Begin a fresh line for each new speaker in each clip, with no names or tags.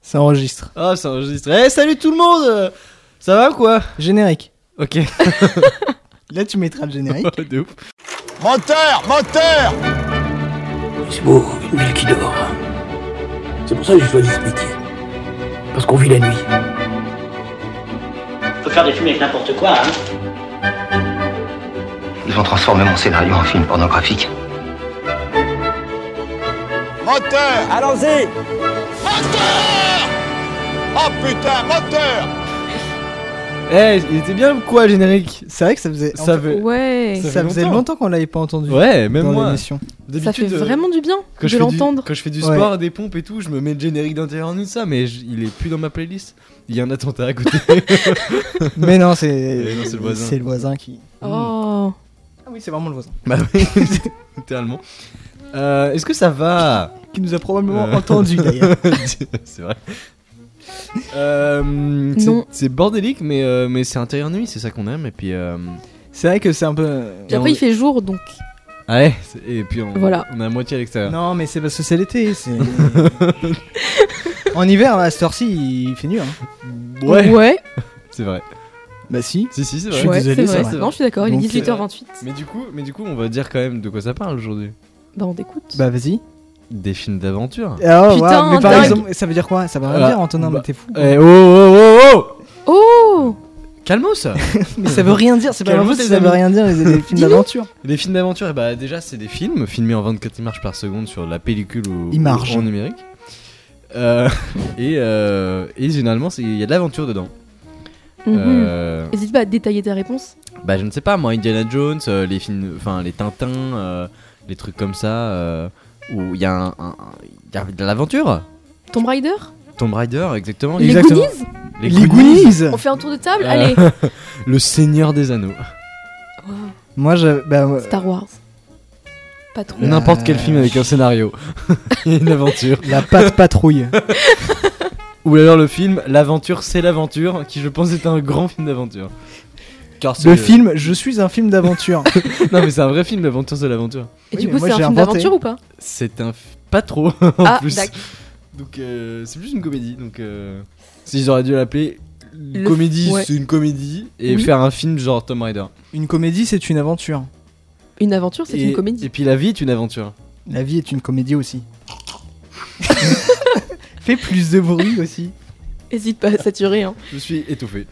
Ça enregistre.
Ah, ça enregistre. Eh, salut tout le monde Ça va ou quoi
Générique.
Ok.
Là, tu mettras le générique.
de ouf.
Moteur Moteur
C'est beau, une ville qui dort. C'est pour ça que j'ai choisi ce métier. Parce qu'on vit la nuit.
On peut faire des films avec n'importe quoi, hein.
Ils ont transformé mon scénario en film pornographique.
Moteur Allons-y Moteur Oh putain, moteur
Eh, il était bien ou quoi, le générique
C'est vrai que ça faisait.
Ça
en fait,
fait...
Ouais,
ça
ça fait
faisait
longtemps.
longtemps qu'on l'avait pas entendu.
Ouais, même
dans
moi.
l'émission.
ça fait
D'habitude, euh,
vraiment du bien
quand je
de
fais du-
l'entendre.
Quand je fais du
Ouais.
sport, des pompes et tout, je me mets le générique d'intérieur de ça, mais je- il est plus dans ma playlist. Il y a un attentat à côté.
Mais non,
Mais
c'est.
Eh non, c'est le voisin.
C'est le voisin qui.
Oh,
Ah oui, c'est vraiment le voisin.
bah oui, littéralement. Euh, Est-ce que ça va
Qui nous a probablement
Euh.
entendu d'ailleurs.
C'est vrai. Euh, c'est-
Non.
C'est bordélique, mais, euh, mais c'est intérieur nuit, c'est ça qu'on aime. Et puis, euh,
C'est vrai que c'est un peu.
puis après il fait jour donc.
ah ouais, c'est- et puis on,
Voilà.
on est à moitié à l'extérieur.
Non, mais c'est parce que c'est l'été. c'est- en hiver, à cette heure-ci, il fait nuit. Hein.
Ouais, c'est vrai.
Bah si.
Si, si, c'est
Je
vrai.
suis
ouais,
désolé,
c'est
ça
vrai.
va.
Non, je suis d'accord, il est
Donc,
18h28.
Mais du coup, mais du coup, on va dire quand même de quoi ça parle aujourd'hui.
Bah on écoute.
Bah vas-y.
Des films d'aventure.
Ah, oh,
Putain,
waouh, mais par
dingue.
exemple, ça veut dire quoi Ça veut rien
Ah,
dire, Antonin,
bah-
mais t'es fou.
Eh, oh, oh, oh, oh
Oh
Calmos
Mais ça veut rien dire, c'est pas
Calmons
grave,
tes
ça veut
amis.
rien dire, les les films
Dis-nous.
d'aventure.
Les films d'aventure, eh bah déjà, c'est des films filmés en 24 images par seconde sur la pellicule ou, ou
Images.
en numérique. Euh, et, euh, et généralement, c'est- il y a de l'aventure dedans.
Mhm.
Euh,
N'hésite pas à détailler ta réponse.
bah, je ne sais pas, moi, Indiana Jones, euh, les films, enfin, les Tintins, euh, les trucs comme ça, euh, où il y, a un- un- il y a de l'aventure.
Tomb Raider
Tomb Raider, exactement.
Les
Exactement.
Goonies
Les
Les
Goonies.
Goonies
On fait un tour de table
Euh.
Allez
Le Seigneur des Anneaux.
Wow.
Moi, je. Bah, ouais.
Star Wars. Pas trop.
N'importe quel film avec un scénario. Et une aventure.
la patte patrouille.
Ou alors le film L'aventure, c'est l'aventure, qui je pense est un grand film d'aventure. Car c'est
Le film Je suis un film d'aventure.
Non, mais c'est un vrai film, L'aventure, c'est l'aventure.
Et
Oui,
du
mais
coup
moi,
c'est un
j'ai
film
inventé.
d'aventure ou pas
C'est un. f- Pas trop, en
Ah
plus.
d'accord.
Donc, euh, c'est plus une comédie. Donc, euh, s'ils auraient dû l'appeler.
Le-
Comédie,
ouais.
c'est une comédie. Et
Oui.
faire un film genre Tom Rider.
Une comédie, c'est une aventure.
Une aventure c'est
Et-
une comédie.
Et puis la vie est une aventure.
La vie est une comédie aussi. Fais plus de bruit aussi.
N'hésite pas à saturer hein.
Je suis étouffé.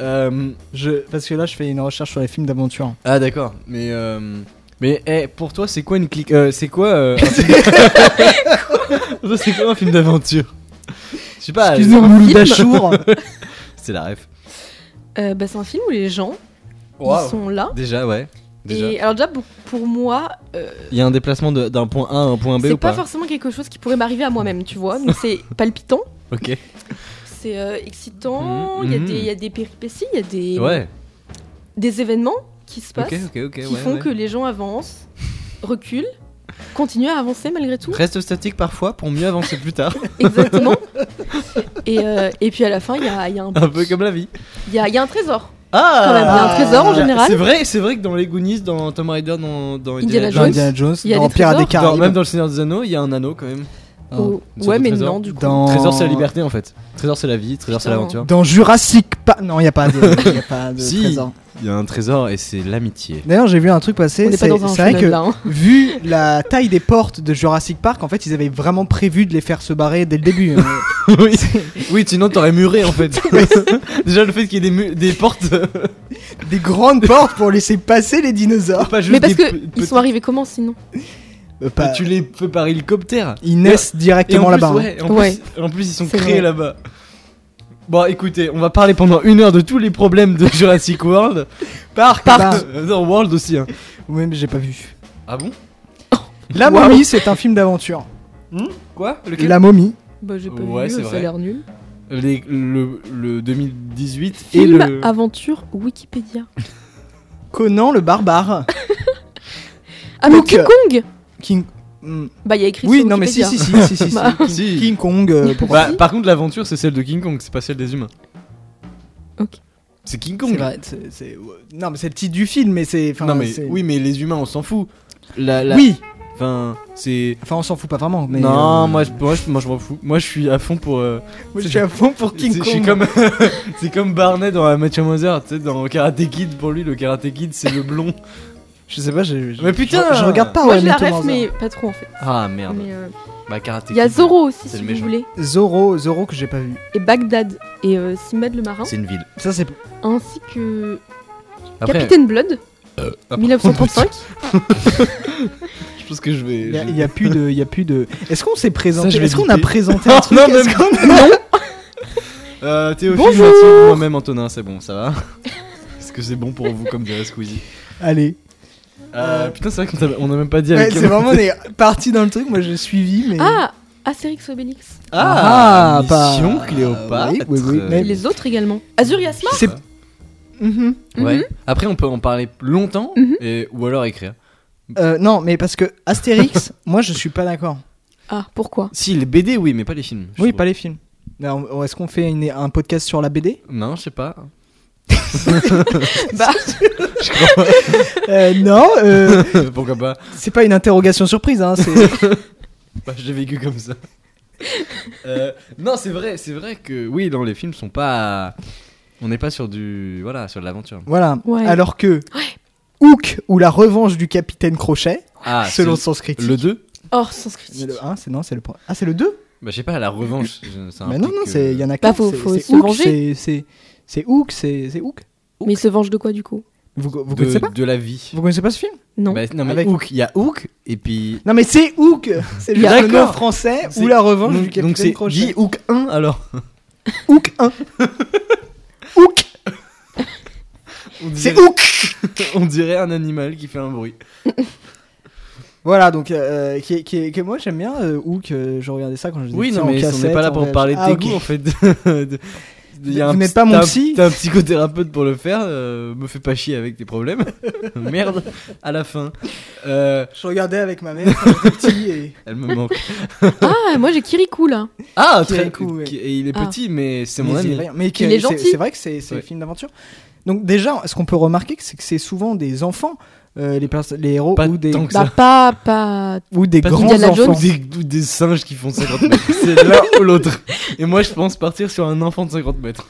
Euh,
Je, parce que là, je fais une recherche sur les films d'aventure.
Ah d'accord, mais euh, mais eh, pour toi c'est quoi une clique euh, C'est quoi euh, un film- Pour toi, C'est quoi un film d'aventure Je sais pas.
Excuse-nous,
Ah, un
Mouloud
film.
Achour.
C'est la ref.
Euh, bah c'est un film où les gens ils sont là.
Déjà ouais. Déjà.
Et alors déjà pour- pour moi euh,
Il y a un déplacement de- d'un point A à un point B
C'est
ou
pas,
pas,
forcément quelque chose qui pourrait m'arriver à moi-même, tu vois. Donc c'est palpitant,
Ok.
c'est euh, excitant, il y a
Mhm.
des- il y, a des péripéties, il y a des,
Ouais.
des événements qui se passent
Ok ok ok.
qui
ouais,
font
ouais.
que les gens avancent, reculent, continuent à avancer malgré tout.
Reste statique parfois pour mieux avancer plus tard.
Exactement. et, euh, et puis à la fin, il y a, il y a un-
un peu comme la vie.
il y a- il y a un trésor.
Ah.
Quand même, il y a un trésor en général.
C'est vrai c'est vrai que dans les Goonies, dans Tom Raider, dans dans
Indiana
Dans
Jones.
Indiana Jones,
Il y a
dans
des
Pirates des
trésors.
Dans-
Caraïbes.
même dans le Seigneur des Anneaux, il y a un anneau quand même.
Oh,
Ah. une sorte
Ouais,
de
mais
trésor.
non, du coup.
Dans-
Trésor c'est la liberté hein. en fait. Trésor c'est la vie, trésor c'est
Putain.
l'aventure.
Dans Jurassic Park. Non, il n'y a pas de, il y a pas de
Si.
trésor.
Il y a un trésor et c'est l'amitié.
D'ailleurs, j'ai vu un truc
On
passer.
n'est pas
C'est
dans un
c'est vrai
film
que
là. hein.
vu la taille des portes de Jurassic Park, en fait, ils avaient vraiment prévu de les faire se barrer dès le début. hein.
oui. oui, sinon t'aurais muré en fait. Déjà le fait qu'il y ait des, mu- des portes, euh,
des grandes portes pour laisser passer les dinosaures.
pas juste
Mais parce
des pe-
que ils sont
petites-
arrivés comment sinon
Euh, pas-
Tu les peux par hélicoptère.
Ils naissent
Et en
directement
plus,
là-bas. hein.
ouais, en, plus-
Ouais.
en plus, ils sont
C'est
créés
vrai.
là-bas. Bon, écoutez, on va parler pendant une heure de tous les problèmes de Jurassic World. Parc,
Parc.
euh, non, World aussi. hein.
Oui, mais j'ai pas vu.
Ah bon
La momie, c'est un film d'aventure.
Quoi Lequel
La momie.
Bah j'ai pas
Ouais,
vu,
c'est
ça a
vrai.
l'air nul.
Les- le, le 2018
Film
et le.
aventure Wikipédia.
Conan le barbare.
Ah mais
Donc,
King
euh,
Kong
King. Hmm.
Bah il y a écrit
Oui,
sur
non, mais si,
Wikipédia.
si, si, si, si, si.
Bah.
King-
Si.
King Kong. euh, pour-
Bah,
Si.
par contre, l'aventure c'est celle de King Kong, c'est pas celle des humains.
Ok.
C'est King
C'est
Kong.
vrai, c'est- c'est- Non, mais c'est le titre du film, mais c'est. enfin,
non mais
c'est-
oui mais les humains on s'en fout. La, la-
Oui,
enfin, Enfin, c'est.
Enfin, on s'en fout pas vraiment. Mais
non,
euh,
moi, je- moi, je- moi, je m'en fous. Moi je suis à fond pour. euh,
moi, je suis à fond pour King
c'est-
Kong.
je suis comme c'est comme Barney dans euh, Mathieu Mother, tu sais, dans Karate Kid. Pour lui, le Karate Kid, c'est le blond.
Je sais pas, j'ai.
Mais putain
Je, je regarde pas,
Moi
ouais,
je la
Meteor
rêve,
Mother.
mais pas trop en fait.
Ah merde.
Mais, euh,
Bah Karate
Il y a
Kid,
Zoro aussi,
c'est
si
le
vous
méchant.
voulez.
Zoro, Zoro que j'ai pas vu.
Et Bagdad. Et euh, Sinbad le marin.
C'est une ville.
Ça, c'est.
Ainsi que
Après, Euh,
Capitaine Blood,
après-
1935.
je pense que je vais.
Il y, a-
je-
il y a plus de, il y a plus de. Est-ce qu'on s'est présenté
je vais
Est-ce qu'on a
biper.
présenté
Non,
un truc
non,
Est-ce
même-
qu'on-
Euh, Théophile,
Bonjour.
Mathilde, moi-même, Antonin, c'est bon, ça va Est-ce que c'est bon pour vous comme dirait Squeezie
Allez.
euh, Putain, c'est vrai qu'on t'a- on a même pas dit
Ouais,
avec
c'est vraiment on est parti dans le truc. Moi, j'ai suivi, mais.
Ah Astérix Obélix.
Ah,
Ah, pas-
Mission Cléopâtre.
Oui, oui, oui,
euh,
mais-
Et les autres également. Azur Yasma
C'est. Mhm.
Ouais. Après, on peut en parler longtemps
Mm-hmm.
Mhm.
et... ou alors écrire.
Euh, non, mais parce que Astérix, moi, je suis pas d'accord.
Ah, pourquoi
Si, les BD, oui, mais pas les films. je
Oui,
trouve.
pas les films. Alors, Est-ce qu'on fait une- un podcast sur la BD
Non, je sais pas.
Bah,
Euh, Non, euh,
Pourquoi pas
c'est pas une interrogation surprise. Hein, c'est-
Bah, J'ai vécu comme ça. Euh, non, c'est vrai, c'est vrai que oui, dans les films sont pas. On n'est pas sur du. Voilà, sur de l'aventure.
voilà.
Ouais.
Alors que Hook ou la revanche du capitaine Crochet,
Ah,
selon
c'est-
Sens Critique.
Le 2
hors sens
Mais
critique.
le 1, c'est non, c'est le premier. Ah, c'est le 2
Bah, je sais pas, la revanche. je- ça
Mais non,
implique
non,
que-
c'est- il y en a
Bah,
quatre.
faut-
c'est-
faut
c'est
se
Hook, c'est-
venger.
c'est- C'est Hook, c'est c'est Hook.
Mais il se venge de quoi du coup
Vous, vous
de,
connaissez pas
de la vie.
Vous connaissez pas ce film
Non.
Bah, non, mais
Avec-
Hook, il y a Hook, et puis.
Non, mais c'est Hook C'est juste le
D'accord.
nom français
C'est-
ou la revanche
donc-
du capitaine
donc c'est
Crochet.
dit Hook 1 alors.
Hook 1. Hook C'est Hook
On dirait un animal qui fait un bruit.
Voilà, donc, euh, qui, est- qui est- que moi j'aime bien euh, Hook, euh, je regardais ça quand je disais
Oui, non, mais on n'est pas là pour parler de tes goûts en fait. De- il y a
Ah, Vous
un
n'êtes
psy-
pas mon
t'as un-
psy.
T'es un psychothérapeute pour le faire, euh, me fais pas chier avec tes problèmes. Merde, à la fin. Euh,
Je regardais avec ma mère quand j'étais petit et.
elle me manque.
Ah, moi j'ai Kirikou là.
Ah,
Qui est
très
cool, ouais.
qui- Et il est
Ah.
petit, mais c'est mon
Mais
ami.
c'est vrai- Mais qui-
Il est
c'est-
gentil.
C'est vrai que c'est c'est
Ouais.
un film d'aventure. Donc déjà, ce qu'on peut remarquer, c'est que c'est souvent des enfants, euh, les, perso- les héros,
Pas
ou des,
tant que
Bah,
ça.
pas, pas.
ou des
Pas
grands
Indiana
enfants.
Jones.
Ou des, ou des singes qui font 50 mètres. C'est l'un ou l'autre. Et moi, je pense partir sur un enfant de 50 mètres.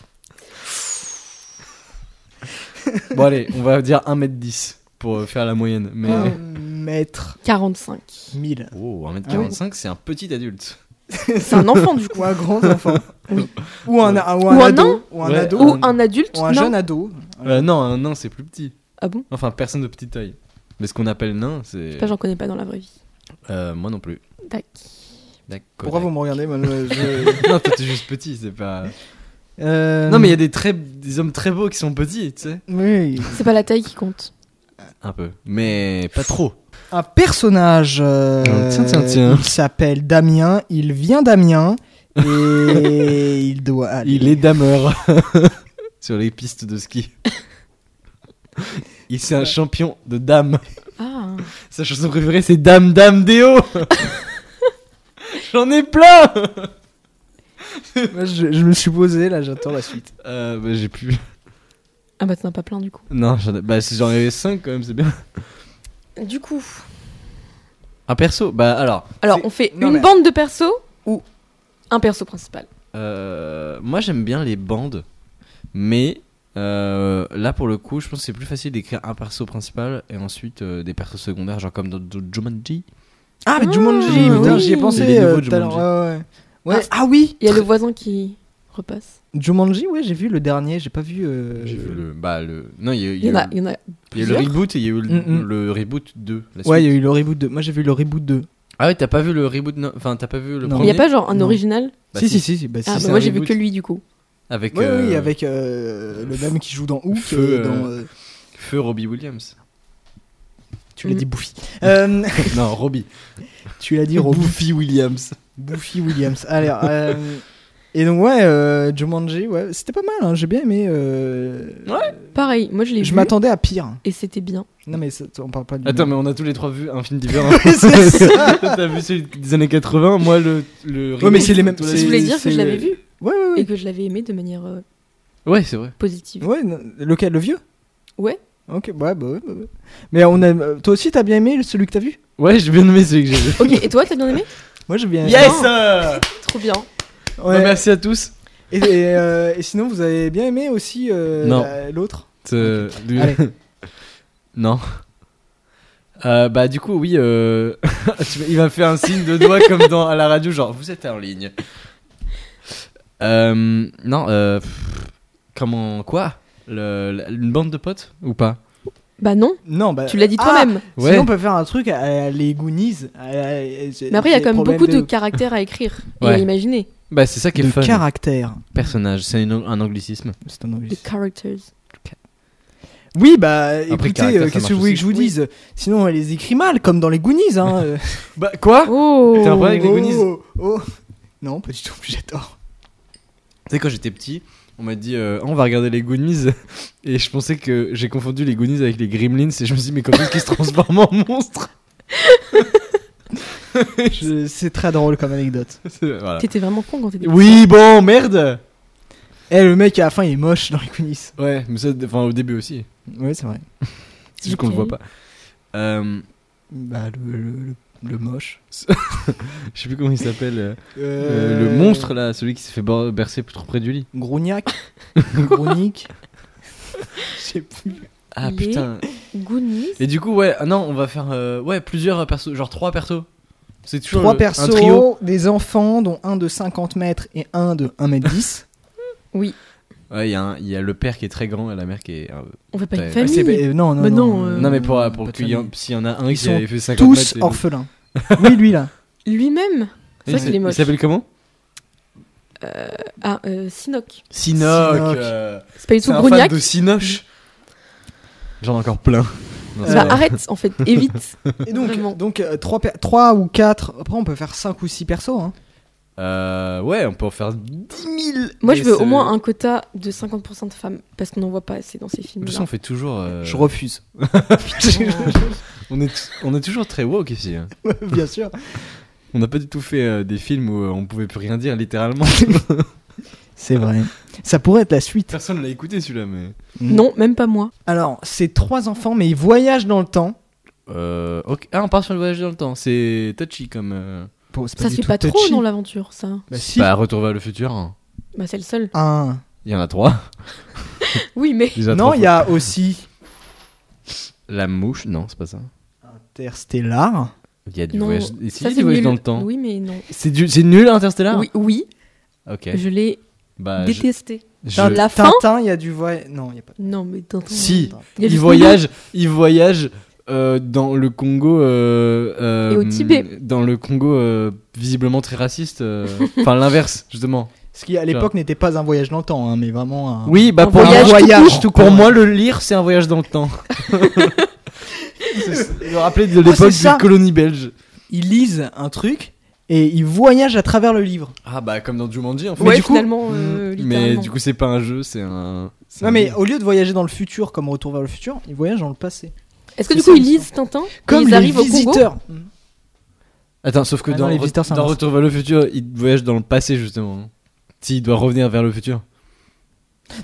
Bon, allez, on va dire 1m10 pour euh, faire la moyenne. Mais...
Un mètre
45.
1000.
Oh,
Ah
1m45, c'est un petit adulte.
C'est un enfant du coup.
Ou un grand enfant. ou, un, un- ou un
Ou un
ado.
nain.
ou un
Ouais.
ado.
Ou un adulte.
Ou un
non.
jeune ado.
Euh, non, un nain, c'est plus petit.
Ah bon
Enfin, personne de petite taille. Mais ce qu'on appelle nain, c'est.
Pas, j'en connais pas dans la vraie vie.
Euh, moi non plus.
Tac.
D'accord.
Pourquoi vous me regardez moi, je-
non, toi t'es juste petit, c'est pas.
Euh,
Non, mais il y a des, très... des hommes très beaux qui sont petits, tu sais.
oui.
C'est pas la taille qui compte.
Un peu. Mais pas trop.
Un personnage. euh,
Tiens, tiens, tiens.
Il s'appelle Damien. Il vient d'Amiens. Et il doit aller.
Il est dameur sur les pistes de ski. Il c'est un champion de dames.
Ah.
Sa chanson préférée, c'est Dame Dame Déo. J'en ai plein.
Moi, je, je me suis posé là, j'attends la suite.
Euh, bah, j'ai plus.
Ah bah t'en as pas plein du coup.
Non, j'en ai... bah, si j'en avais 5 quand même, c'est bien.
Du coup.
Un perso, bah alors.
Alors
C'est-
on fait
non,
une
mais-
bande de persos ou un perso principal.
Euh, moi j'aime bien les bandes, mais euh, là pour le coup, je pense que c'est plus facile d'écrire un perso principal et ensuite euh, des persos secondaires, genre comme dans Do- Jumanji.
Ah, mais
Ah,
Jumanji, putain, j'y ai
oui.
pensé.
Il y a des
euh,
nouveaux
tout à l'heure, ouais, ouais. Ouais.
Ah,
Ah, oui
Il y a le voisin qui repasse.
Jumanji, ouais, j'ai vu le dernier, j'ai pas vu. euh,
J'ai vu le, bah, le, non, il y a, eu-
Il y en a, il y en
il y
a
a eu le
plusieurs.
reboot et il y a eu le,
Mm, mm.
le reboot 2. la
Ouais, il
suite.
y a eu le reboot 2. Moi, j'ai vu le reboot 2.
Ah ouais, t'as pas vu le reboot, no- enfin t'as pas vu le
Non.
Il y
premier
a pas genre un
Non.
original
Bah,
si, si, si, si, bah, si,
Ah
c'est
bah
un
moi j'ai vu
reboot.
que lui du coup.
Avec,
Ouais,
euh,
oui, avec euh, le même qui joue dans Hook.
Feu,
et dans, euh,
Feu Robbie Williams.
tu l'as
Mm.
dit Bouffy. Euh,
non, Robbie.
tu l'as dit Robbie.
Bouffy Williams.
Bouffy Williams. Allez, euh, et donc, ouais, euh, Jumanji, ouais, c'était pas mal, hein, j'ai bien aimé. euh,
Pareil, moi je l'ai
Je
vu
m'attendais à pire.
et c'était bien.
Non, mais ça, on parle pas de.
Attends, mais on a tous les trois vu un film différent.
C'est ça.
t'as vu celui des années 80, moi le, le
Ouais, mais c'est les mêmes-
toi,
c'est-
la-
Je voulais dire que
c'est-
je l'avais vu
Ouais, ouais, ouais.
et que je l'avais aimé de manière euh,
Ouais, c'est vrai.
positive.
Ouais, non, lequel Le vieux
Ouais.
Ok, ouais, bah ouais, bah ouais. Mais on a... toi aussi, t'as bien aimé celui que t'as vu
Ouais, j'ai bien aimé celui que j'ai vu.
Ok, et toi, t'as bien aimé
Moi, j'ai bien aimé.
Yes
Non. Trop bien.
Ouais.
Bah, Merci à tous.
Et, et, euh, et sinon, vous avez bien aimé aussi euh,
Non.
la- l'autre
Euh, lui-
Allez.
non. Euh, bah du coup oui, euh, tu m'as- il m'a fait un signe de doigt comme dans à la radio genre vous êtes en ligne. Euh, non, euh, pff, comment quoi Le- la- Une bande de potes ou pas
Bah non,
Non, bah.
tu l'as dit
Euh,
Ah,
toi-même.
Ouais.
Sinon, on peut faire un truc à, à les Goonies. à- à-
Mais après, il y a
les
quand même
problèmes
beaucoup de, caractères à écrire et à
Ouais.
imaginer.
Bah c'est ça qui est
de
fun.
caractère.
Personnage, c'est une- un anglicisme.
C'est un
The characters.
Oui, bah écoutez,
caractère,
euh,
ça
qu'est-ce
marche
que vous voulez que
aussi.
je vous dise Sinon, elle les écrit mal, comme dans les Goonies. Hein. euh.
Bah quoi
Oh
T'as un problème avec les Goonies
oh, oh. Non, pas du tout, j'ai tort.
Tu sais, quand j'étais petit, on m'a dit euh, Ah, on va regarder les Goonies. Et je pensais que j'ai confondu les Goonies avec les Gremlins. Et je me suis dit, mais comment est-ce qu'ils se transforment en monstres
Je- C'est très drôle comme anecdote.
C'est- voilà.
T'étais vraiment con quand t'étais
Oui, bon, merde
Eh, le mec à la fin, il est moche dans les Goonies.
Ouais, mais ça, enfin, au début aussi.
Ouais, c'est vrai.
C'est juste qu'on le voit pas. Euh,
Bah, le, le, le- le moche.
je sais plus comment il s'appelle. euh, euh, le monstre là, celui qui s'est fait ber- bercer trop près du lit.
Grognac. Grognic. Je sais plus.
Ah
Les-
putain.
Goonies.
Et du coup, ouais, ah non, on va faire euh, ouais, plusieurs persos, genre trois persos. C'est toujours
Trois
le- un trio.
persos, des enfants, dont un de 50 mètres et un de 1 mètre 10.
Oui,
Ouais, il y, a un- il y a le père qui est très grand et la mère qui est. euh,
on fait pas
Ouais,
une
Ah, c'est-
famille.
euh, non, non,
Mais
non,
non, euh,
Non, mais pour,
pas
pour
de
qu'il y en-
famille.
s'il y en a un qui
sont
avait fait 50
Tous
mètres, et l'autre-
orphelins. oui, lui là.
Lui-même. C'est
Il
vrai qu'il est
s- il
moche.
s'appelle comment
Ah, euh, Sinoc.
Sinoc.
euh,
C'est pas du
C'est
tout
un fan
Grognac.
de Sinoche. J'en ai encore plein. Non, c'est
Bah,
vrai.
arrête, en fait, évite.
Et donc,
Vraiment.
donc euh, 3, 3 ou 4. Après, on peut faire 5 ou 6 persos. Hein.
Euh, ouais, on peut en faire 10 000.
Moi, je
mais
veux
c'est-
au moins un quota de 50% de femmes, parce qu'on n'en voit pas assez dans ces
De
films.
toute façon, on fait toujours. euh,
Je refuse.
on, est t- on est toujours très woke ici. hein.
Bien sûr.
On n'a pas du tout fait euh, des films où euh, on pouvait plus rien dire, littéralement.
C'est vrai. Ça pourrait être la suite.
Personne l'a écouté celui-là, mais.
Non, même pas moi.
Alors, c'est trois enfants, mais ils voyagent dans le temps.
Euh, ok. Ah, on part sur le voyage dans le temps. C'est touchy comme. euh,
Bon, c'est
Ça se
du
fait
tout
pas trop
touchy.
dans l'aventure, ça.
Bah, si.
Bah, Retour vers le futur. hein.
Bah, c'est le seul.
Un.
Il y en a trois.
Oui, mais.
Déjà
Non,
trois
il y a aussi
fois. La mouche, non, c'est pas ça.
Interstellar.
Il y a du
Non,
voyage. Et si,
ça,
du
c'est
voyage
nul.
dans le temps.
Oui, mais non.
C'est du... c'est nul, Interstellar
Oui, oui,
Ok.
je l'ai
Bah, je-
détesté.
je-
Tintin. La fin
Tintin, il y a du voyage. Non, il y a pas.
Non, mais t'entends.
Si,
y a
il
juste
voyage, il voyage euh, dans le Congo. euh, euh,
Et au Tibet.
Dans le Congo euh, visiblement très raciste. euh, Enfin, l'inverse, justement.
Ce qui à l'époque n'était pas un voyage dans le temps, hein, mais vraiment un.
Oui, bah
Un
pour
voyage
moi,
tout Voyage court. tout
pour
court.
moi, le lire, c'est un voyage dans le temps. Je me rappelais de l'époque
Oh, c'est ça.
des colonies belges.
Ils lisent un truc et ils voyagent à travers le livre.
Ah bah comme dans Jumanji en fait.
Ouais,
Mais du coup-
finalement, euh,
hmm, mais
littéralement.
du coup, c'est pas un jeu, c'est un. c'est
Non,
un
mais
livre.
au lieu de voyager dans le futur comme Retour vers le futur, ils voyagent dans le passé.
Est-ce
c'est
que du
ça,
coup,
il
ils
me
lisent Tintin
Comme
et ils
les
arrivent au Congo Mhm.
visiteurs.
Attends, sauf que
Ah non,
dans,
les
Re-
visiteurs, c'est un
dans
monstre.
Retour vers le futur, il voyage dans le passé justement. S'il doit revenir vers le futur.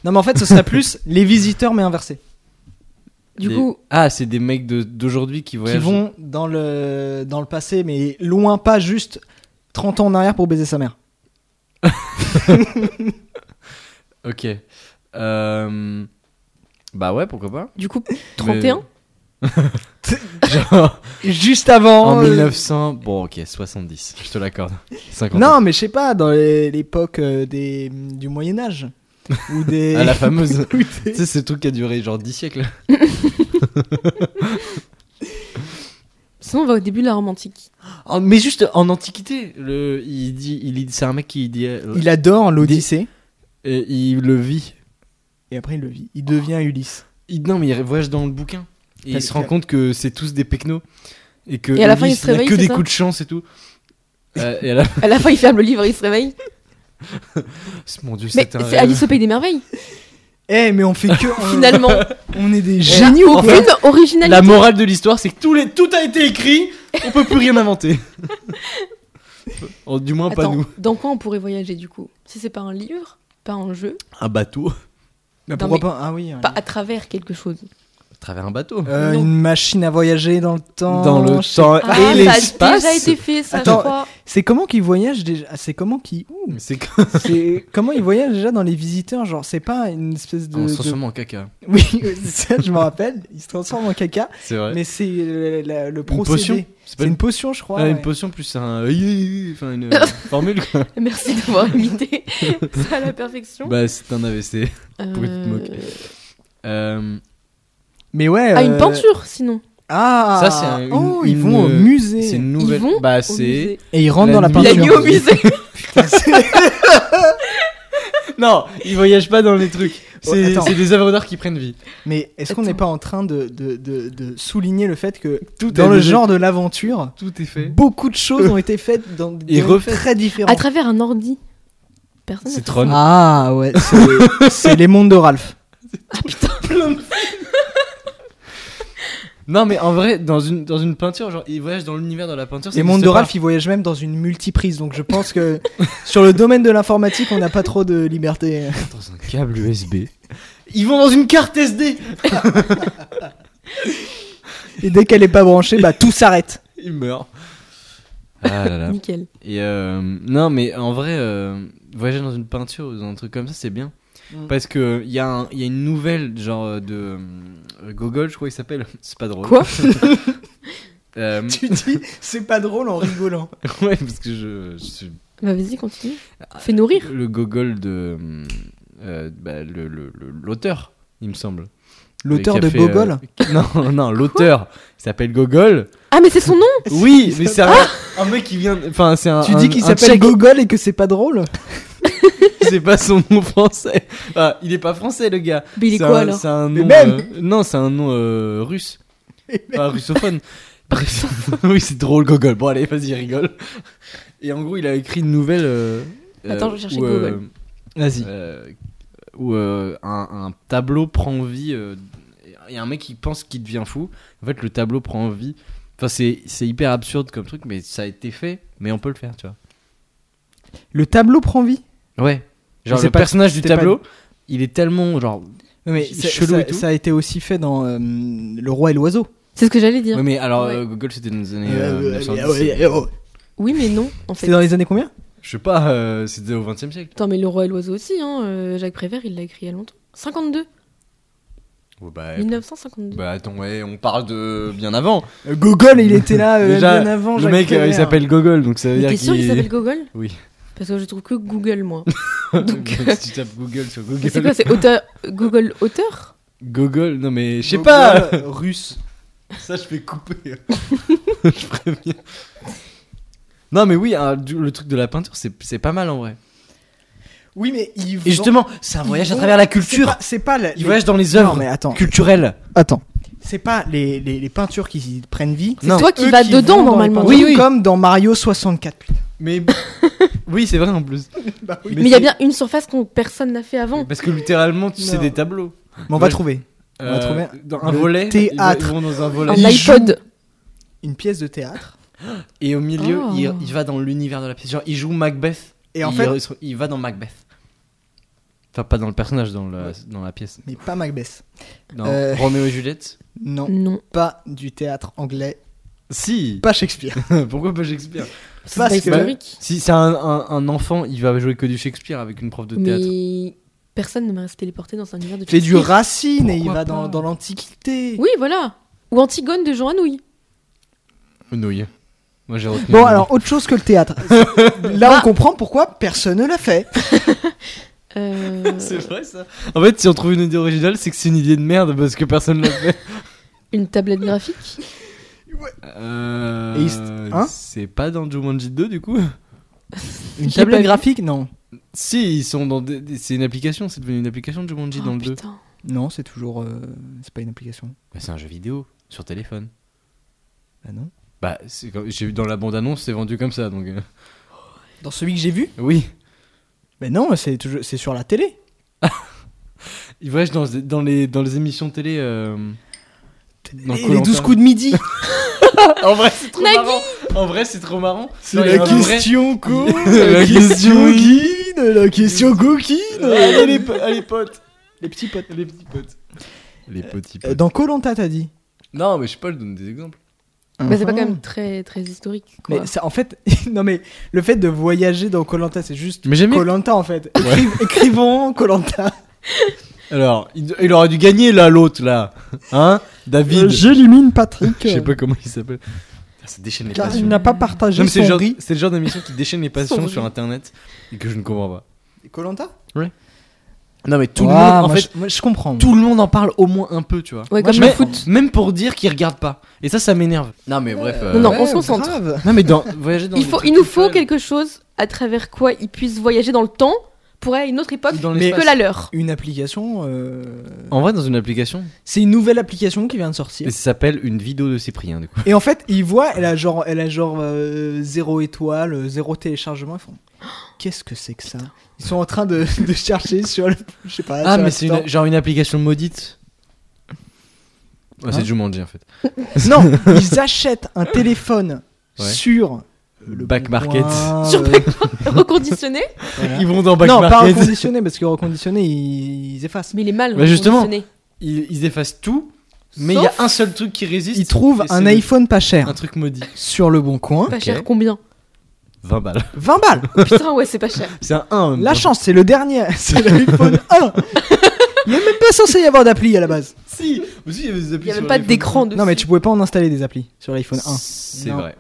Non, mais en fait, ce serait plus les visiteurs, mais inversé.
Du
Des-
coup,
Ah, c'est des mecs de- d'aujourd'hui qui voyagent.
Qui vont dans le, dans le passé, mais loin, pas juste 30 ans en arrière pour baiser sa mère.
Ok. Euh, Bah ouais, pourquoi pas.
du coup 31
Genre,
Juste avant.
en
euh,
1900. Bon, ok, 70. Je te l'accorde. 50.
Non, mais je sais pas, dans les- l'époque euh, des du Moyen Âge ou des
Ah, la fameuse.
ou
tu
des-
sais, c'est le truc qui a duré genre 10 siècles.
Sinon, on va au début de la romantique.
En- Oh, mais juste en antiquité, le... il dit, il dit- c'est un mec qui dit, euh,
il adore l'Odyssée
et il le vit.
et après il le vit. Il devient Ulysse.
Il- Non, mais il voyage dans le bouquin. Et il
Parce
se rend
que-
compte que c'est tous des pecnos. Et que
Et à la fin, il
Ulysse,
se
n'a
réveille,
que
c'est
des
ça
coups de chance et tout. Euh, et à la fin,
À la fin, il ferme le livre et il se réveille.
mon dieu,
Mais
c'est un.
c'est
rêve.
Alice au Pays des Merveilles,
Eh,
Oh.
mais on fait que on-
finalement.
on, est
Eh,
des génies.
Génie
en
aucune originalité.
La morale de l'histoire, c'est que tout, les, tout a été écrit, on peut plus rien inventer. Oh, du moins pas
Attends,
nous.
dans quoi on pourrait voyager du coup Si c'est pas un livre, pas un jeu,
Un bateau.
Bah,
Non,
pourquoi
mais-
pas Ah oui.
pas à travers quelque chose.
travers un bateau.
Euh,
Non.
une machine à voyager dans le temps.
Dans le
je sais
temps
pas.
Ah,
Bah, et
ça a
l'espace.
déjà été fait, ça,
Attends.
je crois.
C'est comment qu'ils voyagent déjà Ah, C'est comment qu'ils. Ouh.
Mais c'est
C'est comment ils voyagent déjà dans les visiteurs Genre, c'est pas une espèce de.
On se
de-
transforme en caca.
Oui, ça, je me rappelle. Ils se transforment en caca,
C'est vrai.
mais c'est euh, la- la- le
une
procédé.
potion.
C'est une potion, je crois.
Ah, une
ouais.
potion plus un euh, yi, yi, yi, enfin une euh, formule quoi.
Merci d'avoir imité ça à la perfection.
bah c'est un AVC.
Euh,
pour te moquer. Euh,
Mais ouais.
Ah, une
euh,
peinture, sinon.
Ah
Ça, c'est un- une-
Oh, ils
une- euh,
vont au musée.
c'est une nouvelle.
vont
bah
au
c'est
musée.
Et ils rentrent
la
dans la
nuit.
Il
peinture.
a mis au musée.
non, ils voyagent pas dans les trucs. C'est
Oh, attends.
c'est des œuvres d'art qui prennent vie.
Mais est-ce qu'on
Attends.
n'est pas en train de, de, de, de souligner le fait que
Tout
dans
est
le
déjà-
genre de l'aventure,
Tout est fait.
beaucoup de choses ont été faites dans
Et
des
refaites.
très différents.
À travers un ordi. Personne.
C'est
n'a-
Tron.
Ah ouais, c'est- c'est les mondes de Ralph.
Non mais en vrai dans une dans une peinture genre ils voyagent dans l'univers dans la peinture. ça
Les mondes
n'existe
de
pas.
Ralph, ils voyagent même dans une multiprise, donc je pense que sur le domaine de l'informatique, on n'a pas trop de liberté.
dans un câble USB. Ils vont dans une carte SD.
Et dès qu'elle est pas branchée, bah tout s'arrête.
Ils meurent. Ah là là.
Nickel.
Et euh, non, mais en vrai, euh, voyager dans une peinture ou dans un truc comme ça, c'est bien.
Mm.
Parce que il y, a un- y a une nouvelle, genre euh, de. euh, Gogol, je crois qu'il s'appelle. C'est pas drôle.
Quoi
Euh,
Tu dis, c'est pas drôle en rigolant.
Ouais, parce que je, je suis.
Bah, vas-y, continue.
Ah.
Fais-nous rire.
Le Gogol de. euh, bah, le- le- le- l'auteur, il me semble.
L'auteur
Qui a
de
fait,
Gogol
euh, Non, non, l'auteur. Il s'appelle Gogol.
Ah, mais c'est son nom
Oui, mais c'est un, un mec qui vient. Enfin, c'est un.
Tu
un-
dis qu'il
un
s'appelle
Tchèque.
Gogol et que c'est pas drôle
C'est pas son nom français. Enfin, il est pas français, le gars.
Mais il est
C'est
quoi
un-
alors
C'est un
Mais
nom.
même
euh, non, c'est un nom euh, russe. Enfin, russophone. Bref. oui, c'est drôle, Gogol. Bon, allez, vas-y, rigole. Et en gros, il a écrit une nouvelle. euh,
Attends,
euh,
je vais chercher
où, euh,
Vas-y.
euh, où euh, un, un tableau prend vie. euh, Il y a un mec qui pense qu'il devient fou. En fait, le tableau prend vie. Enfin, c'est c'est hyper absurde comme truc, mais ça a été fait. Mais on peut le faire, tu vois.
Le tableau prend vie.
Ouais. Genre
c'est
le
pas-
personnage du
c'était pas-
tableau, il est tellement genre.
Oui, mais
Ch-
ça,
chelou
ça-
et tout.
ça a été aussi fait dans euh, Le Roi et l'Oiseau.
C'est ce que j'allais dire.
Ouais, mais alors
Ouais.
euh, Gogol c'était dans les années
Euh,
euh,
euh,
1910.
ouais, euh, oh.
Oui, mais non, en fait.
C'était dans les années combien
Je sais pas, euh, c'était au 20 e siècle.
Attends, mais Le Roi et l'Oiseau aussi, hein. euh, Jacques Prévert, il l'a écrit il y a longtemps. 52.
Ouais, bah,
1952.
bah attends, ouais, on parle de bien avant.
Euh, Gogol, il était là euh,
Déjà,
bien avant.
Le
Jacques hein.
mec euh, il
Prévert.
s'appelle Gogol, donc ça veut
Mais
dire
T'es sûr qu'il s'appelle
qu'il.
Gogol
Oui.
Parce que je trouve que Google, moi. Donc, euh,
si tu tapes Google sur
mais c'est quoi
Google.
C'est auteur... Google auteur
Gogol, non mais je sais
Gogol,
pas.
euh, Russe.
Ça je vais couper. je préviens. Non mais oui, hein, du- le truc de la peinture c'est c'est pas mal en vrai.
Oui, mais ils vont-
Et justement, c'est un
ils
voyage à
vont-
travers la
c'est
culture.
pas- C'est pas. la-
Il
les-
voyage dans les
Non,
œuvres
mais attends.
culturelles.
Attends. C'est pas les, les, les peintures qui prennent vie.
C'est toi qui vas dedans, normalement.
Oui,
Oui, oui.
Comme dans Mario 64.
Mais oui, c'est vrai en plus.
Mais il y a bien une surface qu'on personne n'a fait avant.
Parce que littéralement, tu sais
Non.
des tableaux.
Mais on va
Ouais.
trouver On va trouver
dans un
le
volet.
théâtre.
Ils vont dans un volet.
Un
Il
iPod.
une pièce de théâtre.
Et au milieu,
Oh.
il, il va dans l'univers de la pièce. Genre, il joue Macbeth.
Et en
il,
fait,
re- il va dans Macbeth. Enfin, pas dans le personnage, dans la, dans la pièce.
mais pas Macbeth.
Dans
Euh.
Roméo et Juliette.
Non,
Non.
pas du théâtre anglais.
Si.
Pas Shakespeare.
Pourquoi pas Shakespeare
Bah, C'est
Parce
pas
que-
historique.
Si c'est un, un- un enfant, il va jouer que du Shakespeare avec une prof de théâtre.
Mais personne ne m'a resté téléporté dans un univers de
Fait du
Shakespeare.
Racine et il
Pourquoi
va
pas
dans, dans l'Antiquité.
Oui, voilà. Ou Antigone de Jean Anouilh.
Nouille. Moi, j'ai retenu.
Bon, alors, autre chose que le théâtre. Là,
Bah.
on comprend pourquoi personne ne l'a fait.
Euh,
C'est vrai ça En fait, si on trouve une idée originale, c'est que c'est une idée de merde parce que personne l'a fait.
une tablette graphique
Euh,
Et il s- hein
c'est pas dans Jumanji 2 du coup
Une
J'ai pas
tablette
vu.
graphique Non.
Si, ils sont dans. des- des- C'est une application, c'est devenu une application de Jumanji
Oh,
dans le 2.
putain.
Non, c'est toujours. euh, c'est pas une application.
Bah, c'est un jeu vidéo sur téléphone.
Ah non.
Bah, c'est comme- j'ai vu dans la bande-annonce, c'est vendu comme ça donc. euh,
Dans celui que j'ai vu
Oui.
Ben non, c'est toujours... c'est sur la télé.
Ils voyagent dans, dans, les, dans les émissions télé. euh, dans
Et les
Koh-Lanta.
12 coups de midi.
En vrai, c'est trop
Nagui
marrant En vrai, c'est trop marrant
C'est
Non, il y a
la
un vrai-
question con.
La question
guide. La question coquine.
Allez, Ah, les, po- allez, potes
Les petits potes.
Les petits Euh. potes Les petits
Euh,
potes.
Dans Colanta, t'as dit
Non, mais je sais pas, je donne des exemples.
Mais Bah, c'est pas quand
Mhm.
Ah.
même très, très historique. Quoi.
Mais ça, en fait, non mais le fait de voyager dans Colanta, c'est juste
Mais j'aimais.
Colanta en fait. Écri- écrivons Colanta.
Alors, il, il aurait dû gagner là, l'autre là. Hein David.
Euh, J'élimine Patrick. euh,
Je sais pas comment il s'appelle. Putain, Ah, Ça déchaîne les
Car
passions.
il n'a pas partagé
Non, mais c'est
son
le genre,
riz.
c'est le genre d'émission qui déchaîne les passions
Son
sur internet et que je ne comprends pas.
Colanta
Non, mais tout le
Ouah,
monde, en
moi,
fait,
je- moi, je comprends.
tout le monde en parle au moins un peu, tu vois.
Ouais,
Moi,
comme
je
le
mets-
foot.
Même pour dire qu'ils regardent pas. Et ça, ça m'énerve. Non, mais bref. euh,
Non, non,
Ouais,
on se concentre.
grave.
Non, mais dans, voyager dans
Il,
des
faut,
trucs
il nous faut
culturels
quelque chose à travers quoi ils puissent voyager dans le temps pour aller à une autre époque
ou dans
Mais-
l'espace.
que la leur.
Une application. euh,
En vrai, dans une application.
C'est une nouvelle application qui vient de sortir.
Et ça s'appelle une vidéo de Cyprien, du coup.
Et en fait, ils voient, elle a genre, elle a genre euh, zéro étoile, euh, zéro téléchargement. Ils font. Qu'est-ce que c'est que ça Ils sont en train de, de chercher sur le. Je sais pas.
Ah,
sur
mais
la
c'est
store.
une- genre une application maudite. Ouais,
Hein
Ah, c'est Jumanji en fait.
Non, ils achètent un téléphone
Ouais.
sur euh, le
Back
Bon
market.
Coin,
Sur
euh,
Back Reconditionné
voilà.
Ils vont dans Back
Non, pas
Market.
reconditionné parce que reconditionné ils, ils effacent.
Mais il est mal.
Bah, justement.
reconditionné.
Ils, ils effacent tout, mais il y a un seul truc qui résiste.
Ils trouvent
et c'est
un
le-
iPhone pas cher
Un truc maudit.
sur le bon coin.
Pas
Ok.
cher combien
20 balles.
20 balles.
Putain, ouais, c'est pas cher.
C'est un 1 en même
La
temps.
chance, c'est le dernier, c'est l'iPhone 1. Il n'est même pas censé y avoir d'appli à la base.
Si Aussi, il y avait des
Il
applis
n'y a
sur
même pas
l'iPhone.
d'écran dessus.
Non, mais tu pouvais pas en installer des applis sur l'iPhone 1.
C'est
Non.
vrai.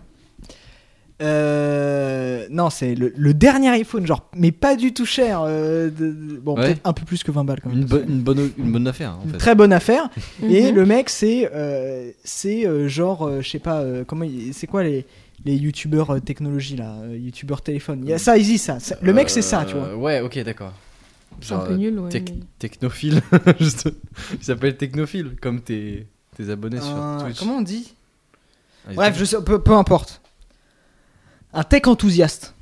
Euh, non, c'est le, le dernier iPhone, genre, mais pas du tout cher. euh, de- de- bon,
Ouais.
peut-être un peu plus que 20 balles quand même.
Une, bo- une bonne, une bonne affaire en
Une
fait.
Très bonne affaire.
Mhm.
Et le mec, c'est euh, c'est euh, genre, euh, je sais pas, euh, comment, il- c'est quoi les les youtubeurs euh, technologie là, euh, youtubeurs téléphone. Il y a ça, easy ça. C'est- Le mec, c'est ça, tu vois.
Euh, Ouais, ok, d'accord.
C'est un peu nul, ouais.
tec-
mais-
Technophile. Juste. Il s'appelle Technophile, comme tes, tes abonnés
Un-
sur Twitch.
Euh, comment on dit
Ah, il
Bref,
s'appelle-
je sais, peu, peu importe. Un tech enthousiaste.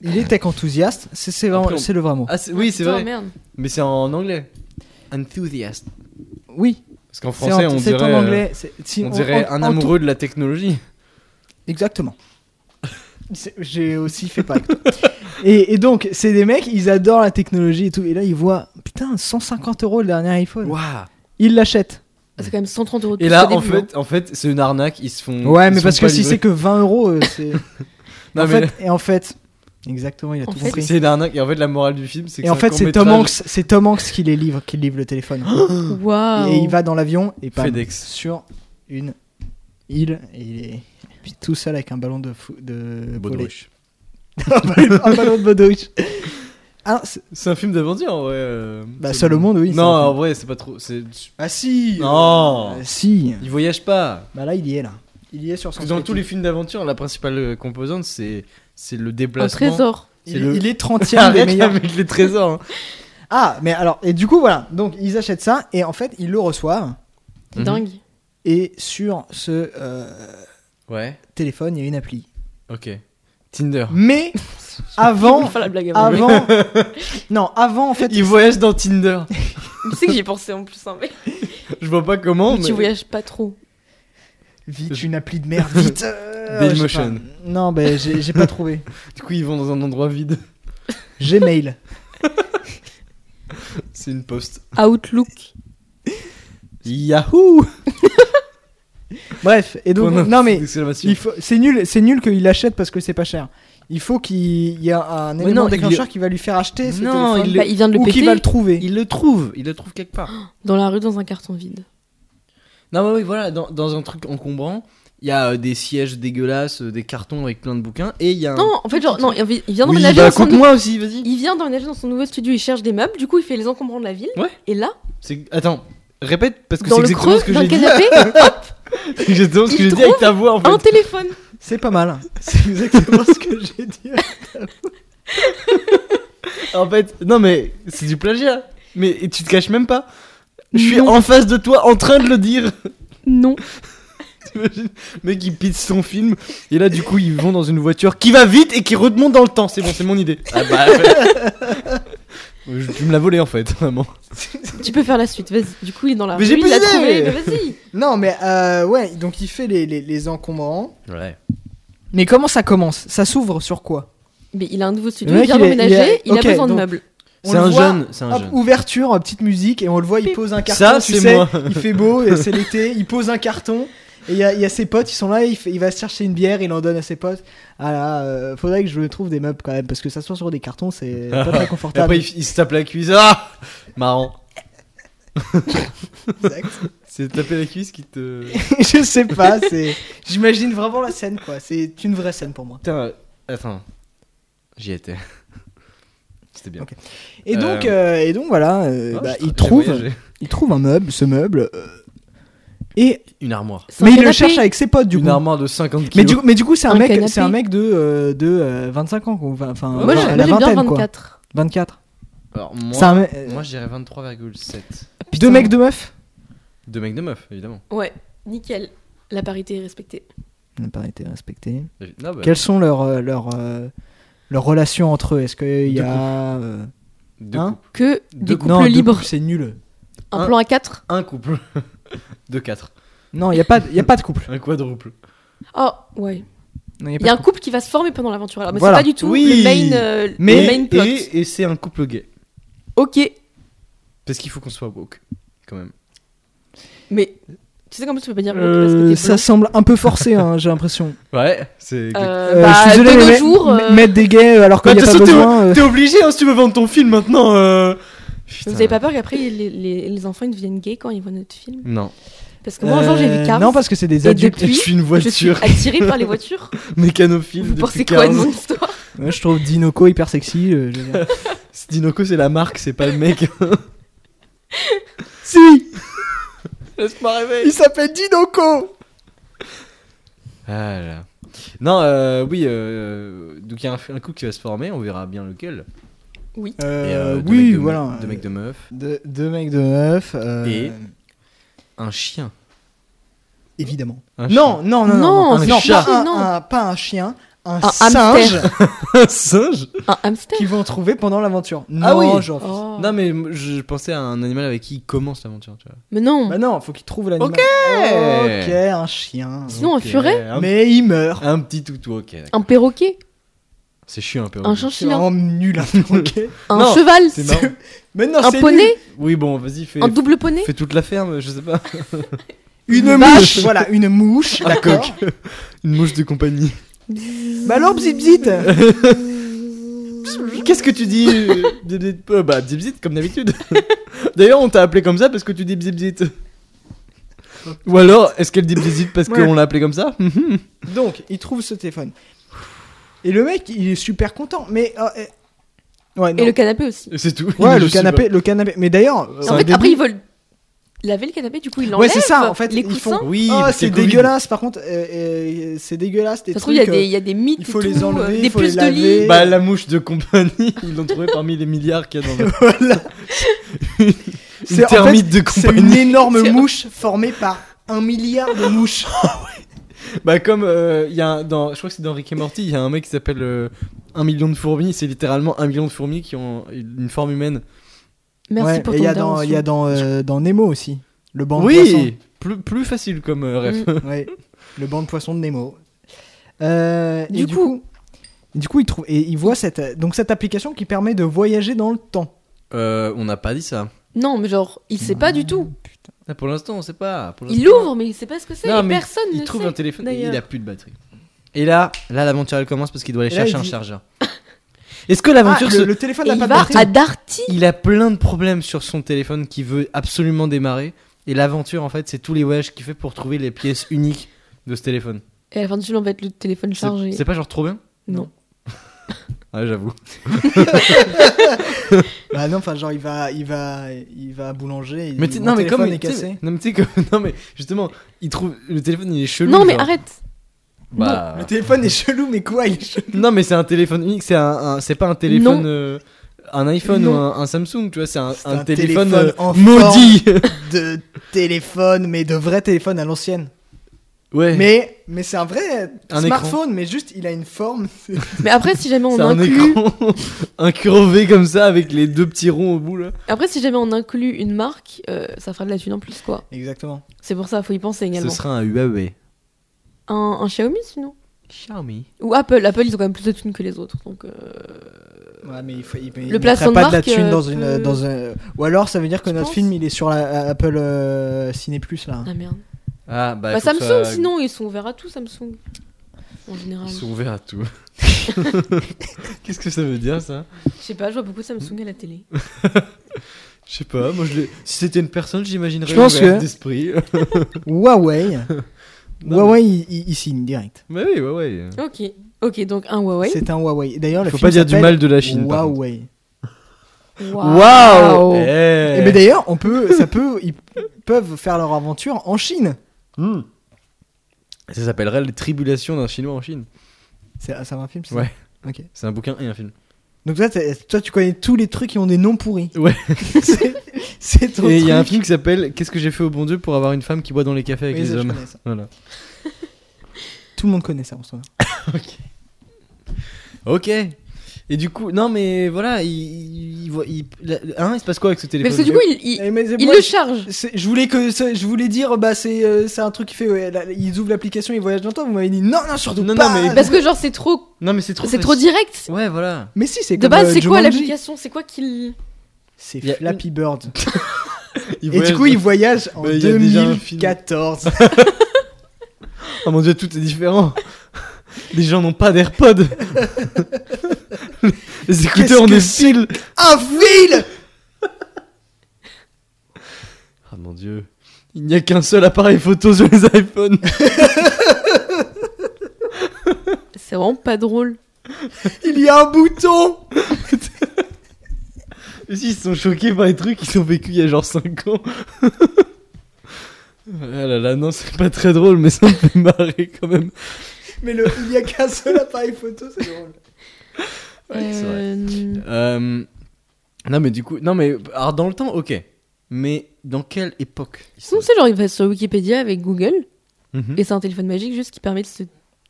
Il est tech enthousiaste, c'est c'est vraiment-
Après, on-
c'est le vrai mot.
Ah, c'est- oui, c'est
Putain,
vrai.
merde.
Mais c'est en anglais. Enthusiast.
Oui,
Parce qu'en
c'est
français,
en,
on
c'est en
dirait, euh,
anglais. c'est- si
on dirait
en-
un
en tout-
amoureux de la technologie.
Exactement. C'est- J'ai aussi fait pareil. que toi. et, et donc, c'est des mecs, ils adorent la technologie et tout. Et là, ils voient, putain, 150 euros le dernier iPhone.
Waouh.
Ils l'achètent.
Ah, C'est quand même 130 euros de
Et
plus
là,
qu'au
en
début, hein.
fait, en fait c'est une arnaque. Ils se font.
Ouais,
ils
mais
se
parce
font
que
pas
si
livrer.
c'est que 20 euros, euh, c'est.
Non,
En
mais
fait- Et en fait, exactement, il a
En
tout
fait,
compris.
c'est une arnaque. Et en fait, la morale du film, c'est que
Et en
un
fait, c'est
court-métrage
Tom Hanks, c'est Tom Hanks qui les livre, qui livre le téléphone.
Waouh.
Et il va dans l'avion et pas
FedEx.
sur une île et il est tout seul avec un ballon de fou- de
Baudruche.
volley. un ballon de baudruche. Ah, c'est-
C'est un film d'aventure, en vrai. euh,
bah
c'est-
seul au monde, oui.
non,
ça.
en vrai, c'est pas trop. Bah, c'est-
Ah si.
Non.
euh, si.
Ils voyagent pas.
Bah là, il y est là. Il y est sur son.
Parce que dans tous les
téléphone.
films d'aventure, la principale euh, composante, c'est c'est le
Un
déplacement.
trésor.
Il,
c'est
est-
le-
il est 30 e des
Arrête
meilleurs.
avec les trésors. hein.
Ah, mais alors et du coup voilà. Donc ils achètent ça et en fait ils le reçoivent
Mhm.
C'est dingue.
et sur ce euh,
Ouais.
téléphone il y a une appli.
Ok. Tinder.
Mais
Je vais
avant
faire la blague avant. mais-
avant non avant en fait
Ils voyagent dans Tinder.
Tu sais que j'y pensais en plus. hein, mais...
Je vois pas comment.
Tu voyages pas trop.
Vite, une appli de merde, vite euh,
Dailymotion.
je sais pas. Non, ben j'ai j'ai pas trouvé.
Du coup, ils vont dans un endroit vide.
Gmail.
C'est une poste.
Outlook.
Yahoo
Bref, et donc,
Point
non mais,
d'exclamation.
il faut- c'est nul, c'est nul qu'il l'achète parce que c'est pas cher. Il faut qu'il y ait un
Mais
élément
non, il-
déclencheur qui va lui faire acheter ce
Non,
téléphone.
il le-
Bah, il vient de le
ou
péter
qui va le trouver.
Il le trouve. Il le trouve quelque part.
dans la rue dans un carton vide.
Non, mais oui, voilà, dans, dans un truc encombrant, il y a euh, des sièges dégueulasses, euh, des cartons avec plein de bouquins, et il y a un.
Non, en fait, genre, non, il vi- il vient
Ah. oui,
d'emménager
bah,
dans son nou-
écoute-moi aussi, vas-y.
Il vient d'emménager dans son nouveau studio, il cherche des meubles, du coup il fait les encombrants de la ville.
Ouais.
Et là,
C'est- Attends, répète, parce que
dans
c'est
le
exactement
creux
ce que
d'un
j'ai dit.
canapé,
C'est exactement ce que
il
j'ai dit avec
trouve
ta voix, en
un
fait.
téléphone.
C'est pas mal. C'est exactement ce que j'ai dit.
En fait, non, mais c'est du plagiat. Mais et tu te caches même pas. Je suis en face de toi en train de le dire.
Non.
T'imagines Le Mec, il pitch son film, et là, du coup, ils vont dans une voiture qui va vite et qui remonte dans le temps. C'est bon, c'est mon idée. Ah bah, Tu me l'as volé en fait, vraiment.
Tu peux faire la suite, vas-y. Du coup il est dans la
Mais
rue,
j'ai
il
plus
l'a
d'idée,
trouvé,
mais-
mais vas-y.
Non, mais euh, ouais, donc il fait les, les, les encombrants.
Ouais.
Mais comment ça commence Ça s'ouvre sur quoi
Mais il a un nouveau studio,
Le mec,
il vient
il est- il est-
d'emménager, il, a
ok,
besoin de
donc-
meubles.
On
C'est
le
un
voit,
jeune, c'est un
Hop,
jeune.
ouverture, petite musique, et on le voit, il pose un carton.
Ça,
tu
c'est
sais,
moi.
Il fait beau, et c'est l'été, il pose un carton. Et il y, a- il y a ses potes, ils sont là, il, fait- il va se chercher une bière, il en donne à ses potes. Ah là, euh, faudrait que je trouve des meubles quand même, parce que s'asseoir sur des cartons, c'est pas très
Et
confortable.
après, il, il se tape la cuisse. Ah Marrant.
Exact.
C'est taper la cuisse qui te.
je sais pas, c'est. J'imagine vraiment la scène, quoi. C'est une vraie scène pour moi.
Putain, euh, attends. J'y étais. C'était bien.
Ok. Et donc, euh, et donc voilà, euh,
Ah,
bah,
j'ai tra-
il
j'ai
trouve,
voyagé.
il trouve un meuble, ce meuble. euh, et
Une armoire.
C'est un
mais il le
canapé.
cherche avec ses potes du
une
coup.
armoire de 50 kilos.
Mais du, coup- mais du coup, c'est un,
Un
mec,
canapé.
c'est un mec de, euh, de euh, 25 ans, quoi, ou vingt- enfin,
Ouais,
Moi,
la
j'ai- moi,
Ah, la
j'ai bien
vingtaine, quoi.
24.
24.
Alors,
C'est un
moi,
mec- euh,
moi je dirais 23,7.
deux mecs, deux meufs.
Deux mecs, deux meufs, évidemment.
Ouais, nickel. La parité est respectée.
On n'a pas été respectés.
Non, bah,
Quelles sont leurs, euh, leurs, euh, leurs relations entre eux Est-ce qu'il y a. euh,
deux
hein
couples.
Que
Deux
des
cou-
couples
non, Hein deux
libres.
couples, c'est nul.
Un
Un-
plan à 4.
Un couple. de quatre.
Non, il n'y a, pas de- il y a pas de couple.
Un quadruple.
Oh, ouais.
Non, il y a
Il y a
pas
un couple qui va se former pendant l'aventure. Alors, mais
Voilà.
c'est pas du tout
Oui.
le main, euh, le
Mais
main plot.
et, et c'est un couple gay.
Ok,
Parce qu'il faut qu'on soit woke, quand même.
mais tu sais qu'en plus tu peux pas dire
de-
woke parce que
Euh,
t'es
ça semble un peu forcé, hein, j'ai l'impression.
Ouais, c'est.
blond. Euh,
Euh,
bah,
je suis désolé,
de nos
mais
jours,
m-
euh,
mettre des gays euh, alors qu'il
Bah,
n'y a
de
pas
toute façon,
besoin. euh,
T'es obligé hein, si tu veux vendre ton film maintenant. euh. Putain.
vous avez pas peur qu'après les, les- les enfants ils deviennent gays quand ils voient notre film
Non.
Parce que moi un jour j'ai vu
euh,
Cars.
Non, parce que c'est des
Et
adultes.
Puis,
je suis une
je suis
voiture
attirée par les voitures.
mécanophile.
Vous
depuis
pensez quoi de
15.
mon histoire
Ouais, je trouve Dinoco hyper sexy. euh, je veux dire.
Dinoco, c'est la marque, c'est pas le mec.
si
Laisse-moi rêver.
Il s'appelle Dinoco
Ah là là. Non, euh, oui, euh, donc il y a un, un couple qui va se former, on verra bien lequel. Et, euh, deux mecs,
Oui,
deux me-
voilà.
Deux mecs, deux meufs.
Deux- deux mecs, deux meufs. euh,
Et Un chien.
Évidemment.
Un
Non, non, non, non,
Non,
non,
un
pas,
chat.
un,
Non.
un- pas un chien, un,
Un
singe
chien. Un singe
Un hamster
qu'ils vont trouver pendant l'aventure. Non,
Ah oui.
genre.
Oh.
Non, mais m- je pensais à un animal avec qui il commence l'aventure, tu vois.
Mais non.
Bah non, faut qu'ils trouvent l'animal.
Ok.
Ok, un chien.
Sinon, un
Ok,
furet
un,
Mais il meurt.
un petit toutou, ok. d'accord.
Un perroquet
C'est chiant un peu. Oh,
Un
C'est
chinchilla
vraiment nul. hein. Ok.
Un
Non,
cheval
C'est marrant.
Mais non,
Un
c'est nul.
poney
Oui, bon, vas-y, fais,
Un double poney
fais toute la ferme, je sais pas.
Une,
Une
mouche.
vache.
Voilà, une mouche.
Un
d'accord.
coq. Une mouche de compagnie.
Bah alors, bzit bzit.
Qu'est-ce que tu dis euh, bzip, bzip Euh, Bah, bzip, bzip, comme d'habitude. D'ailleurs, on t'a appelé comme ça parce que tu dis bzip, bzip. Ou alors, est-ce qu'elle dit bzip, bzip parce
Ouais.
qu'on l'a appelé comme ça
Donc, il trouve ce téléphone. Et le mec, il est super content. Mais. euh, euh, ouais, non.
Et le canapé aussi.
C'est tout.
Ouais, le
Je sais
canapé, le canapé. Mais d'ailleurs,
C'est
En
un
fait,
début.
après, ils veulent laver le canapé, du coup, ils
ouais,
l'enlèvent.
c'est ça. En fait,
les
ils
coussins.
font.
pas. Oui,
Ah,
parce
c'est
qu'il y a Covid.
dégueulasse. Par contre, euh, euh, c'est dégueulasse. Des
Ça se trouve,
trucs,
il y a des-
euh,
il y a des mythes.
il
et
faut les
tout, euh,
enlever,
Des
il faut les
puces de
laver.
lit.
Bah, la mouche de compagnie, ils l'ont trouvée parmi les milliards qu'il y a dans le. Une
C'est- en fait,
termite de
C'est une
compagnie.
énorme mouche formée par un milliard de mouches.
Bah, comme euh, il y a un- dans. Je crois que c'est dans Rick et Morty, il y a un mec qui s'appelle euh, 1 million de fourmis. C'est littéralement 1 million de fourmis qui ont une forme humaine.
Merci
Ouais,
pour
et
ton
il y a dans, il y a
intervention.
dans, euh, dans Nemo aussi. Le banc
oui Plus, plus facile comme euh, ref.
Mm.
de poissons. Ouais, le banc de poissons de Nemo. Euh, et
Du
du
coup-
coup, du coup, il trouve et il voit cette euh, donc cette application qui permet de voyager dans le temps.
Euh, on n'a pas dit ça.
Non, mais genre, il sait pas du tout.
Ah, pour l'instant, on sait pas. Pour
Il
l'instant-
l'ouvre, mais il sait pas ce que c'est.
Non,
et
mais
Personne
Il
ne
trouve
sait.
un téléphone et
d'ailleurs.
il a plus de batterie. Et là, là l'aventure elle commence parce qu'il doit aller
Et là,
chercher
il
un
dit-
chargeur. Est-ce que
Ah,
l'aventure
le,
se-
le téléphone
Et
n'a
il
pas de
va
batterie.
à Darty.
il a plein de problèmes sur son téléphone qui veut absolument démarrer et l'aventure en fait, c'est tous les voyages qu'il fait pour trouver les pièces uniques de ce téléphone.
Et à la fin du film, on va être le téléphone
C'est-
chargé.
C'est pas genre trop bien
Non.
Ouais, j'avoue.
Bah non, enfin genre il va, il va, il va à boulanger. il
Mais
dit,
tu-
mon
non mais
téléphone
comme
est
tu sais-
cassé.
non mais tu sais comme- non mais justement, il trouve le téléphone il est chelou.
Non, mais
genre.
arrête.
Bah,
Le téléphone est chelou, mais quoi il est chelou
Non, mais c'est un téléphone unique, c'est un, un- c'est pas un téléphone,
Non.
euh, un iPhone
Non.
ou un, un Samsung, tu vois, c'est un,
C'est
un
un
téléphone,
téléphone
euh,
en
maudit.
de téléphone, mais de vrai téléphone à l'ancienne.
ouais.
Mais mais c'est un vrai
Eh. Un
smartphone, mais juste il a une forme.
Mais après, si jamais on
c'est un
inclut,
écran incurvé comme ça avec les deux petits ronds au bout là.
après si jamais on inclut une marque, euh, ça fera de la thune en plus quoi.
Exactement.
C'est pour ça, faut y penser
Ce
également.
sera un Huawei.
Un, un Xiaomi sinon.
Xiaomi.
Ou Apple. Apple, ils ont quand même plus de thunes que les autres. Donc, euh,
Ouais, mais il faut, il, il
Le
mettrait
placement de
pas de la
marque,
thune
euh,
dans une,
peut-
dans un. Ou alors, ça veut dire que
Tu
notre
penses
film, il est sur la, à Apple euh, Ciné Plus là.
Ah merde.
Ah, bah,
Bah,
faut que
Samsung,
ça-
sinon, ils sont ouverts à tout, Samsung. En général.
Ils sont ouverts à tout. Qu'est-ce que ça veut dire ça
Je sais pas, je vois beaucoup Samsung à la télé.
Je sais pas, moi je l'ai- Si c'était une personne, j'imaginerais
Je pense
ouverte
que-
d'esprit.
Huawei.
Non,
Huawei, il, il- il signe direct.
Mais oui, ouais, ouais.
Ok. Ok, donc un Huawei.
C'est un Huawei. D'ailleurs, le
Faut
film
pas dire du
s'appelle
mal de la Chine. par contre.
Huawei.
Waouh
Eh.
Et mais d'ailleurs, on peut, ça peut, ils peuvent faire leur aventure en Chine.
Hmm. Ça s'appellerait Les Tribulations d'un Chinois en Chine.
C'est, ah, ça va un film, c'est
Ouais.
ça Ok.
C'est un bouquin et un film.
Donc toi, t'es- toi, tu connais tous les trucs qui ont des noms pourris.
Ouais.
c'est, c'est ton
Et il y a un
truc.
film qui s'appelle Qu'est-ce que j'ai fait au bon Dieu pour avoir une femme qui boit dans les cafés avec
Oui,
les
ça, je
hommes
connais ça.
Voilà.
Tout le monde connaît ça, on se
Ok. Et du coup, non mais voilà, il, il, il voit- il- la- hein, il se passe quoi avec ce
Mais
téléphone
parce que du coup, il, il,
Eh,
il le charge.
C'est- Je voulais que ça- je voulais dire bah c'est euh, c'est un truc qui fait ouais, là, ils ouvrent l'application ils voyagent dans le temps vous m'avez dit non non surtout
Non, non,
pas
mais-
Parce que, genre, c'est trop,
Non mais c'est trop.
c'est trop direct.
Ouais, voilà.
mais si c'est
De
comme,
base,
euh,
c'est quoi
Jumanji.
l'application C'est quoi qu'il.
c'est
Il y a
Flappy Bird
Il
et du coup ils voyagent en
Bah, il y a déjà un film.
2014
Oh mon dieu, tout est différent. les gens n'ont pas d'AirPod. les écouteurs ont
que
des
c'est
fils.
un fil
Ah mon dieu. Il n'y a qu'un seul appareil photo sur les iPhones.
C'est vraiment pas drôle.
il y a un bouton
Si, ils sont choqués par les trucs qu'ils ont vécu il y a genre 5 ans. ah là là, non, c'est pas très drôle, mais ça me fait marrer quand même.
mais le il y a qu'un seul appareil photo c'est drôle
c'est vrai.
Euh,
Euh, non, mais du coup, non, mais alors dans le temps, ok. Mais dans quelle époque ils
Sinon, c'est genre, il va sur Wikipédia avec Google
Mhm.
et c'est un téléphone magique juste qui permet de se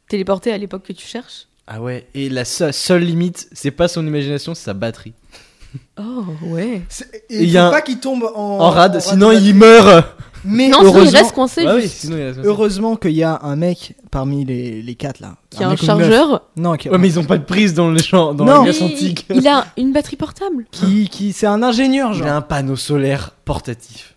téléporter à l'époque que tu cherches.
Ah ouais, et la se- seule limite, c'est pas son imagination, c'est sa batterie.
Oh, ouais.
C'est-
Et
il
il
faut
y a un-
pas qu'il tombe en,
en
Oh, en
rade, sinon il meurt
mais
non, sinon, il
heureusement
reste coincé.
Ah oui,
juste.
sinon il reste comme ça.
heureusement qu'il y a un mec parmi les, les quatre là
Qui a un
mec ou une meuf.
chargeur.
non qui,
Ouais, mais ils ont pas de prise dans les champs, dans
Non.
la
Mais
Grèce antique.
il a une batterie portable.
qui, qui- c'est un ingénieur
Il
genre
a un panneau solaire portatif.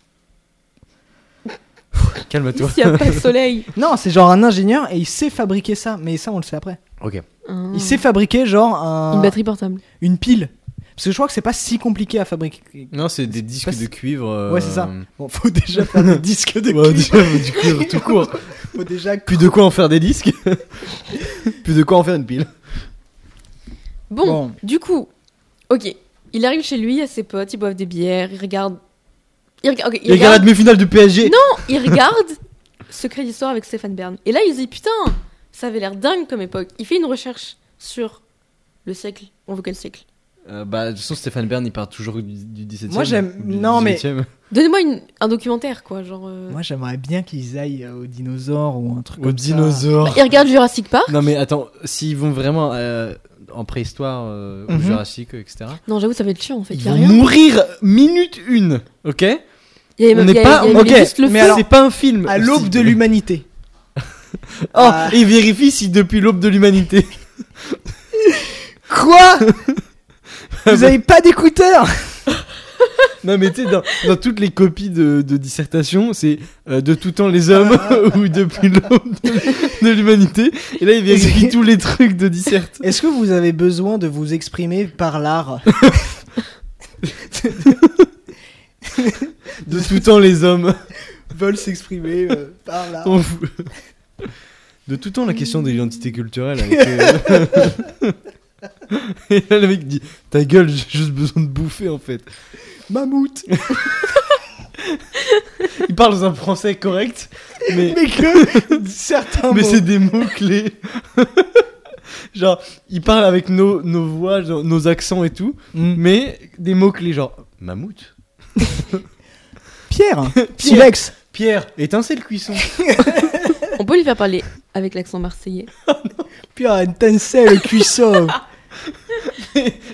Calme-toi.
S'il n'y a pas de soleil.
Non, c'est genre un ingénieur et il sait fabriquer ça, mais ça on le sait après.
Ok.
Ah.
Il sait fabriquer genre un-
Une batterie portable.
une pile. Parce que je crois que c'est pas si compliqué à fabriquer.
Non, c'est des disques
pas
de
si-
cuivre. euh,
Ouais, c'est ça. Bon, faut déjà faire des disques de
Ouais,
cuivre.
déjà, du cuivre tout court.
Faut déjà
Plus de quoi en faire des disques. Plus de quoi en faire une pile.
Bon,
Bon.
du coup, ok. Il arrive chez lui, il y a ses potes, ils boivent des bières, ils regardent. Ils rega- ok, ils
Les gars, la
regardent,
demi-finale du PSG.
Non. ils regardent Secret d'histoire avec Stéphane Bern. Et là, il se dit Putain, ça avait l'air dingue comme époque. Il fait une recherche sur le siècle. On veut quel siècle
Euh, bah, de toute façon, Stéphane Bern, il part toujours du, du 17 e
Moi, j'aime- non, mais-
Donnez-moi une- un documentaire, quoi. Genre. euh,
Moi, j'aimerais bien qu'ils aillent euh, aux dinosaures ou un truc
Au
comme ça.
dinosaure.
Bah, Il regarde Jurassic Park.
Non, mais attends, s'ils vont vraiment euh, en préhistoire, euh, au
Mhm.
Jurassique, etc.,
Non, j'avoue, ça va être chiant en fait.
ils
Il y a
vont
rien.
mourir minute une. Ok
Il y a-
On
il y
n'est
a-
pas.
il y a- il y a juste
Ok,
le
mais
feu.
alors, c'est pas un film.
À l'aube de l'humanité.
Oh,
Ah.
et vérifie si depuis l'aube de l'humanité.
Quoi Vous avez pas d'écouteurs
Non, mais tu sais, dans, dans toutes les copies de, de dissertation, c'est euh, de tout temps les hommes
Ah.
ou depuis l'aube de, de l'humanité. Et là, il vérifie tous les trucs de disserte.
Est-ce que vous avez besoin de vous exprimer par l'art
De tout temps les hommes.
Veulent s'exprimer euh, par l'art.
On fout. De tout temps, la question de l'identité culturelle. a été, euh, Et là, le mec dit Ta gueule, j'ai juste besoin de bouffer en fait.
Mammouth.
Il parle dans un français correct, mais,
Mais que certains
mais
mots.
c'est des mots clés. genre, il parle avec nos, nos voix, genre, nos accents et tout,
Hmm.
mais des mots clés, genre mammouth,
Pierre. Silex.
pierre, étincelle cuisson.
On peut lui faire parler avec l'accent marseillais.
Pierre, une tencelle cuisson.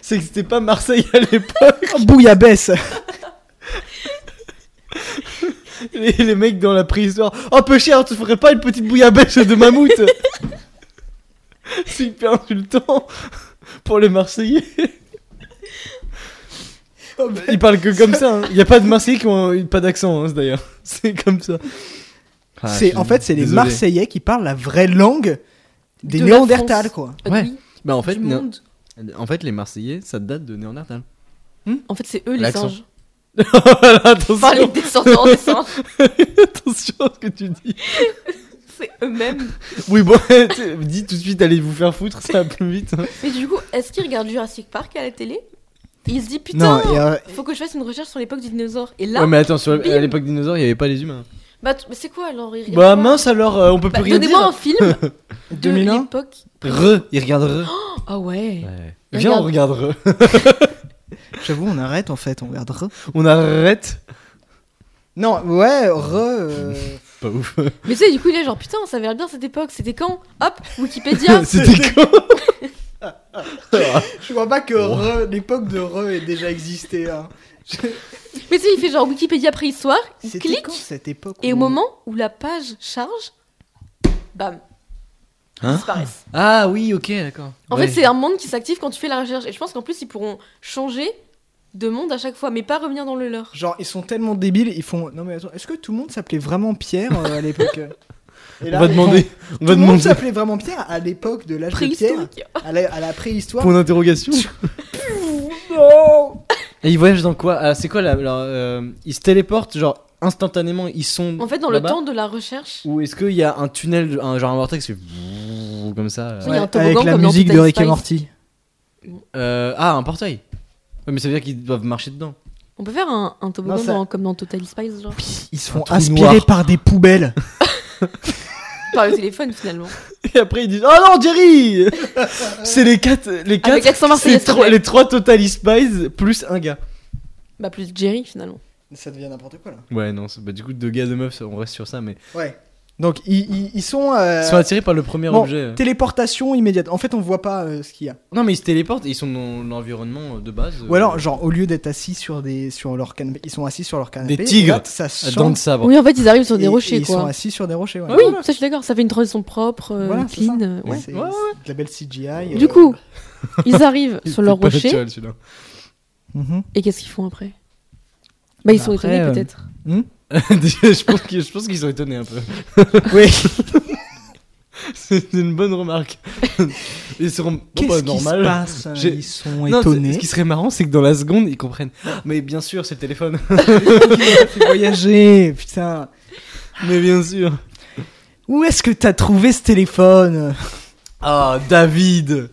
C'est que c'était pas Marseille à l'époque.
Oh, Bouillabaisse.
Les, les mecs dans la préhistoire. Oh, peu cher, tu ferais pas une petite bouillabaisse de mammouth C'est hyper insultant pour les Marseillais. Ils parlent que comme ça. hein. Il n'y a pas de Marseillais qui ont euh, pas d'accent, hein, d'ailleurs. C'est comme ça.
c'est, en fait, c'est les
Ah, Désolé.
Marseillais qui parlent la vraie langue des
De la
Néandertals,
France.
quoi.
Ah,
Ouais.
oui,
Bah, en fait,
du
non.
monde.
En fait, les Marseillais, ça date de Néandertal.
En fait, c'est eux les
L'accent.
singes. Enfin, les
attention,
descendants des singes,
attention à ce que tu dis.
c'est eux-mêmes.
Oui, bon, tu sais, dis tout de suite, allez vous faire foutre, ça va plus vite. hein.
Mais du coup, est-ce qu'ils regardent Jurassic Park à la télé Et ils se disent putain,
et, euh,
faut que je fasse une recherche sur l'époque du dinosaure. Et là,
ouais, mais attends, sur-
bim.
à l'époque dinosaure, il n'y avait pas les humains.
bah, t- mais c'est quoi alors ils regardent
Bah,
quoi
mince alors, euh, on peut
Bah,
plus rien
Donnez-moi un
dire.
film de
2001.
l'époque.
Re, il regarde Re.
Ah ouais.
Viens, on
Regarde.
regarde Re.
j'avoue, on arrête en fait, on regarde re.
On arrête.
Non, ouais, re. euh,
Pas ouf.
Mais tu sais, du coup, il est genre putain, ça avait l'air bien cette époque. C'était quand Hop, Wikipédia.
C'était con.
Je crois pas que re, l'époque de re ait déjà existé. hein.
Mais tu sais, il fait genre Wikipédia préhistoire. Il
C'était
clique.
quand Mmh. cette époque
Et
où-
au moment où la page charge, bam,
Hein
ils disparaissent.
Ah oui, ok, d'accord.
En
Ouais.
fait, c'est un monde qui s'active quand tu fais la recherche. Et je pense qu'en plus, ils pourront changer de monde à chaque fois, mais pas revenir dans le leur.
Genre, ils sont tellement débiles, ils font. Non, mais attends, est-ce que tout le monde s'appelait vraiment Pierre euh, à l'époque Et
On
là,
va
ils
demander.
font,
On
Tout
va
le monde
demander.
s'appelait vraiment Pierre à l'époque de l'âge de Pierre,
Préhistorique.
à la, à la préhistoire.
Point d'interrogation.
Non
Et ils voyagent dans quoi Ah, C'est quoi là leur, euh, Ils se téléportent, genre instantanément, ils sont.
En fait, dans le
là-bas
temps de la recherche,
Ou est-ce qu'il y a un tunnel, un, genre un vortex qui fait comme ça euh.
Oui, il y a un toboggan
Avec la
comme dans
musique de
Total
Rick et
Spice.
Morty.
Euh, Ah, un portail. Ouais, mais ça veut dire qu'ils doivent marcher dedans.
on peut faire un, un toboggan
Non, ça-
dans- comme dans Total Spice, genre
Ils se font
trou
aspirer
noir.
par des poubelles.
par le téléphone finalement.
Et après ils disent Oh non, Jerry C'est les quatre, les quatre,
Avec l'accent marseillais,
c'est
s'il
trois-
te plaît.
les trois Totally Spies plus un gars.
Bah plus Jerry finalement.
Ça devient n'importe quoi là.
Ouais, non, c'est- bah, du coup, deux gars, deux meufs, ça, on reste sur ça, mais
Ouais. Donc, ils, ils- ils sont. euh,
ils sont attirés par le premier
bon,
objet.
téléportation immédiate. En fait, on voit pas euh, ce qu'il y a.
Non, mais ils se téléportent et ils sont dans l'environnement euh, de base.
Ou
euh,
alors, genre, au lieu d'être assis sur, des, sur leur canapé, ils sont assis sur leur canapé. et
tigres.
là, ça
à dents de
change.
sabre.
Oui, en fait, ils arrivent sur
et-
des
et
rochers
Ils sont
quoi.
assis sur des rochers, ouais.
Ah Oui, ça je suis d'accord, ça fait une transition propre, euh,
Voilà, c'est
clean.
ça.
euh, ouais.
C'est
Ouais, ouais.
c'est de la belle CGI. euh.
Du coup, ils arrivent
Il
sur
était
leur
pas
rocher
naturel, celui-là.
Mhm.
et qu'est-ce qu'ils font après Bah ils
Bah,
sont
après,
étonnés
euh,
peut-être.
Déjà, je pense qu'ils je pense qu'ils sont étonnés un peu.
Oui.
C'est une bonne remarque. Ils seront. bon,
Qu'est-ce
bah,
qui se
normal.
passe hein,
J'ai-
Ils sont
Non, c'est-
étonnés.
ce qui serait marrant, c'est que dans la seconde, ils comprennent. Mais bien sûr, c'est le téléphone.
fait voyager, putain.
Mais bien sûr.
Où est-ce que t'as trouvé ce téléphone
Ah, David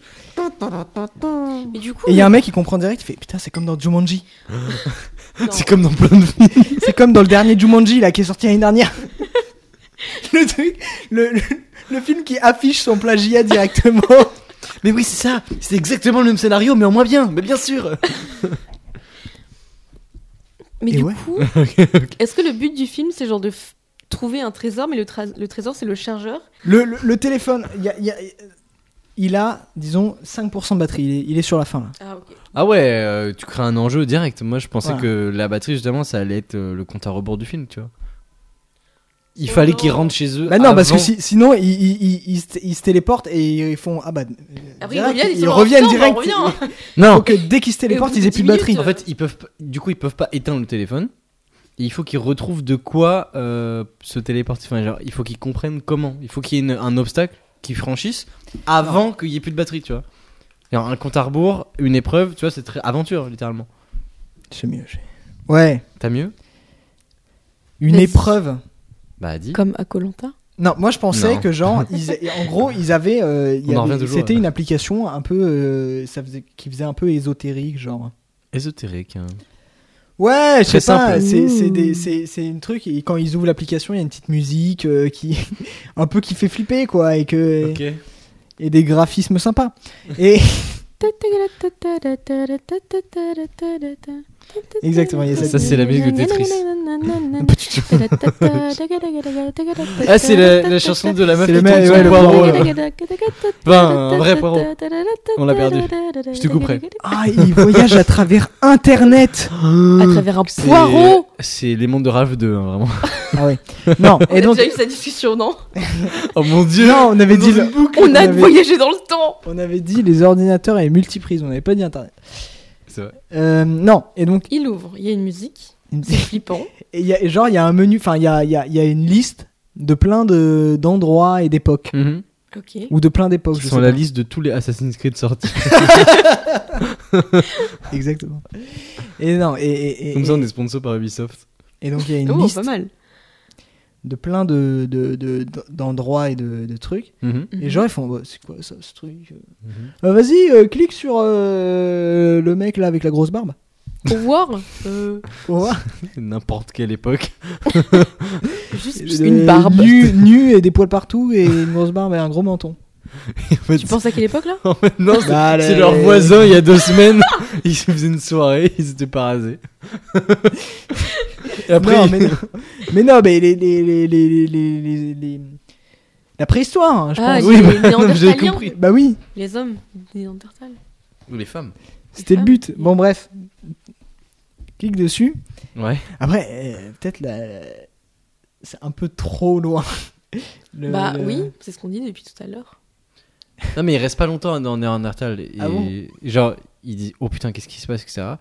Mais du coup,
Et il y a un mec qui comprend direct, il fait putain, c'est comme dans Jumanji.
non.
C'est comme dans plein de films.
C'est comme dans le dernier Jumanji là qui est sorti l'année dernière. le truc, le, le, le film qui affiche son plagiat directement.
Mais oui, c'est ça. C'est exactement le même scénario, mais en moins bien. Mais bien sûr.
mais
Et
du
ouais.
coup, est-ce que le but du film c'est genre de f- trouver un trésor mais le, tra- le trésor c'est le chargeur
Le, le, le téléphone, il y a- il y a- il a, disons, 5% de batterie. Il est, il est sur la fin là.
Ah OK.
Ah ouais, euh, tu crées un enjeu direct. Moi, je pensais
Voilà.
que la batterie, justement, ça allait être euh, le compte à rebours du film, tu vois. Il
Oh
fallait
non.
qu'ils rentrent chez eux.
Bah non, parce que
avant.
si- sinon, ils, ils, ils- ils se- ils se téléportent et ils font. Ah bah. euh,
Après
direct,
ils reviennent, ils, sont
ils
genre,
reviennent
putain,
direct.
bah, on revient.
Non,
Faut que dès qu'ils se téléportent,
bout de
ils aient
10
plus de batterie.
minutes,
En fait, ils peuvent, p- du coup, ils peuvent pas éteindre le téléphone. Et il faut qu'ils retrouvent de quoi euh, se téléporter. Enfin, genre, il faut qu'ils comprennent comment. Il faut qu'il y ait une- un obstacle qu'ils franchissent avant qu'il y ait plus de batterie, tu vois. Genre, un compte à rebours, une épreuve, tu vois, c'est très aventure, littéralement.
C'est mieux. j'ai- Ouais.
T'as mieux
Une
Vas-y.
épreuve.
Bah, dis.
Comme à Colanta.
Non, moi je pensais
Non.
que genre, ils, en gros, ils avaient, euh, il y
On en
avait-
revient toujours, hein.
c'était
ouais.
une application un peu, euh, ça faisait, qui faisait un peu ésotérique, genre.
Ésotérique. hein.
Ouais, je sais
Très
pas,
simple.
c'est c'est des- c'est c'est une truc et quand ils ouvrent l'application, il y a une petite musique euh, qui, un peu qui fait flipper quoi, et que et des graphismes sympas. Et Exactement, il y a cette
Ça, c'est la musique de Tetris.
Tetris.
Ah, c'est la, la chanson de la meuf
C'est
qui
le mec,
tombe sur
ouais,
le
le
poireau.
poireau,
là. Enfin, un vrai poireau. On l'a perdu. Je te couperai.
Ah, il voyage à travers Internet.
À travers un
C'est-
poireau
C'est les mondes de Rave 2, hein, vraiment.
Ah ouais. Non,
On
et
a
donc
déjà eu cette discussion, non
Oh mon dieu
non, on avait dit le-
On a
avait-
voyagé dans le temps
on avait dit les ordinateurs et les multiprises, on n'avait pas dit Internet.
C'est vrai.
Euh, non, et donc
Il ouvre, il y a une musique, c'est
et
flippant.
il y a, genre il y a un menu, enfin il y a, il y a- il y a une liste de plein de d'endroits et d'époques
Ok.
ou de plein d'époques.
Ils
Mhm. je
sont
sais
la
pas.
liste de tous les Assassin's Creed sortis.
Exactement. Et non, et, et, et-
Comme ça, on est sponsor par Ubisoft.
et donc il y a une
Oh,
liste
pas mal.
de plein de de- de- d'endroits et de, de trucs.
Mhm.
Et genre ils font Bah, c'est quoi ça ce truc euh
Mhm.
Euh, Vas-y, euh, clique sur euh, le mec là avec la grosse barbe.
Pour voir, euh,
Pour voir.
N'importe quelle époque.
juste
Euh,
une barbe.
Nu, nu et des poils partout et une grosse barbe et un gros menton.
En fait,
Tu penses à quelle époque là
en fait, non, c'est-
Bah,
c'est
les-
leur voisin il y a deux semaines. Ils se faisaient une soirée, ils étaient pas rasés. Et après,
Non,
ils-
mais non, mais, non, mais les, les, les, les, les, les- les- les- La préhistoire, hein, je
Ah,
pense.
Oui,
les
bah,
les
non, mais j'avais
Néandertaliens.
compris.
Bah oui,
Les hommes, les Néandertals.
les femmes.
c'était le but.
femmes.
Bon, bref. Clique dessus.
Ouais.
Après, euh, peut-être la... c'est un peu trop loin. Le-
Bah
le-
oui, c'est ce qu'on dit depuis tout à l'heure.
Non, mais il reste pas longtemps dans Néandertal. Et
Ah bon
genre, il dit Oh putain, qu'est-ce qui se passe, etc.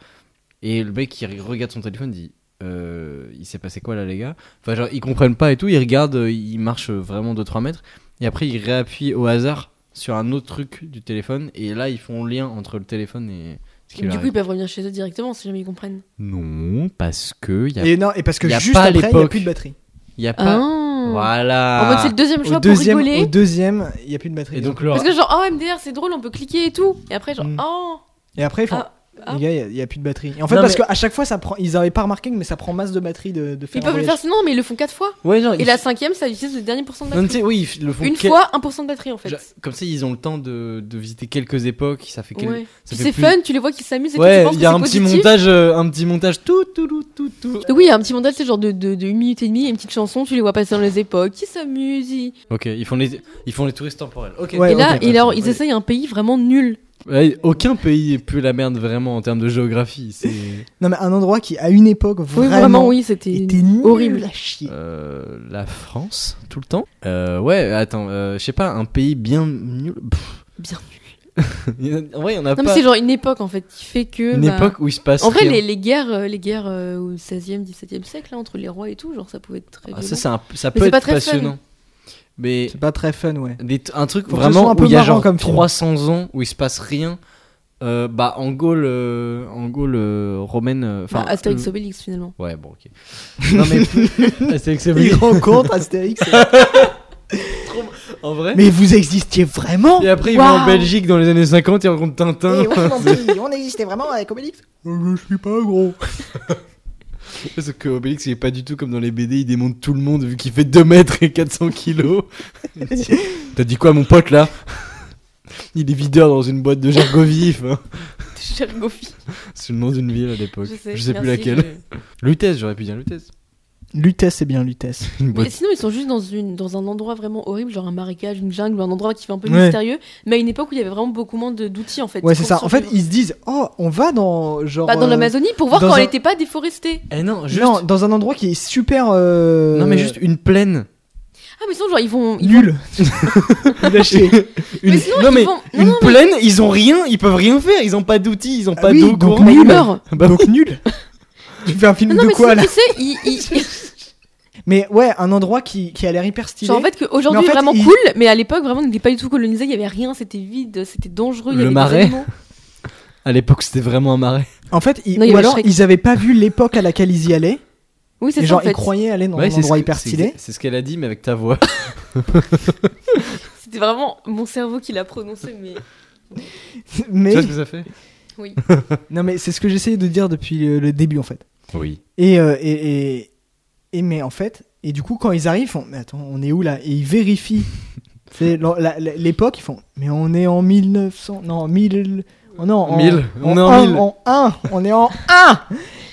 Et le mec, il regarde son téléphone, dit Euh, Il s'est passé quoi là, les gars Enfin, genre, ils comprennent pas et tout. Ils regardent, euh, ils marchent vraiment 2-3 mètres. Et après, ils réappuient au hasard sur un autre truc du téléphone. Et là, ils font le lien entre le téléphone et ce qui
Du
leur
coup, ils
arrive.
peuvent revenir chez eux directement si jamais ils comprennent.
Non, parce que il y a,
Et non, et parce que
Y a
juste
pas
après, il n'y a
l'époque.
plus de batterie.
y a pas.
Ah En mode,
Voilà.
c'est le deuxième
Au
choix
deuxième,
pour
au
rigoler.
deuxième, il n'y a plus de batterie.
Et donc, leur...
Parce que genre, oh MDR, c'est drôle, on peut cliquer et tout. Et après, genre,
Mm.
oh.
Et après, ils font,
Ah, ah.
les gars, il n'y a, plus de batterie. Et en fait,
Non,
parce
mais-
qu'à chaque fois, ça prend... ils n'avaient pas remarqué, mais ça prend masse de batterie de, de faire
Ils
un
peuvent le
voyage.
faire sinon, mais ils le font quatre fois.
Ouais, genre,
Et
ils-
la cinquième, ça utilise le dernier pourcent de
Non, tu
batterie.
sais, oui, ils le font
Une
quel-
fois, 1% de batterie en fait.
Genre, Comme ça, ils ont le temps de, de visiter quelques époques. Ça fait quel-
Ouais.
ça
Puis
fait
c'est
plus-
fun, tu les vois qui s'amusent et
Ouais,
tout, tu penses
il
que
y a
c'est
un petit
positif.
montage, euh, un petit montage tout, tout, tout, tout, tout.
Donc oui, il y a un petit montage, c'est genre de, de, de une minute et demie, et une petite chanson, tu les vois passer dans les époques, ils s'amusent. ils-
Ok, ils font les, ils font les touristes temporels. Ok.
Ouais,
et là,
ok,
et alors, ils
ouais.
essayent un pays vraiment nul.
Ouais, aucun pays est plus la merde vraiment en termes de géographie. C'est
Non, mais un endroit qui, à une époque,
Oui,
vraiment,
vraiment, oui, c'était.
était nul
horrible.
à chier.
euh, la France tout le temps. Euh, ouais, attends, euh, je sais pas, un pays bien nul. Pff.
Bien
Il y en a- en vrai, il y en a
Non, mais
pas.
c'est genre une époque en fait qui fait que.
Une
bah,
époque où il se passe.
En vrai,
rien.
les, les guerres, euh, les guerres euh, au 16e, 17e siècle, là, entre les rois et tout, genre ça pouvait être très.
Ah,
violent.
ça, c'est un- ça
c'est
peut
pas
être
très fun.
passionnant. Mais
C'est pas très fun, ouais.
Des t- un truc
Faut que ce
vraiment
soit un peu
où il y a
marrant
genre
comme film.
300 ans où il se passe rien. Euh, bah en Gaule, euh, en Gaule euh, romaine. euh, Enfin,
Enfin, Bah, Astérix
euh,
Obélix finalement.
Ouais, bon, ok. Non mais Astérix
Il
Obélix.
rencontre Astérix.
En vrai.
mais vous existiez vraiment
Et après ils vont
Waouh.
en Belgique dans les années 50 ils rencontrent Tintin.
on existait vraiment avec Obélix Euh, Je suis pas gros.
Parce que Obélix il est pas du tout comme dans les BD, il démonte tout le monde vu qu'il fait 2 mètres et 400 kilos. T'as dit quoi mon pote là Il est videur dans une boîte de Gergo vif. hein.
Cher Gofi.
C'est le nom d'une ville à l'époque.
Je sais,
plus
merci,
laquelle. Lutèce, j'aurais pu dire Lutèce.
Lutèce, c'est bien Lutèce.
Une boîte
Mais sinon, ils sont juste dans, une, dans un endroit vraiment horrible, genre un marécage, une jungle, ou un endroit qui fait un peu
Ouais.
mystérieux, mais à une époque où il y avait vraiment beaucoup moins de- d'outils en fait.
Ouais, c'est ça.
pour
En fait,
survivre.
ils se disent Oh, on va dans. Genre,
Bah,
euh,
dans l'Amazonie pour voir
dans
quand
un-
elle n'était pas déforestée.
Eh non, juste.
Non, dans un endroit qui est super. euh,
Non, mais juste une plaine.
Ah, mais sinon, genre, ils vont. ils
Nul. Lâché.
Une...
Mais sinon,
non,
ils
mais
vont- non,
une
non, mais-
plaine, ils ont rien, ils peuvent rien faire, ils ont pas d'outils, ils ont
Ah
pas
oui,
d'eau
donc
courante.
vont-
nul.
Ils meurent.
Bah, donc nul. Tu fais un film
Non, non,
de
mais
quoi là
sinon, tu sais, ils. ils-
Mais ouais, un endroit qui, qui a l'air hyper
ils-
stylé.
Genre, en fait, qu'aujourd'hui,
Mais en fait,
vraiment
ils-
cool, mais à l'époque, vraiment, on n'était pas du tout colonisé, il y avait rien, c'était vide, c'était dangereux. il y
Le
avait des
marais.
animaux.
À l'époque, c'était vraiment un marais.
En fait, ils-
Non, il y
ou
avait
alors
Shrek.
ils avaient pas vu l'époque à laquelle ils y allaient.
Oui, c'est
Et
ça.
genre,
en fait.
ils croyaient aller dans
Ouais,
un
c'est ce
endroit
que-
hyper
c'est
stylé.
exa- C'est ce qu'elle a dit, mais avec ta voix.
C'était vraiment mon cerveau qui l'a prononcé, mais.
tu
Mais
vois ce que ça fait
Oui.
non, mais c'est ce que j'essayais de dire depuis euh, le début en fait.
Oui.
Et, euh, et, et, et- mais en fait, et du coup, quand ils arrivent, ils font, mais attends, on est où là Et ils vérifient. C'est l'en- la- la- l'époque, ils font, mais on est en 1900, non, 1000, On est en
Mille.
en-
On est en
un,
mille.
En 1. On est en 1.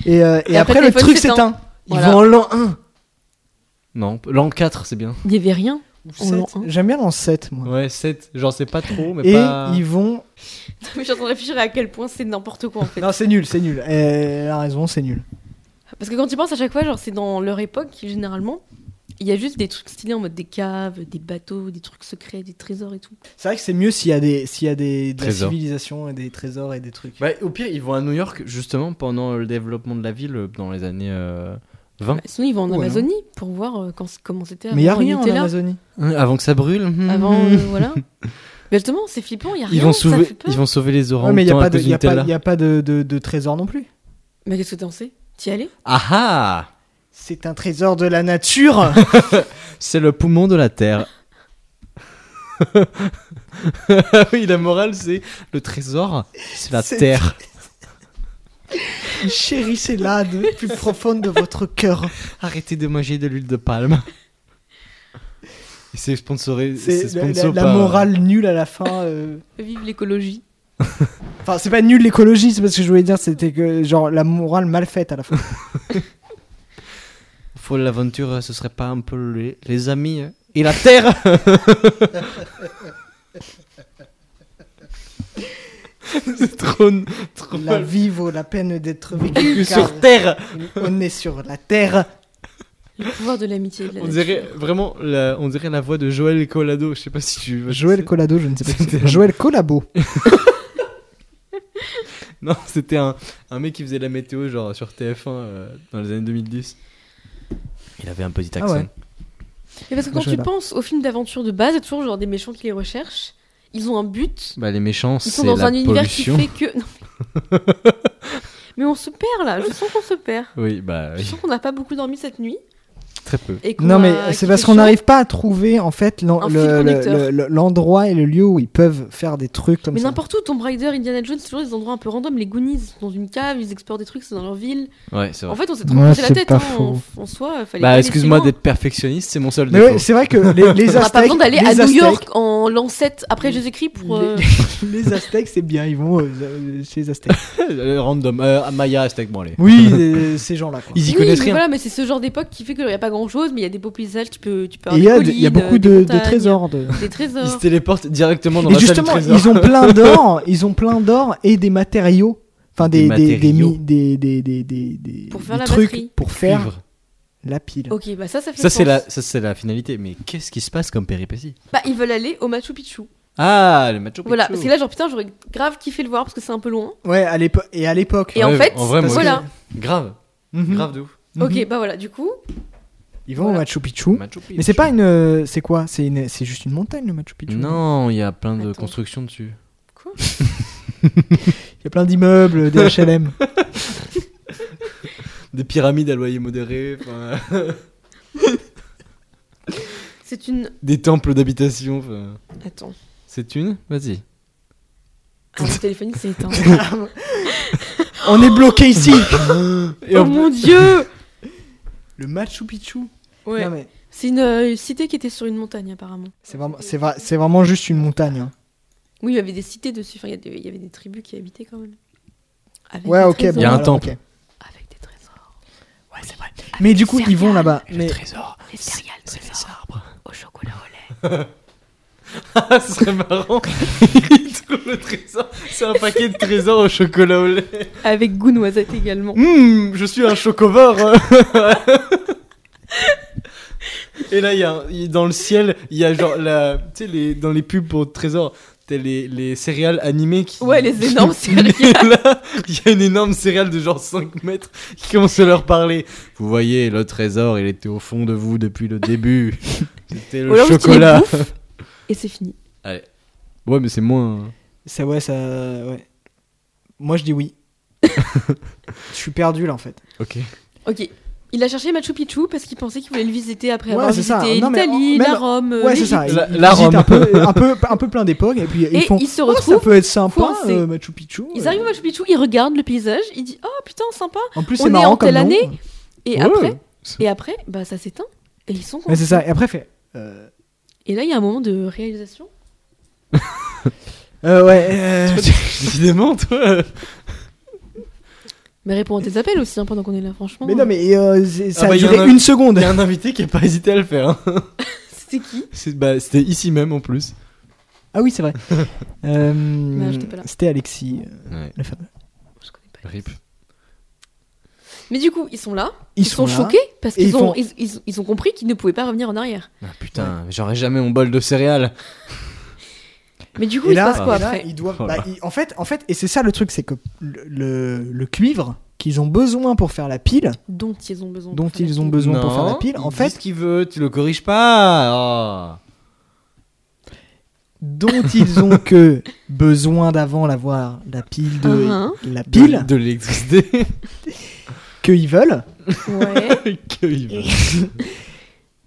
Et, euh, et après,
Et après,
le
téléphone
truc
s'éteint.
s'éteint. Ils
Voilà.
vont en l'an 1.
Non, l'an 4, c'est bien.
Il y avait rien. En l'an un.
J'aime bien l'an 7, moi.
Ouais, 7. Genre, c'est pas trop, mais
Et
pas.
ils vont.
Mais je suis en train de réfléchir à quel point c'est n'importe quoi en fait.
Non, c'est nul, c'est nul. Elle a Eh, raison, c'est nul.
Parce que quand tu penses à chaque fois, genre c'est dans leur époque généralement, il y a juste des trucs stylés en mode des caves, des bateaux, des trucs secrets, des trésors et tout.
C'est vrai que c'est mieux s'il y a des, s'il y a des, de la
Trésors.
civilisation et des trésors et des trucs.
Bah, au pire, ils vont à New York justement pendant le développement de la ville euh, dans les années euh, 20.
Bah, sinon ils vont en
Ouais, hein.
Amazonie pour voir euh, quand, comment c'était.
Mais il y a
avant
rien en
Nutella,
Amazonie.
Hein, Avant que ça brûle. hmm,
Avant
hmm.
euh, voilà. Mais justement c'est flippant, il y a rien.
ils, vont
ça
sauver,
fait peur.
ils vont sauver les
Ouais,
orangs.
mais il n'y a,
à
pas de-
cause
il y a
du Nutella.
pas- il y a pas de, de, de trésor non plus.
Mais qu'est-ce que t'en sais T'y allais
Ah ah
C'est un trésor de la nature.
C'est le poumon de la terre. oui, la morale, c'est le trésor, c'est la
C'est-
terre.
Chérissez-la de plus profonde de votre cœur.
Arrêtez de manger de l'huile de palme. Et c'est sponsoré.
C'est la, la-
sponsor
la
par- euh,
morale nulle à la fin. euh.
Vive l'écologie.
Enfin, c'est pas nul l'écologie, c'est parce que je voulais dire, c'était que genre la morale mal faite à la fin.
Faut l'aventure, ce serait pas un peu les, les amis hein et la terre C'est trop, trop
La
mal.
vie vaut la peine d'être vécue. car
Sur terre
On est sur la terre.
Le pouvoir de l'amitié. et de la
On dirait
nature.
vraiment la, on dirait la voix de Joël Colado. Je sais pas si tu.
Joël Collado, je ne sais pas. qui
C'était
c'est.
un-
Joël Collabo.
Non, c'était un, un mec qui faisait la météo genre sur TF1 euh, dans les années 2010. Il avait un petit
Ah
accent.
ouais.
Mais parce que
Moi,
quand
je
tu
vais là.
penses aux films d'aventure de base, il y a toujours genre des méchants qui les recherchent. Ils ont un but.
Bah les méchants,
Ils sont
c'est
dans
la
un univers
pollution.
qui fait que. Non. Mais on se perd là, je sens qu'on se perd.
Oui, bah
Je
oui,
sens qu'on n'a pas beaucoup dormi cette nuit.
très peu.
Et qu'on
Ah Non,
a-
mais
qu'il
c'est parce
fait
qu'on
chaud.
n'arrive pas à trouver en fait l'en-
Un fil
le- le-
conducteur.
le- le- l'endroit et le lieu où ils peuvent faire des trucs comme
Mais
ça.
n'importe où, Tomb Raider, Indiana Jones, c'est toujours des endroits un peu random. Les Goonies, ils sont dans une cave, ils explorent des trucs, c'est dans leur ville.
Ouais, c'est
En
vrai.
fait, on s'est trop
Ouais,
posé la
c'est
tête.
pas
hein.
faux.
En, en soi, fallait. pas
Bah
aller
excuse-moi
si loin.
d'être perfectionniste, c'est mon seul
Mais
défaut.
ouais, c'est vrai que les, les
On n'a pas
Aztèques.
besoin d'aller
les
à New
Aztèques-
York en l'an 7 après Jésus-Christ pour. euh,
Les Aztèques, c'est bien, ils vont euh, euh, chez les Aztèques.
Euh, Random. Euh, Maya, Aztec, bon allez.
Oui, euh, ces gens-là. quoi.
Ils y
Oui,
connaissent
mais
rien.
Voilà, mais c'est ce genre d'époque qui fait qu'il n'y a pas grand-chose, mais il y a des beaux paysages, tu peux, tu peux.
Et
avoir
il y, a
des
de- il y a
collines, euh,
beaucoup
des
de, de
montagnes,
trésors. De...
Des
Ils se
trésors.
téléportent directement dans
Et
la salle du
justement,
trésor.
ils ont plein d'or, ils ont plein d'or et des matériaux. Enfin, des, des,
Des
des,
matériaux.
mi- des, des, des, des- des-
Pour faire
des
la
trucs
batterie.
pour faire
Vivre.
la pile.
Ok, bah ça, ça fait.
Ça c'est
sens.
la ça c'est la finalité. Mais qu'est-ce qui se passe comme péripétie
Bah, ils veulent aller au Machu Picchu.
Ah, le Machu Picchu.
Voilà, parce que là, genre, putain, j'aurais grave kiffé le voir parce que c'est un peu loin.
Ouais, à l'épo- et à l'époque.
Et en
Ouais,
fait,
en vrai, moi,
voilà.
grave,
Mhm.
grave de ouf.
Ok, bah voilà, du coup,
Ils vont
Voilà.
au Machu Picchu.
Machu Picchu.
Mais c'est pas une. euh, C'est quoi C'est une... c'est juste une montagne le Machu Picchu
Non, il y a plein de
Attends.
constructions dessus.
Il y a plein d'immeubles, des H&M. HLM.
Des pyramides à loyer modéré, enfin,
c'est une.
des temples d'habitation. enfin.
Attends,
C'est une Vas-y.
ah, mon téléphone il s'est éteint.
On est bloqué ici
Et
oh
en-
mon dieu
Le Machu Picchu
Ouais,
Non, mais
c'est une euh, cité qui était sur une montagne apparemment.
c'est vraiment, c'est vra- c'est vraiment juste une montagne. hein.
Oui, il y avait des cités dessus, enfin, il y, a des- il y avait des tribus qui habitaient quand même. Avec
Ouais,
des
ok.
trésors.
bon,
Il y a un
alors,
temple.
ok.
Avec des trésors.
Ouais, c'est vrai.
Mais du coup, ils vont là-bas.
Le
Mais
trésor,
Des céréales,
c'est les
trésors.
arbres.
Au chocolat au lait.
Ce serait marrant. Il trouve le trésor. C'est un paquet de trésors au chocolat au lait.
Avec goût noisette également.
Hum, je suis un chocovore. Et là, il y a un- il- dans le ciel, il y a genre la, tu sais, les, dans les pubs pour trésor, t'as les, les céréales animées qui.
Ouais, les énormes céréales.
Et là, il y a une énorme céréale de genre 5 mètres qui commence à leur parler. Vous voyez, le trésor, il était au fond de vous depuis le début. C'était le
Ou alors, juste, il les
chocolat.
Et c'est fini.
Ouais, mais c'est moins. hein.
ça, ouais, ça, ouais. Moi, je dis oui. Je suis perdu là en fait.
Ok.
Ok. Il a cherché Machu Picchu parce qu'il pensait qu'il voulait le visiter après
Ouais,
avoir
c'est
visité
ça. Non, mais
l'Italie,
en- même-
la Rome. euh,
Ouais, c'est
l'Égypte.
ça.
La-
ils
la
visitent
Rome.
Un peu, un peu, un peu plein d'époques et puis ils
Et
font.
ils se
Oh, ça
retrouvent
peut être sympa,
coincés.
euh, Machu Picchu.
Ils
euh.
arrivent au Machu Picchu, ils regardent le paysage, ils disent Oh putain, sympa
En plus,
On
c'est
est
marrant
en
comme
telle
nom.
année Et
Ouais.
après, et après bah, ça s'éteint. Et ils sont
Mais
contents.
c'est ça. Et après, fait. euh,
Et là, il y a un moment de réalisation.
Euh, ouais. euh,
Décidément, toi.
Mais réponds à tes appels aussi hein, pendant qu'on est là, franchement.
mais non, mais euh, c'est- ça
Ah bah,
a
y a
duré
un-
une seconde.
Il y a un invité qui a pas hésité à le faire. hein.
C'était qui
C'est- bah, C'était ici même en plus.
Ah oui, c'est vrai. Euh,
j'étais pas là.
C'était Alexis. euh,
Ouais.
le fameux.
Je connais pas.
Rip.
Mais du coup, ils sont là.
Ils
Ils,
sont
sont,
là,
choqués parce
et
qu'ils
ils
ont,
font-
ils, ils- ils ont compris qu'ils ne pouvaient pas revenir en arrière.
Ah, putain, j'aurais jamais mon bol de céréales.
Mais du coup,
Et
il
là-
se passe quoi
et là,
après
ils doivent-
Voilà.
bah, ils- en, fait, en fait, et c'est ça le truc, c'est que le, le- le cuivre qu'ils ont besoin pour faire la pile,
Dont ils ont besoin. pour
dont
faire la
ils ont
pile.
besoin pour faire la
Non,
pile,
il
en
dit
fait,
ce qu'il veut, tu le corriges pas. Oh.
dont ils ont que besoin d'avant l'avoir la pile de
Ah, hein.
la pile
De, de l'électricité.
qu'ils veulent.
Ouais.
Que il veut.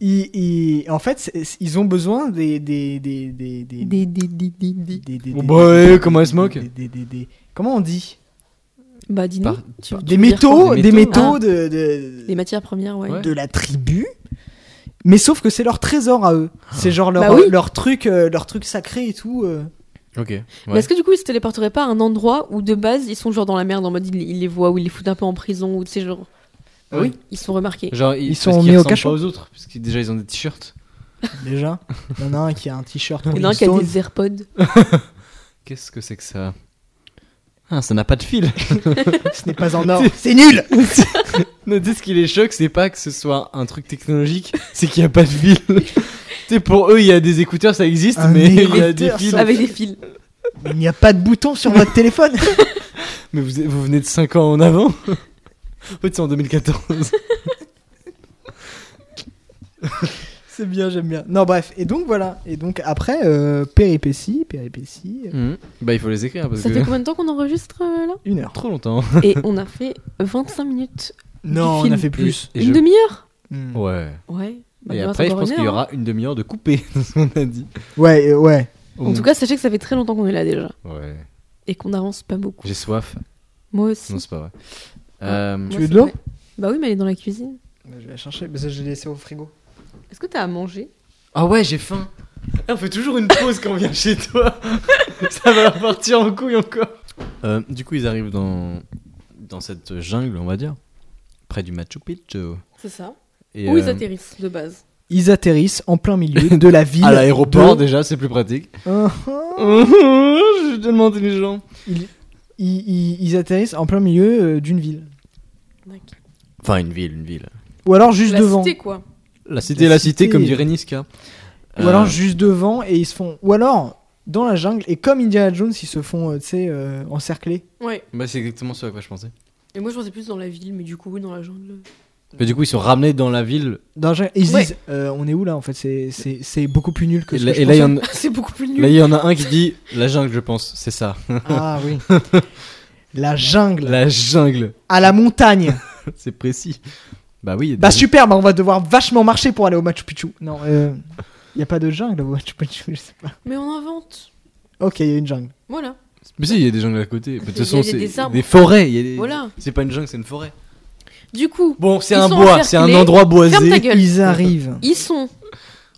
Ils, ils- en fait, c'est- ils ont besoin des des des des des des des- des-
Bon,
des-
bah,
des-
eh, comment elle se moque
des- des- des- des- Comment on dit
Bah, dis-nous.
Par-
Tu- tu
Des
veux dire
métaux,
quoi hein. ah,
des
Des
métaux
métaux.
de, de-
Des matières premières, ouais.
Ouais.
de la tribu. Mais sauf que c'est leur trésor à eux. C'est genre leur,
Bah oui.
leur truc euh, leur truc sacré et tout. euh.
Ok. ouais.
Mais est-ce que du coup, ils se téléporteraient pas à un endroit où de base ils sont genre dans la merde en mode ils, ils les voient ou ils les foutent un peu en prison ou tu sais, genre.
Ah oui.
Ils sont remarqués.
Genre, ils,
Ils
parce
sont
qu'ils
mis au
ressemblent
cachot.
pas aux autres, parce que déjà ils ont des t-shirts.
Déjà, il y en a un qui a un t-shirt.
Il y en a un qui a
Rolling
des AirPods.
Qu'est-ce que c'est que ça Ah, ça n'a pas de fil.
Stones. Ce n'est pas en or. C'est nul
Notez ce qui les choque, c'est pas que ce soit un truc technologique, c'est qu'il n'y a pas de fil. tu sais, pour eux, il y a des écouteurs, ça existe,
Un
mais il y a des
écouteur
fils.
sans-
Avec des fils.
Il n'y a pas de bouton sur votre téléphone.
Mais vous, vous venez de 5 ans en avant. en fait, c'est en 2014.
C'est bien, j'aime bien. Non, bref. Et donc, voilà. Et donc, après, euh, péripétie, péripétie, euh,
Bah, il faut les écrire parce
Ça
que.
fait combien de temps qu'on enregistre euh, là
une heure.
Trop longtemps.
Et on a fait 25 minutes.
Non, on a
film.
fait plus.
Et
une
je-
demi-heure
Hmm.
Ouais.
Ouais. Bah,
Et
il nous reste
après, je
encore
pense
une
qu'il y
heure, hein.
aura une demi-heure de coupé, c'est ce qu'on a dit.
Ouais, euh, ouais.
hein. En tout cas, sachez que ça fait très longtemps qu'on est là déjà.
Ouais.
Et qu'on n'avance pas beaucoup.
J'ai soif.
Moi aussi.
Non, c'est pas vrai. Euh,
Moi,
Tu veux de
c'est
l'eau
vrai. Bah oui, mais elle est dans la cuisine.
Je vais la chercher, mais ça, je l'ai laissé au frigo.
Est-ce que t'as à manger
Ah ouais, j'ai faim. Eh, on fait toujours une pause quand on vient chez toi. Ça va partir en couille encore. Euh, du coup, ils arrivent dans, dans cette jungle, on va dire, près du Machu Picchu.
C'est ça.
Et,
Ou ils
euh,
atterrissent de base.
Ils atterrissent en plein milieu de la ville.
à l'aéroport,
de-
déjà, c'est plus pratique.
Hein,
je suis tellement intelligent.
ils, ils- ils atterrissent en plein milieu euh, d'une ville.
Enfin, une ville, une ville.
Ou alors juste
la
devant.
cité quoi.
La cité,
La
la, cité,
cité.
comme dirait Niska. Euh,
Ou
Ah.
alors juste devant et ils se font. Ou alors dans la jungle et comme Indiana Jones, ils se font, euh, tu sais, euh, encercler.
Ouais.
Bah, c'est exactement ce à quoi je pensais.
Et moi je pensais plus dans la ville, mais du coup oui, dans la jungle.
Mais du coup, ils sont ramenés dans la ville.
Dans la jungle. Et ils se
Ouais.
disent, euh, on est où là en fait C'est- C'est c'est beaucoup plus nul que
Et
ce
là,
que je
et là, il y
pensais.
en-
c'est beaucoup plus
là,
nul.
il y en a un qui dit la jungle, je pense. C'est ça.
Ah oui. La jungle.
La jungle.
À la montagne.
C'est précis. Bah oui.
Bah
déjà-
super, bah on va devoir vachement marcher pour aller au Machu Picchu. Non, euh, y a pas de jungle au Machu Picchu, je sais pas.
Mais on invente.
Ok, y a une jungle.
Voilà.
Mais si, il y a des jungles à côté. De toute
Il y a
façon,
des-
c'est
des arbres.
des forêts. il y a des-
Voilà.
C'est pas une jungle, c'est une forêt.
Du coup,
Bon, c'est
Ils
un
sont
bois, c'est un
encerclés.
endroit boisé.
ferme ta gueule.
Ils arrivent.
Ils sont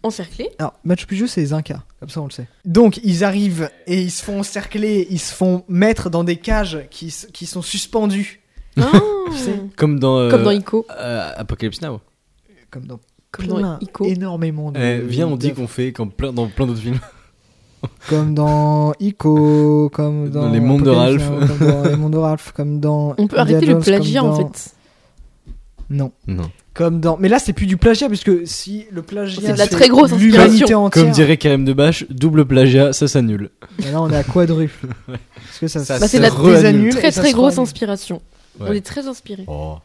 encerclés.
Alors, Machu Picchu, c'est les Incas, comme ça on le sait. Donc, ils arrivent et ils se font encercler, ils se font mettre dans des cages qui, s- qui sont suspendues.
Ah.
Comme dans, euh,
Comme dans Ico.
euh, Apocalypse Now.
Comme dans,
Comme
plein-
dans Ico.
énormément de.
Eh, viens, on dit
d'œuvres.
qu'on fait comme plein, dans plein d'autres films.
Comme dans Ico, comme dans.
Dans les mondes de
Apocalypse
Ralph.
Now, Comme dans les mondes de Ralph, comme dans.
On peut
Indiana
arrêter
Jones,
le
comme
plagiat en
dans-
fait.
Non.
Non.
Comme dans. Mais là, c'est plus du plagiat, puisque si le plagiat.
C'est de la très grosse
L'humanité
inspiration.
entière.
Comme dirait Karim Debache, double plagiat, ça s'annule.
Et là, on est à quadruple. Parce que ça,
Ça
Bah, c'est
se
la
re-annule.
désannule. et
Très
ça
très
se
grosse
reannule.
inspiration. On
Ouais.
est très inspirés.
Oh.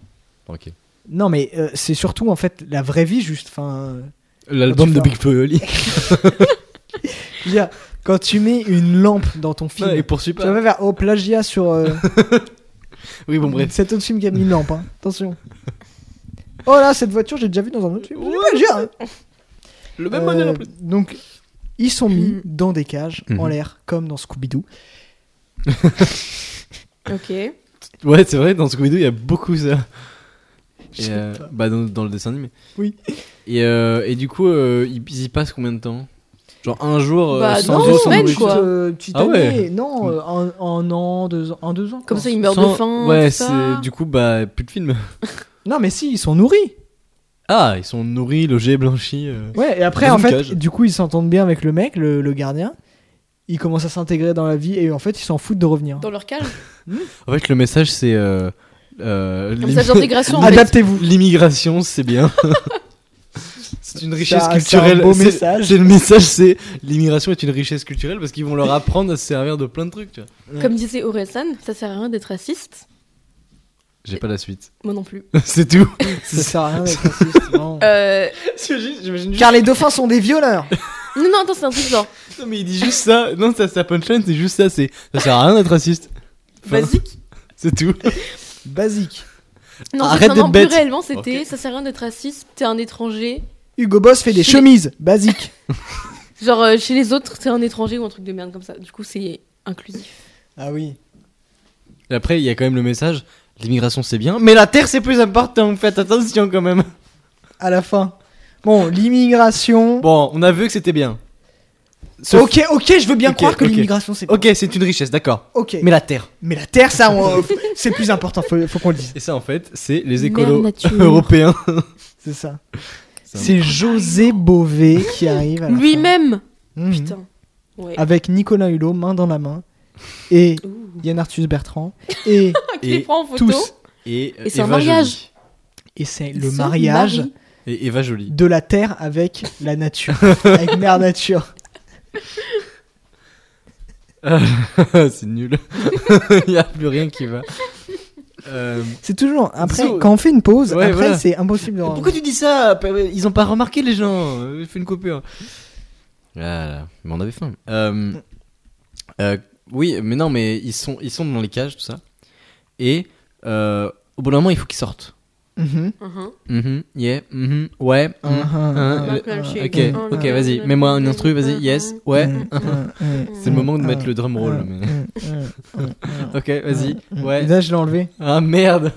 Ok.
Non, mais euh, c'est surtout en fait la vraie vie, juste. Enfin, euh,
L'album
Tu
de
fais
Big Oli.
je veux dire, quand tu mets une lampe dans ton film,
Et poursuit
tu vas
pas.
pas faire oh plagiat sur euh,
Oui, bon, bref.
cet autre film qui a mis une lampe. hein. Attention. Oh là, cette voiture, j'ai déjà vu dans un autre film. J'ai plagiat, hein.
Le même modèle en
Euh,
plus.
Donc, ils sont mis
Mhm.
dans des cages en
Mhm.
l'air, comme dans Scooby-Doo.
Ok.
Euh, Ouais, c'est vrai, dans Scooby-Doo, il y a beaucoup ça.
Je
Et,
sais
euh,
pas.
bah, dans, dans le dessin animé.
Oui.
Et, euh, et du coup, euh, ils, ils y passent combien de temps Genre un jour euh,
Bah,
sans
non,
eau,
une
sans
semaine,
nourriture.
quoi.
euh, petite
Ah ouais.
année. Non, euh, en, en an, deux ans. En deux ans
Comme
quoi.
ça, ils meurent
Sans-
de faim.
Ouais,
tout ça.
c'est du coup bah plus de film.
Non, mais si, ils sont nourris.
Ah, ils sont nourris, logés, blanchis. euh.
Ouais, et après,
Dans
en
une
fait,
cage.
du coup, ils s'entendent bien avec le mec, le, le gardien. Ils commencent à s'intégrer dans la vie et en fait, ils s'en foutent de revenir.
Dans leur cage.
En fait, le message c'est euh, euh,
Comme ça,
l'immi-
d'intégration. en
Bah,
fait.
Adaptez-vous.
l'immigration, c'est bien. C'est une richesse
C'est un- c'est un
culturelle.
beau
C'est-
message.
C'est le message, c'est l'immigration est une richesse culturelle parce qu'ils vont leur apprendre à se servir de plein de trucs. Tu vois.
Comme disait Orelsan, ça sert à rien d'être raciste.
J'ai pas la suite.
Moi non plus.
c'est tout.
Ça sert à rien d'être raciste, non.
Euh,
J'imagine- J'imagine juste-
Car les dauphins sont des violeurs.
Non, non, attends, c'est un truc genre
Non, mais il dit juste ça. Non, ça, sa punchline, c'est juste ça. C'est ça sert à rien d'être raciste. Enfin,
basique.
C'est tout.
Basique.
Non,
Arrête
c'est-
d'être
non,
bête.
plus réellement, c'était
Ok.
ça sert à rien d'être raciste, t'es un étranger.
Hugo Boss fait des
Chez-
chemises. Basique.
Genre, euh, chez les autres, t'es un étranger ou un truc de merde comme ça. Du coup, c'est inclusif.
Ah oui.
Et après, il y a quand même le message. L'immigration, c'est bien, mais la terre, c'est plus important. Faites attention quand même.
À la fin. Bon, l'immigration.
Bon, on a vu que c'était bien. Sauf-
Ok, ok, je veux bien
Ok,
croire que
ok.
l'immigration c'est.
Ok, c'est une richesse, d'accord.
Ok.
Mais la terre.
Mais la terre, ça, on- c'est plus important. Faut, faut qu'on le dise.
Et ça, en fait, c'est les
Mère
écolos
nature.
européens.
C'est ça.
C'est un-
C'est José Bové qui arrive. à la fin.
Lui-même
Mhm.
Putain. Ouais.
Avec Nicolas Hulot, main dans la main. Et
Ouh.
Yann Arthus Bertrand. Et,
Ah,
Il les prend en photo.
tous.
Et, euh,
Et c'est un
Eva
mariage.
Joly.
Et c'est
Ils
le
se
mariage
marient.
Et Eva Jolie.
de la terre avec la nature. avec mère nature.
c'est nul. Il n'y a plus rien qui va. Euh,
C'est toujours. Après,
Zou-
quand on fait une pause,
Ouais,
après,
voilà.
c'est impossible de.
Pourquoi tu dis ça Ils n'ont pas remarqué les gens. Euh, Fais une coupure. Voilà. Ah, Mais on avait faim. Euh, euh, oui, mais non, mais ils sont, ils sont dans les cages, tout ça. Et euh, au bout d'un moment, il faut qu'ils sortent.
Mhm.
Mhm.
Mhm, yeah, mhm, ouais. mhm,
Mhm,
ah,
hein,
Bah,
mhm,
euh,
mhm,
ok,
Mm-hmm.
mhm,
ok, vas-y. Mets-moi un instru, vas-y. Yes, ouais. mm-hmm.
mhm, mhm, mhm,
C'est le moment de mettre
mhm,
le drum roll.
mhm,
mais-
mhm, mhm, mhm,
Ok, vas-y.
mhm.
Ouais.
Là, je l'ai enlevé.
Ah merde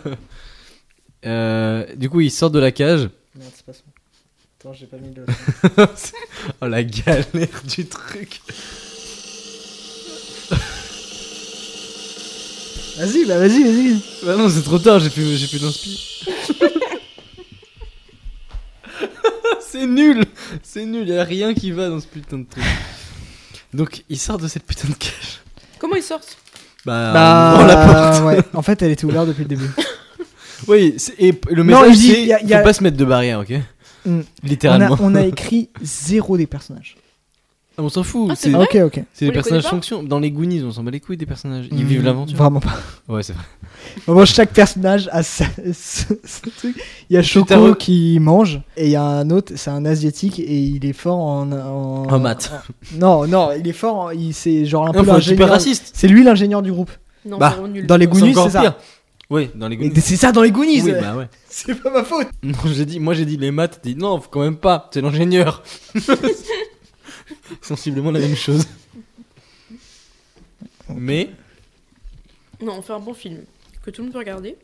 Euh, Du coup, ils sortent de la cage.
Merde, c'est pas ça. Attends, j'ai pas mis le.
oh la galère du truc.
Vas-y, bah vas-y, vas-y.
Bah non, c'est trop tard, j'ai plus, j'ai plus d'inspi. c'est nul C'est nul, y a rien qui va dans ce putain de truc. Donc, ils sortent de cette putain de cage.
Comment ils sortent
Bah,
Bah,
dans la porte.
ouais. En fait, elle était ouverte depuis le début.
Oui, c'est- et p- le
Non,
message,
il dit-
c'est
y a- y a-
faut pas se mettre de barrière, ok Hmm.
Mm. on,
Littéralement.
a, on a écrit zéro des personnages.
Ah, on s'en fout,
Ah, c'est
c'est,
vrai
Ok, ok.
c'est des
On les connaît
personnages
pas
fonction. Dans les Goonies, on s'en bat les couilles des personnages. Ils
Mm,
vivent l'aventure.
Vraiment pas.
Ouais, c'est vrai.
Bon, chaque personnage a sa- ce, ce truc. Il y a Choco
t'as-
qui mange et il y a un autre, c'est un asiatique et il est fort en. En,
En maths.
en- non, non, il est fort. En, il c'est genre un
Non,
peu
faut être super
l'ingénieur.
raciste.
C'est lui l'ingénieur du groupe.
Non,
Bah,
c'est vraiment nul.
Dans les
C'est
Goonies,
encore
c'est ça.
pire. Oui, dans les
Mais
Goonies.
c'est ça dans les Goonies.
Oui, bah ouais.
C'est pas ma faute.
Non, j'ai dit, moi j'ai dit les maths, t'as dit non, faut quand même pas, c'est l'ingénieur. Sensiblement la même chose. Mais.
Non, on fait un bon film que tout le monde peut regarder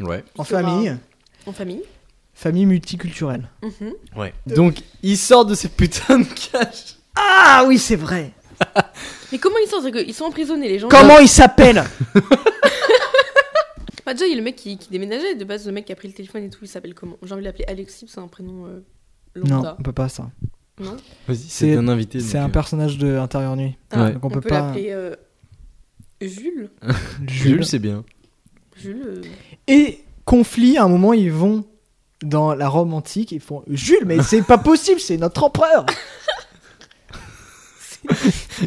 Ouais.
En
Sur un-
famille,
en famille.
famille multiculturelle.
Mhm.
Ouais. Donc, il sort de cette putain de cage.
Ah oui, c'est vrai.
Mais comment ils sortent C'est que Ils sont emprisonnés, les gens.
Comment il s'appelle
Bah, déjà, il y a le mec qui, qui déménageait. De base, le mec qui a pris le téléphone et tout, il s'appelle comment J'ai envie de l'appeler Alexis, c'est un prénom euh,
Non,
lambda.
on peut pas ça.
Non.
Vas-y,
C'est-
c'est un invité.
C'est
donc,
un
euh,
personnage de Intérieur Nuit.
Ouais.
Ah, Donc
on,
on
peut,
peut pas-
l'appeler euh, Jules.
Jules, c'est bien.
Jules. euh,
Et conflit, à un moment, ils vont dans la Rome antique, ils font Jules, mais c'est pas possible, c'est notre empereur
Mais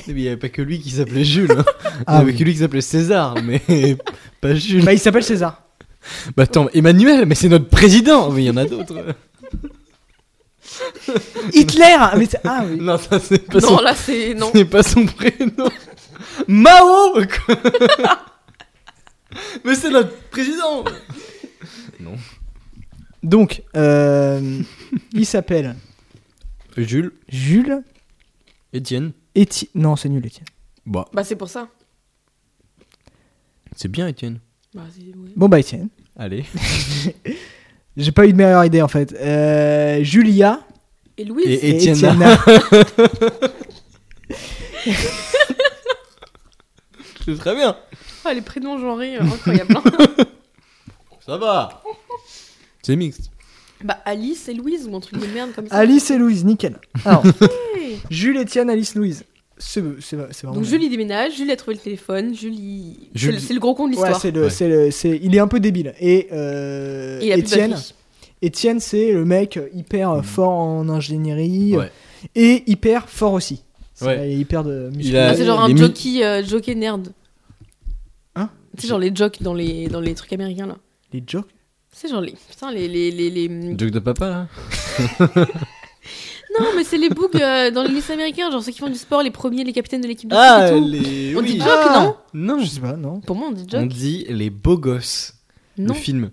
il y avait pas que lui qui s'appelait Jules. hein. il y
Ah
avait
oui.
que lui qui s'appelait César, mais pas Jules.
Bah, il s'appelle César.
Bah attends, Emmanuel, mais c'est notre président. Mais il y en a d'autres.
Hitler mais c'est- Ah oui.
non, ça c'est pas son
Non, là, c'est. Non.
Ce n'est pas son prénom. Mao quoi. Mais c'est notre président Non.
Donc, euh, il s'appelle
Jules,
Jules
Étienne.
Eti... Non, c'est nul, Étienne.
Bah,
Bah, c'est pour ça.
c'est bien Étienne.
Bah, c'est. ouais.
Bon, bah, Étienne.
Allez.
J'ai pas eu de meilleure idée, en fait. Euh, Julia
Et Louise,
Et-
Et
Étienne.
Étienne.
C'est très bien.
Ah, les prénoms genrés, euh, incroyable. hein.
Ça va. C'est mixte.
bah, Alice et Louise ou un truc de merde comme ça.
Alice et Louise, nickel. Alors,
Ouais.
Jules, Étienne, Alice, Louise. C'est c'est- c'est vraiment.
Donc Julie déménage, Julie a trouvé le téléphone, Julie. c'est
Julie-
le- C'est le gros con de
Ouais,
l'histoire.
c'est le,
Ouais.
c'est le, c'est, il est un peu débile. Et euh,
Et il a plus de
Étienne,
batterie.
Étienne, c'est le mec hyper euh, fort en ingénierie
Mhm.
euh,
Ouais.
et hyper fort aussi. C'est
Ouais.
vrai, Il est hyper de
a-
Ah,
musculaire.
c'est genre un
Euh, les mi-
jockey, euh, jockey nerd.
Hein
C'est genre les jocks dans les, dans les trucs américains là.
Les jokes.
C'est genre les. Putain, les. les, les, les-
Joke de papa là.
Non, mais c'est les bougs euh, dans les lycées américains, genre ceux qui font du sport, les premiers, les capitaines de l'équipe de
Ah,
foot et
euh,
tout.
les.
On dit jock,
Ah
Non.
Je sais pas, non.
Pour moi, on dit
On
jock.
dit les beaux gosses. Le
Non.
film.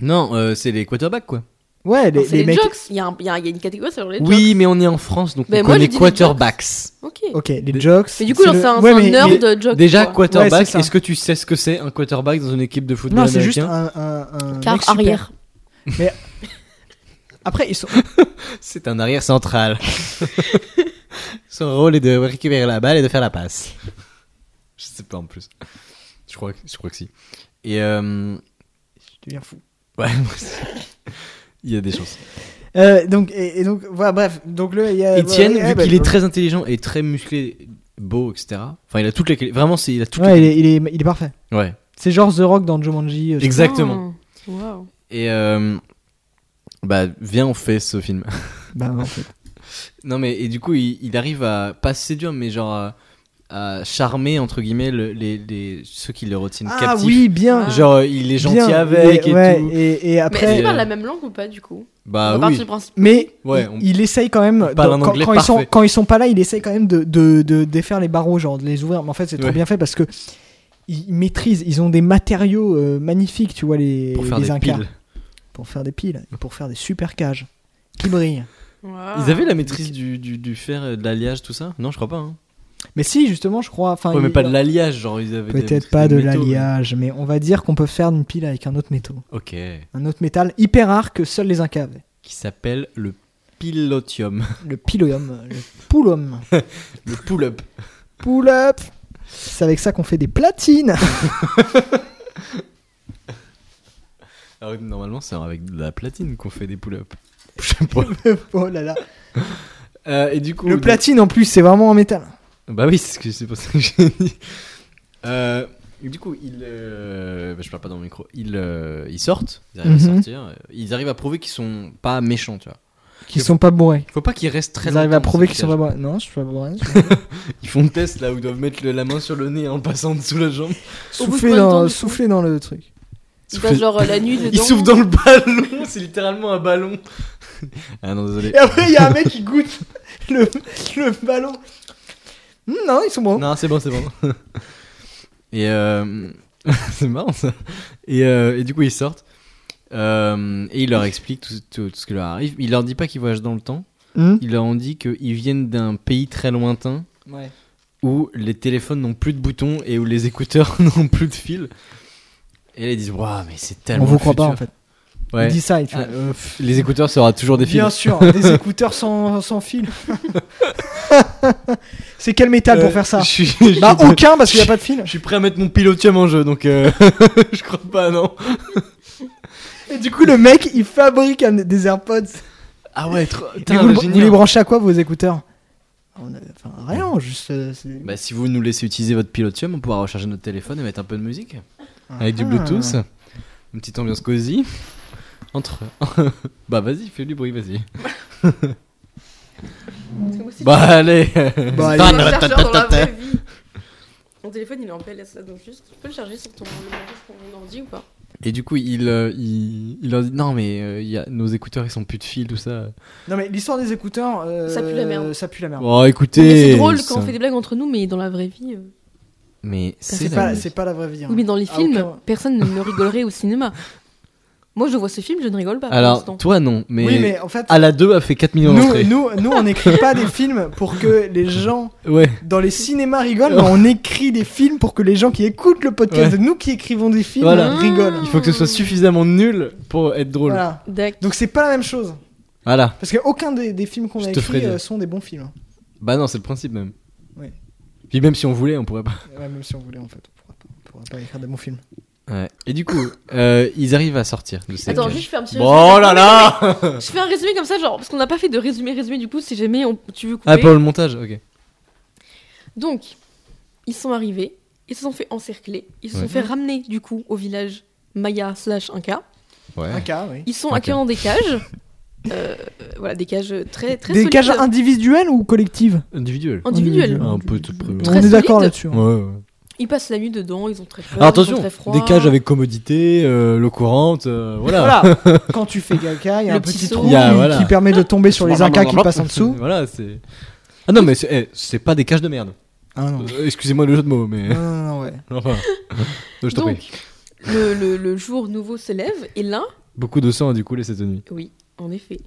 Non, euh, c'est les quarterbacks quoi.
Ouais, les,
Non, c'est
les
les,
mecs.
jocks. Il y, a un- il y a il y a une catégorie, c'est genre les
Oui, Oh,
jocks.
mais on est en France donc
Mais
on
moi,
connaît
je dis les
quarterbacks.
Ok.
Ok, les
Des-
jokes.
Mais du coup, genre,
le-
c'est un,
ouais,
c'est un
mais-
nerd euh, jock.
Déjà
quoi.
Ouais,
quarterback,
c'est ça.
est-ce que tu sais ce que c'est un quarterback dans une équipe de football
Non, c'est juste
américain
un, un, un
Car
mec super.
arrière.
Après, ils sont.
C'est un arrière central. Son rôle est de récupérer la balle et de faire la passe. Je sais pas en plus. Je crois que, je crois que si. Et euh,
Je deviens fou.
ouais, moi aussi. il y a des chances.
Euh, donc et, et donc voilà, bref. Donc le. il y a-
Étienne,
ouais, ouais,
vu
bah,
qu'il est
bah,
très intelligent et très musclé, beau, etc. Enfin, il a toutes les quali- vraiment, c'est il a toutes
Ouais,
les
il est, il est, il est parfait.
quali- Ouais,
C'est genre The Rock dans Jumanji. euh,
exactement.
Ah, waouh.
Et euh, bah viens, on fait ce film.
Bah, en fait.
Non mais et du coup il, il arrive à pas séduire mais genre à, à charmer entre guillemets le- les, les- ceux qui le retiennent
Ah
captif.
oui, bien.
Ah.
Genre euh, il est gentil
Bien,
avec
il est-
et
ouais,
tout.
Et, et
Mais est-ce
après,
qu'ils
mais,
euh,
parlent la même langue ou pas du coup On
Bah
va partir
oui.
du principe.
Ouais,
il-
on-
il, essaye quand même.
Il parle
dans-
un
quand,
anglais
quand ils sont
parfait.
quand ils sont pas là, il essaye quand même de, de, de défaire les barreaux, genre de les ouvrir. Mais en fait, c'est trop
Ouais.
bien fait parce que ils maîtrisent. Ils ont des matériaux euh, magnifiques, tu vois les
pour faire
les
des
Incas.
piles.
pour faire des piles et pour faire des super cages qui brillent.
Waouh.
Ils avaient la maîtrise du, du, du fer, euh, de l'alliage, tout ça Non, je crois pas. Hein.
Mais si, justement, je crois. Enfin,
Ouais, mais
Ah, il-
pas de l'alliage, genre ils avaient. des
Peut-être
maîtrises
pas de
des métaux,
l'alliage, mais on va dire qu'on peut faire une pile avec un autre métal.
mais- Ok.
Un autre métal hyper rare que seuls les Incas avaient.
Qui s'appelle le pilotium,
Le piloum, le poulum.
le pull-up.
Pull up C'est avec ça qu'on fait des platines
Alors que Ah normalement c'est avec de la platine qu'on fait des pull-up. Je sais pas.
Oh là là.
Euh, et du coup.
Le
donc-
platine en plus, c'est vraiment en métal. hein,
Bah oui, c'est ce que c'est pour ça que j'ai dit. Euh, du coup, ils, euh, bah, je parle pas dans le micro. Ils, euh, ils sortent, ils arrivent
Mhm.
à sortir. euh, Ils arrivent à prouver qu'ils sont pas méchants, tu vois.
Qui sont pas bourrés.
Faut pas qu'ils restent très.
Ils arrivent à
longtemps dans
prouver
ce
qu'ils sont pas
village.
bourrés. Non, je suis pas bourré.
Ils font le test là où ils doivent mettre le- la main sur le nez en passant dessous la jambe.
Au bout de
souffler,
combien de temps,
dans,
du coup
souffler dans le truc.
Ils passent genre euh, la nuit dedans.
Ils soufflent dans le ballon, c'est littéralement un ballon. ah non, désolé.
Et après, il y a un mec qui goûte le, le ballon. Hmm, Non, ils sont bons.
Non, c'est bon, c'est bon. et euh, c'est marrant ça. Et, euh, et du coup, ils sortent. Euh, et il leur explique tout, tout- tout ce qui leur arrive. Il leur dit pas qu'ils voyagent dans le temps.
Hmm.
Ils leur ont dit qu'ils viennent d'un pays très lointain où les téléphones n'ont plus de boutons et où les écouteurs n'ont plus de fil. Et là, ils disent Waouh, mais c'est
On
tellement.
vous
le
croit pas en
futur.
fait.
Ouais.
Il dit ça, il fait,
Ah, euh, pff, les écouteurs, ça aura toujours des fils.
Bien sûr, des écouteurs sans, sans fil. c'est quel métal pour faire ça
Euh, Je suis, je suis-
Bah aucun parce qu'il n'y a pas de fil.
je suis prêt à mettre mon pilotium en jeu, donc euh, je crois pas, non.
Et du coup le mec il fabrique un- des AirPods.
Ah ouais, trop,
Mais
putain,
vous, le-
le
vous
génie.
les branchez à quoi vos écouteurs On a- Enfin rien, juste. euh, c'est-
Bah, si vous nous laissez utiliser votre pilotium, on pourra recharger notre téléphone et mettre un peu de musique. Avec du
Ah.
Bluetooth. Une petite ambiance cosy. Entre. bah, vas-y, fais du bruit, vas-y.
Parce que moi aussi,
Bah, allez
Bah,
je suis
allez.
un chercheur dans la vraie vie. Mon téléphone il est en PLS là donc juste tu peux le charger sur ton, sur ton ordi ou pas
Et du coup, il, euh, il, il leur dit Non, mais euh, il y a, nos écouteurs, ils sont plus de fil, tout ça.
Non mais l'histoire des écouteurs. euh,
Ça pue la merde.
Ça pue la merde.
Oh,
Mais
écoutez
c'est drôle
ça-
quand on fait des blagues entre nous mais dans la vraie vie euh.
Mais c'est
C'est
la
pas,
musique.
c'est pas la vraie vie. hein.
Oui mais dans les
Ah,
films
aucun-
personne ne rigolerait au cinéma. Moi je vois ce film je ne rigole pas pour l'instant.
Alors, toi, non, mais.
Oui mais en fait.
À la 2 a fait 4 millions
Nous,
d'entrées.
nous, nous, on n'écrit pas des films pour que les gens
Ouais.
dans les cinémas rigolent, mais on écrit des films pour que les gens qui écoutent le podcast de nous qui écrivons des films euh,
Voilà.
rigolent.
Il faut que ce soit suffisamment nul pour être drôle.
Voilà.
D'accord.
Donc c'est pas la même chose.
Voilà.
Parce qu'aucun des, des films qu'on
Je
a
te ferai
écrits euh,
dire.
sont des bons films. hein.
Bah non, c'est le principe même.
Ouais.
Puis même si on voulait, on pourrait pas.
Ouais, même si on voulait, en fait, on pourra pas, on pourra pas écrire des bons films.
Et du coup, euh, ils arrivent à sortir de cette
Attends,
cage.
juste je fais un petit résumé.
Oh là là
Je fais un résumé comme ça, genre, parce qu'on n'a pas fait de résumé, résumé du coup, si jamais on- tu veux couper.
Ah, pour le montage, ok.
Donc, ils sont arrivés, ils se sont fait encercler, ils se
Ouais.
sont fait ramener du coup au village Maya slash Inca.
Un
Ouais.
cas, oui.
Ils sont
Inca.
accueillis dans des cages. Euh, voilà, des cages très très
Des
solides.
cages individuelles ou collectives
Individuel.
individuelles.
Un peu de près.
On
Très
est d'accord
solide.
là-dessus. hein.
Ouais, ouais.
Ils passent la nuit dedans, ils ont très peur,
Alors, Ah, attention,
ils ont très froid.
des cages avec commodité, euh, l'eau courante, euh, voilà.
Voilà. Quand tu fais caca, il y a
Le
un
petit
petit
saut.
trou
Il y a,
qui-
voilà.
qui permet de tomber sur les incas qui
Blablabla.
passent en dessous.
voilà, c'est. Ah non, mais c'est eh, c'est pas des cages de merde.
Ah non.
Euh, Excusez-moi le jeu de mots, mais.
Non, non, non, ouais.
Enfin, je t'en
Donc,
prie.
Le, le- le jour nouveau se lève et là,
Beaucoup de sang a dû couler cette nuit.
oui, en effet.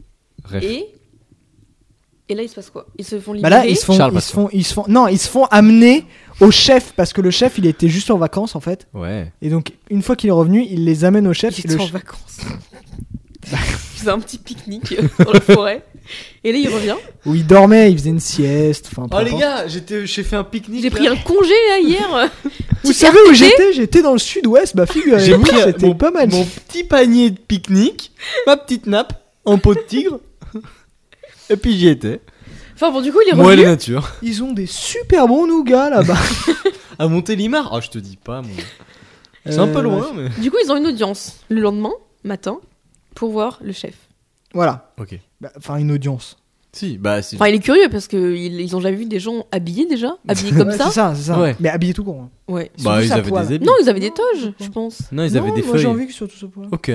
Bref.
Et et là, il se passe quoi Ils se font libérer.
Bah là, ils se font,
Charles
ils
passe
se font, ils se font, non, ils se font amener au chef parce que le chef, il était juste en vacances en fait.
Ouais.
Et donc, une fois qu'il est revenu, il les amène au chef. et
J'étais
le
en
chef-
vacances. Je faisais un petit pique-nique euh, dans la forêt. Et là, il revient.
où il dormait, il faisait une sieste. Enfin, peu importe.
Oh, gars, j'ai fait un pique-nique.
J'ai pris un congé là hier.
vous savez où j'étais J'étais dans le sud-ouest. Bah,
J'ai
figurez-vous,
pris euh,
c'était
mon,
pas mal.
mon petit panier de pique-nique, ma petite nappe, en pot de tigre. Et puis j'y étais.
Enfin bon, du coup, il est
Moi et
revenu.
la nature.
Ils ont des super bons nougats là-bas.
À Montélimar. Ah, je te dis pas, mon. C'est un peu
Euh,
loin, mais.
Du coup, ils ont une audience le lendemain matin pour voir le chef.
Voilà.
Ok.
Bah, Enfin, une audience.
Si, bah si.
Enfin, il est curieux parce que ils, ils ont jamais vu des gens habillés déjà, habillés comme
Ouais,
ça.
C'est ça, c'est ça.
Ouais.
Mais habillé tout con. hein.
Ouais.
ils sont
bah
tous
ils
à
avaient
poil.
des habits.
Non, ils avaient des
Non,
toges,
pourquoi
je pense.
Non, ils avaient
Non,
des
moi,
feuilles.
J'ai envie que sur tout ce point.
Ok.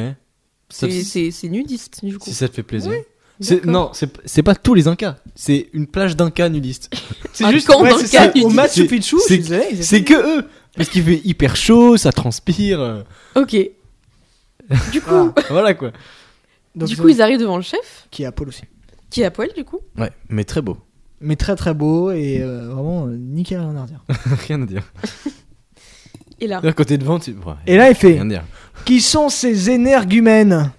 Ça-
C'est- C'est c'est nudiste du coup.
si ça te fait plaisir. C'est-
D'accord.
Non, c'est c'est pas tous les Incas. C'est une plage d'Incas nudistes.
Un
C'est juste
camp
Ouais,
d'Incas
c'est ça.
nudistes.
Au Machu
Ah, C'est-
Picchu, je
c'est-
suis désolé, ils étaient-
C'est que eux. Parce qu'il fait hyper chaud, ça transpire. euh,
Ok. Du coup,
Voilà.
voilà quoi.
Donc,
du coup, ils arrivent devant le chef
qui est à Paul aussi.
qui est à poil du coup.
Ouais, mais très beau.
Mais très très beau et euh, vraiment euh, nickel rien à redire.
Rien à dire.
Et là,
D'un côté devant, tu. Ouais,
Et là, il fait
rien à dire.
Qui sont ces énergumènes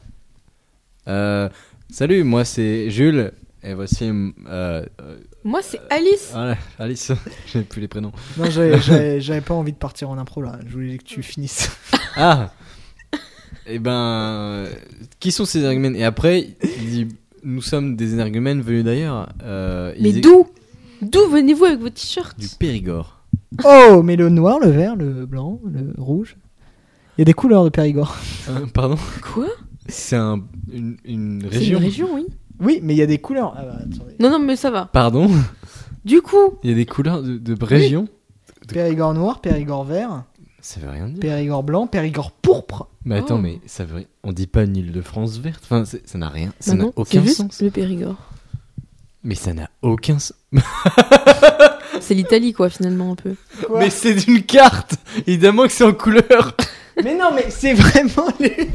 Euh, salut, moi c'est Jules. Et voici. m- Euh, euh,
moi c'est Alice.
ah, Alice, j'ai plus les prénoms.
Non, j'avais- j'avais j'avais pas envie de partir en impro là. Je voulais que tu finisses.
Ah Eh ben. euh, Qui sont ces énergumènes Et après, il dit Nous sommes des énergumènes venus d'ailleurs. Euh,
Mais
ils-
d'où D'où venez-vous avec vos t-shirts
Du Périgord.
Oh, mais le noir, le vert, le blanc, le rouge. Il y a des couleurs de Périgord.
Euh, pardon
Quoi
C'est un, une, une
C'est une
région.
région, oui.
Oui, mais il y a des couleurs. Ah bah, attendez.
Non, non, mais ça va.
Pardon
Du coup,
Il y a des couleurs de, de région
Périgord noir, Périgord vert,
Ça veut rien dire.
Périgord blanc, Périgord pourpre.
Mais attends,
Oh.
mais ça veut rien. On dit pas une île de France verte. Enfin, c'est- ça n'a rien. Ça
bah
n'a
non, c'est
aucun
juste
sens.
le Périgord.
Mais ça n'a aucun sens.
C'est l'Italie, quoi, finalement, un peu.
Quoi
Mais c'est une carte Évidemment que c'est en couleur
Mais non, mais c'est vraiment les-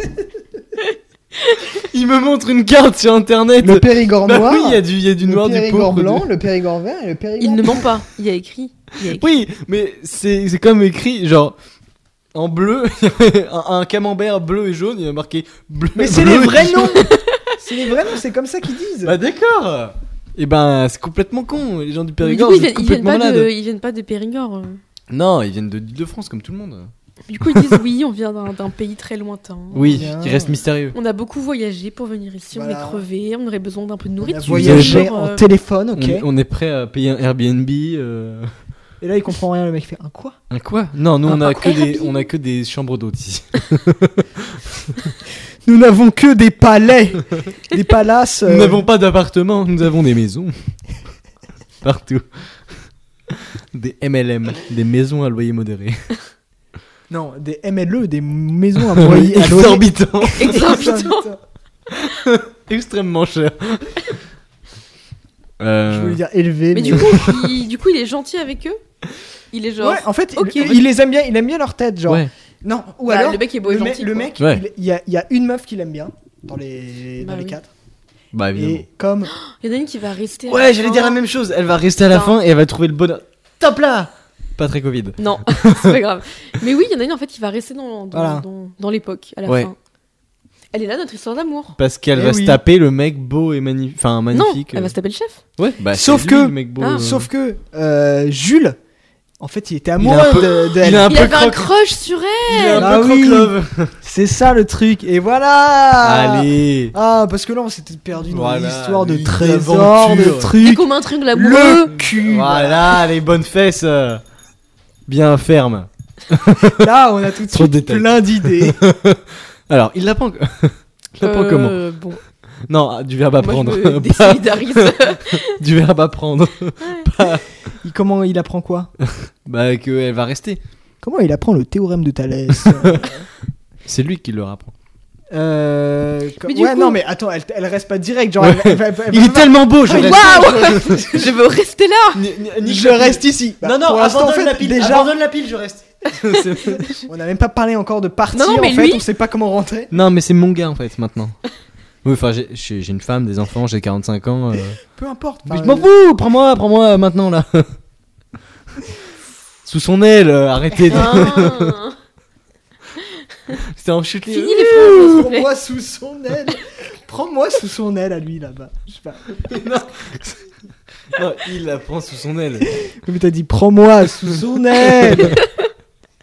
Il me montre une carte sur internet
le Périgord
Bah
noir.
oui, il y a du, il y a du
le
noir, du
Périgord
pourpre. du-
blanc, le Périgord vert et le Périgord.
Il ne ment pas, il y a écrit. Il y a écrit.
Oui, mais c'est c'est comme écrit, genre. En bleu, un, un camembert bleu et jaune, il y a marqué bleu.
Mais c'est
bleu
les
et
vrais
jaune.
noms. c'est les vrais noms. C'est comme ça qu'ils disent.
Bah d'accord Et ben c'est complètement con, les gens du
Mais
Périgord,
du
vous
coup,
êtes
ils viennent, ils viennent
complètement
pas
malades.
de, ils viennent pas de Périgord. euh.
Non, ils viennent de l'Île-de-France comme tout le monde.
Du coup, ils disent oui, on vient d'un d'un pays très lointain.
Oui,
Bien.
qui reste mystérieux.
On a beaucoup voyagé pour venir ici, on
Voilà.
est crevé, on aurait besoin d'un peu de
On a
nourriture.
voyagé en
euh,
téléphone, ok.
On, on est prêt à payer un Airbnb. euh,
Et là, il comprend rien. Le mec fait un quoi
Un Euh, quoi Non, nous on
Un
a que des,
Airbnb.
on a que des chambres d'hôtes ici.
Nous n'avons que des palais, des palaces. euh,
Nous n'avons pas d'appartement, nous avons des maisons partout. Des MLM, des maisons à loyer modéré.
Non, des MLE, des maisons à loyer. à loyer-
Exorbitant,
exorbitant.
extrêmement cher.
Je
Euh,
voulais dire élevé.
Mais
Mais,
du coup, il, du coup, il est gentil avec eux. Il est genre.
ouais, en fait, il-
ok.
il, les aime bien. Il aime bien leur tête, genre.
ouais.
Non, ou
Bah,
alors
le mec est beau et
le, me-
gentil,
le
quoi.
mec,
Ouais.
il il y, a, il y a une meuf qu'il aime bien dans les,
Bah
dans les
oui.
quatre.
Bah évidemment.
Et comme
Il y en a une qui va rester. à
Ouais, j'allais
fin.
dire la même chose. Elle va rester à la
Putain.
fin et elle va trouver le bonheur. Top là Pas très Covid.
Non, c'est pas grave. Mais oui, il y en a une en fait qui va rester dans, dans,
Voilà.
dans, dans l'époque à la
Ouais.
fin. Elle est là, notre histoire d'amour.
Parce qu'elle
Eh
va
oui.
se taper le mec beau et magnifique. Enfin,
Non,
magnifique.
elle
euh.
va se taper le chef.
Ouais, bah, c'est
Sauf
lui,
que-
le mec beau,
Ah.
euh.
Sauf que euh, Jules, en fait, il était
Il a un
amoureux
peu-
de-
il
d'elle.
a Un
il
peu
avait un
croque.
crush sur elle.
Il est un
Ah
peu
oui.
croque-love.
C'est ça le truc. Et voilà.
Allez.
Ah, parce que là, on s'était perdu dans
Voilà,
l'histoire de
une
trésors, de
aventure.
Et
trucs.
comme un triangle amoureux.
Le cul.
Voilà, les bonnes fesses. euh. Bien ferme.
Là, on a tout de
Trop de
suite
détails.
plein d'idées.
Alors, il l'apprend. il l'apprend
Euh,
comment
Bon,
Non, ah, du verbe
moi je
apprendre.
me
Pas-
désolidarise.
du verbe apprendre.
Il- Comment il apprend quoi
Bah, qu'elle va rester.
Comment il apprend le théorème de Thalès
C'est lui qui leur apprend.
Euh, co-
Mais du
ouais,
coup-
non, mais attends, elle, elle reste pas directe. Genre,
Ouais.
elle- elle- elle-
Il
elle-
est tellement beau, je reste.
Waouh Je veux rester là.
Je reste ici. Bah, pour l'instant, en fait, Déjà,
la pile, je reste. C'est-
on n'a même pas parlé encore de partie.
Non, non,
en
mais
fait,
lui-
on sait pas comment rentrer.
Non, mais c'est mon gars en fait maintenant. Oui, enfin, j'ai- j'ai j'ai une femme, des enfants, j'ai 45 ans. euh.
Peu importe.
Mais je
enfin,
m'en fous, prends-moi, prends-moi euh, maintenant là. Sous son aile, euh, arrêtez. de-
Hein
Ah.
C'était en chute libre.
Fini les phrases, s'il vous plaît.
Prends-moi sous son aile. Prends-moi sous son aile à lui là-bas. Je sais pas.
Non, il la prend sous son aile.
Comme t'as dit, prends-moi sous son aile.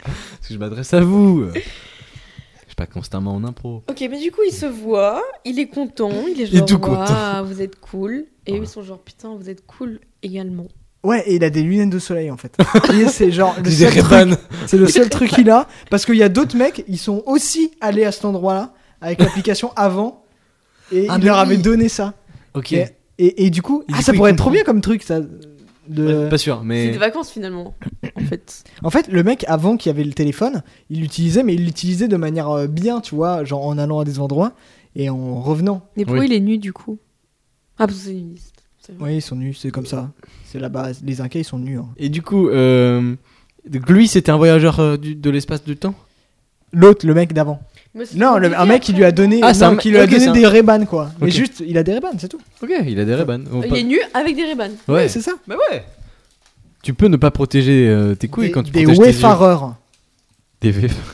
Parce que je m'adresse à vous. euh. Je suis pas constamment en impro.
Ok, mais du coup, il se voit, il est content, il est
Il est
genre,
tout content.
Waouh, vous êtes cool. Et eux,
Ouais.
ils sont genre, putain, vous êtes cool également.
Ouais, et il a des lunettes de soleil en fait. Et c'est genre le
J'ai
seul
des
truc-
Ray-Ban.
C'est le seul truc qu'il a. Parce qu'il y a d'autres mecs, ils sont aussi allés à cet endroit-là avec l'application avant. Et
Ah,
il
mais
leur
oui.
avait donné ça.
Ok.
Et, et, et du coup,
Et
ah,
du
ça
coup,
pourrait
il
être trop
comprend.
bien comme truc ça. De...
Ouais, Euh,
euh,
Pas sûr,
C'est
mais.
des vacances finalement, en fait.
En fait, le mec avant qui avait le téléphone, il l'utilisait, mais il l'utilisait de manière euh, bien, tu vois, genre en allant à des endroits et en revenant.
Mais pourquoi
Oui.
il est nu du coup Ah, parce que c'est nudiste. C'est vrai.
Oui, ils sont nus, c'est comme ça. C'est la base. Les Incas, ils sont nus. hein.
Et du coup, euh, donc lui, c'était un voyageur euh, du- de l'espace du temps
L'autre, le mec d'avant.
Mais c'est
Non, le-
compliqué
un mec qui
après.
lui a donné,
Ah, c'est
non,
un
qui
mec-
lui a
ok,
donné
c'est un-
des Ray-Ban, quoi. Mais
Ok.
juste, il a des Ray-Ban, c'est tout.
Ok, il a des Ray-Ban. Oh,
Il
pas-
est nu avec des rébans.
Ouais,
c'est ça.
Bah ouais Tu peux ne pas protéger euh, tes couilles
des,
quand tu
des
protèges tes yeux.
wayfarers.
Des wayfarers.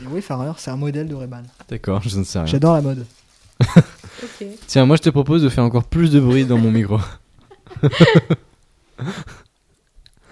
Des wayfarers, c'est un modèle de Ray-Ban.
D'accord, je ne sais rien.
J'adore la mode.
Ok.
Tiens, moi je te propose de faire encore plus de bruit dans mon micro.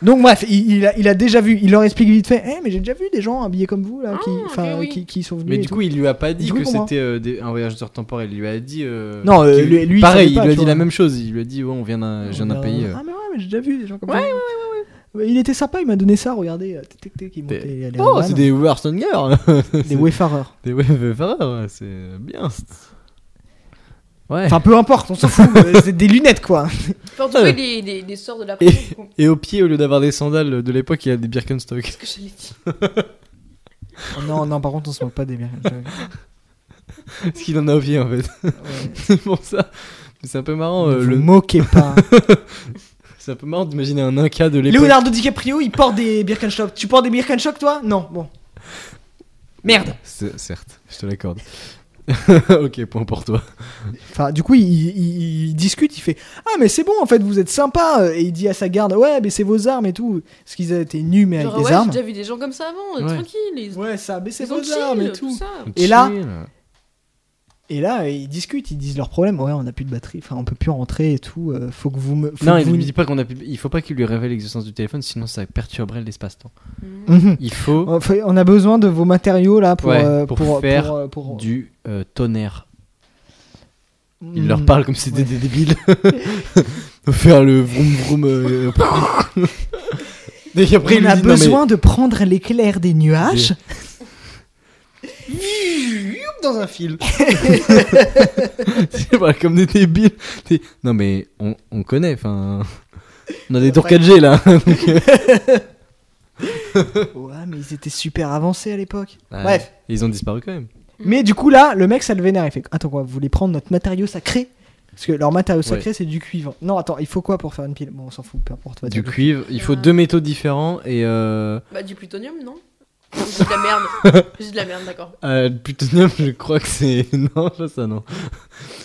Donc bref, il, il a, il a déjà vu, il leur explique vite fait, Eh, mais j'ai déjà vu des gens habillés comme vous là, qui,
Ah,
enfin,
ok, oui.
qui, qui sont venus.
Mais
et
du
tout.
coup, il lui a pas dit
Du coup,
que
pour moi.
c'était euh, des- un voyageur temporel. Il lui a dit. euh,
Non, euh,
que-
lui- lui, il savait
Pareil,
pas,
il lui a
tu
dit la
vois.
même chose. Il lui a dit ouais, on vient d'un, je viens d'un
Euh,
pays. euh.
Ah mais ouais, mais j'ai déjà vu des gens comme
Ouais,
ça. Ouais, Il était sympa, il m'a donné ça, regardez, euh, tic, tic, tic, il
Des-
montait les
Oh,
Ray-Ban. hein.
c'est des Warstonger
des wayfarers.
Des Wayfarers, ouais, c'est bien. Ouais.
Enfin, peu importe, on s'en fout, euh, c'est des lunettes quoi.
Enfin, en tout cas, il est, il est- il est sort de la
Et-
prison, du coup.
Et au pied, au lieu d'avoir des sandales de l'époque, il a des Birkenstock.
Qu'est-ce que j'allais dire
Oh, non, non, par contre, on se moque pas des merdes.
Parce qu'il en a au pied en fait. c'est pour ça. Mais c'est un peu marrant.
Ne
euh,
vous
le...
moquez pas.
C'est un peu marrant d'imaginer un Inca de l'époque.
Leonardo DiCaprio, il porte des Birkenstock. Tu portes des Birkenstock toi Non, bon. Merde.
C'est- Certes, je te l'accorde. ok, point pour toi.
Enfin, du coup, il, il- il discute, il fait Ah, mais c'est bon, en fait, vous êtes sympa. Et il dit à sa garde Ouais, mais c'est vos armes et tout. Parce qu'ils étaient nus, mais
Genre,
avec des
ouais, j'ai
armes.
déjà vu des gens comme ça avant, euh,
Ouais.
tranquille. Ils,
Ouais, ça, mais c'est
ils ont
vos
chill,
armes et
tout.
tout.
ça.
Et là-
Chill.
Et là, ils discutent, ils disent leurs problèmes. Ouais, on a plus de batterie, enfin, on peut plus rentrer et tout. euh, faut que vous me. faut
Non,
que
il
vous...
lui dit pas qu'on a. pu- Il faut pas qu'il lui révèle l'existence du téléphone, sinon ça perturberait l'espace-temps.
Mhm.
Mhm.
Il faut
On fait- On a besoin de vos matériaux là pour,
Ouais,
euh,
pour faire
euh, pour-
du euh, tonnerre. Il
Mhm.
leur parle comme si c'était
Ouais.
des débiles. Faire le vroom vroom. euh, Et après, il
on
lui
a
dit, non, mais-
besoin de prendre l'éclair des nuages.
dans un fil. C'est pas comme des débiles. T'es- Non mais on, on connaît, enfin. On a des tours 4G là.
ouais, mais ils étaient super avancés à l'époque.
Ouais.
Bref.
Ils ont disparu quand même.
Mm.
Mais du coup, là, le mec, ça le vénère. Il fait Attends, quoi, vous voulez prendre notre matériau sacré Parce que leur matériau sacré, c'est du cuivre. Non, attends, il faut quoi pour faire une pile Bon, on s'en fout, peu importe. on va
Du
dire.
cuivre, il faut
Ah.
deux métaux différents et euh,
Bah, du plutonium, non J'ai de la merde. J'ai de la merde, d'accord.
euh, le plutonium, je crois que c'est non, ça, ça non.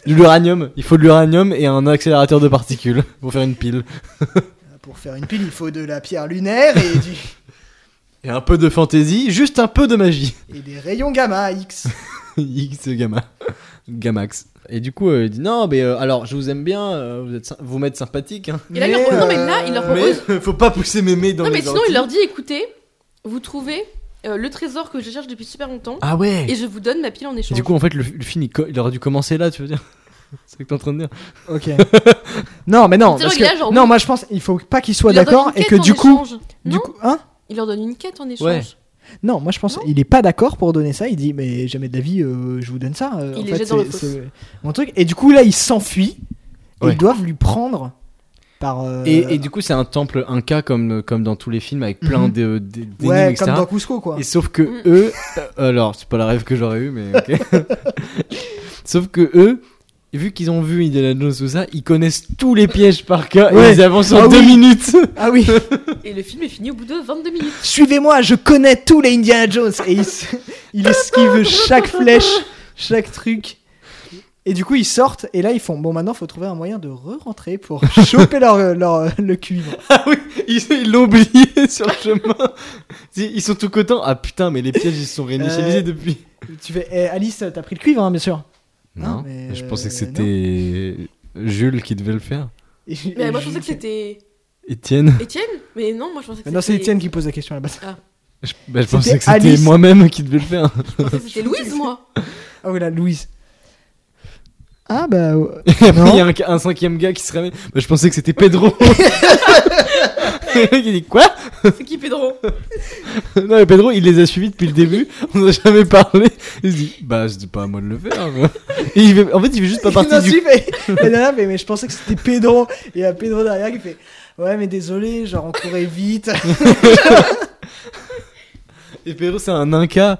De L'uranium, il faut de l'uranium et un accélérateur de particules pour faire une pile
Pour faire une pile, il faut de la pierre lunaire et, du-
et un peu de fantaisie, juste un peu de magie.
et des rayons gamma X.
X gamma. Gamax. Et du coup, euh, il dit non, mais euh, alors je vous aime bien, euh, vous, êtes, sy- vous m'êtes sympathique, hein,
Et là, il leur- non, mais là, il leur
euh,
mais
propose-
faut pas pousser mes mets dans
Non,
les
mais sinon,
orties.
il leur dit écoutez, vous trouvez euh, le trésor que je cherche depuis super longtemps
Ah ouais
et je vous donne ma pile en
Et
échange.
Du coup, en fait, le, le film, il, co- il aurait dû commencer là, tu veux dire C'est ce que t'es en train de dire.
euh, Ok. non, mais non.
C'est
Parce
vrai, il
que...
a genre-
Non, moi je pense il faut pas qu'ils soient
Il leur donne
d'accord
une
et
quête
que
en
du coup,
échange.
du
Non,
coup, hein
il leur donne une quête en échange.
Ouais.
Non, moi je pense
Non.
il est pas d'accord pour donner ça. Il dit mais jamais de la vie, euh, je vous donne ça. euh,
Il
en
les
fait,
jette dans le
c'est-
fosse.
c'est mon truc. Et du coup là, il s'enfuit et
Ouais.
ils doivent lui prendre par. euh,
Et, et du coup, c'est un temple inca comme, comme dans tous les films avec plein
Mhm.
de- de- d'énigmes,
ouais,
etc.
comme dans Cusco quoi.
Et sauf que
Mm.
eux, euh, alors c'est pas la rêve que j'aurais eu, mais ok. sauf que eux, vu qu'ils ont vu Indiana Jones tout ça, ils connaissent tous les pièges par cœur
Ouais.
et ils avancent en
Ah
deux
oui.
minutes.
Ah oui.
Et le film est fini au bout de 22 minutes.
Suivez-moi, je connais tous les Indiana Jones. Et il, s- il esquive chaque flèche, chaque truc. Et du coup, ils sortent. Et là, ils font Bon, maintenant, faut trouver un moyen de re-rentrer pour choper leur, leur- le cuivre.
Ils ils l'ont oublié sur le chemin. Si, Ils sont tout contents. Ah putain, mais les pièges ils se sont réinitialisés
Euh,
depuis.
Tu fais Eh, Alice, t'as pris le cuivre, hein, bien sûr. Non,
Non,
mais
je pensais que
euh,
c'était Jules qui devait le faire.
Et-
Mais
et
moi,
je-
je pensais que c'était
Étienne,
Étienne. Mais non, moi, je pensais que
Mais Non, c'est
c'était
Étienne qui pose la question à la base.
je, bah, je
C'était
pensais que c'était
Alice.
moi-même qui devais le faire.
je pensais que c'était Louise, moi.
Ah, voilà, Louise. Ah, bah. euh,
Et après,
Non.
il y a un, un cinquième gars qui se ramène. Bah, je pensais que c'était Pedro. il dit quoi
C'est qui Pedro
Non, mais Pedro, il les a suivis depuis le début. On n'a jamais parlé. Il se dit, bah, c'est pas à moi de le faire. quoi. Et il fait- en fait, il fait juste pas
non,
partie
si,
du.
mais, mais, non, non, mais- mais je pensais que c'était Pedro. Et il y a Pedro derrière qui fait Ouais, mais désolé, genre, on courait vite.
Et Pedro, c'est un Inca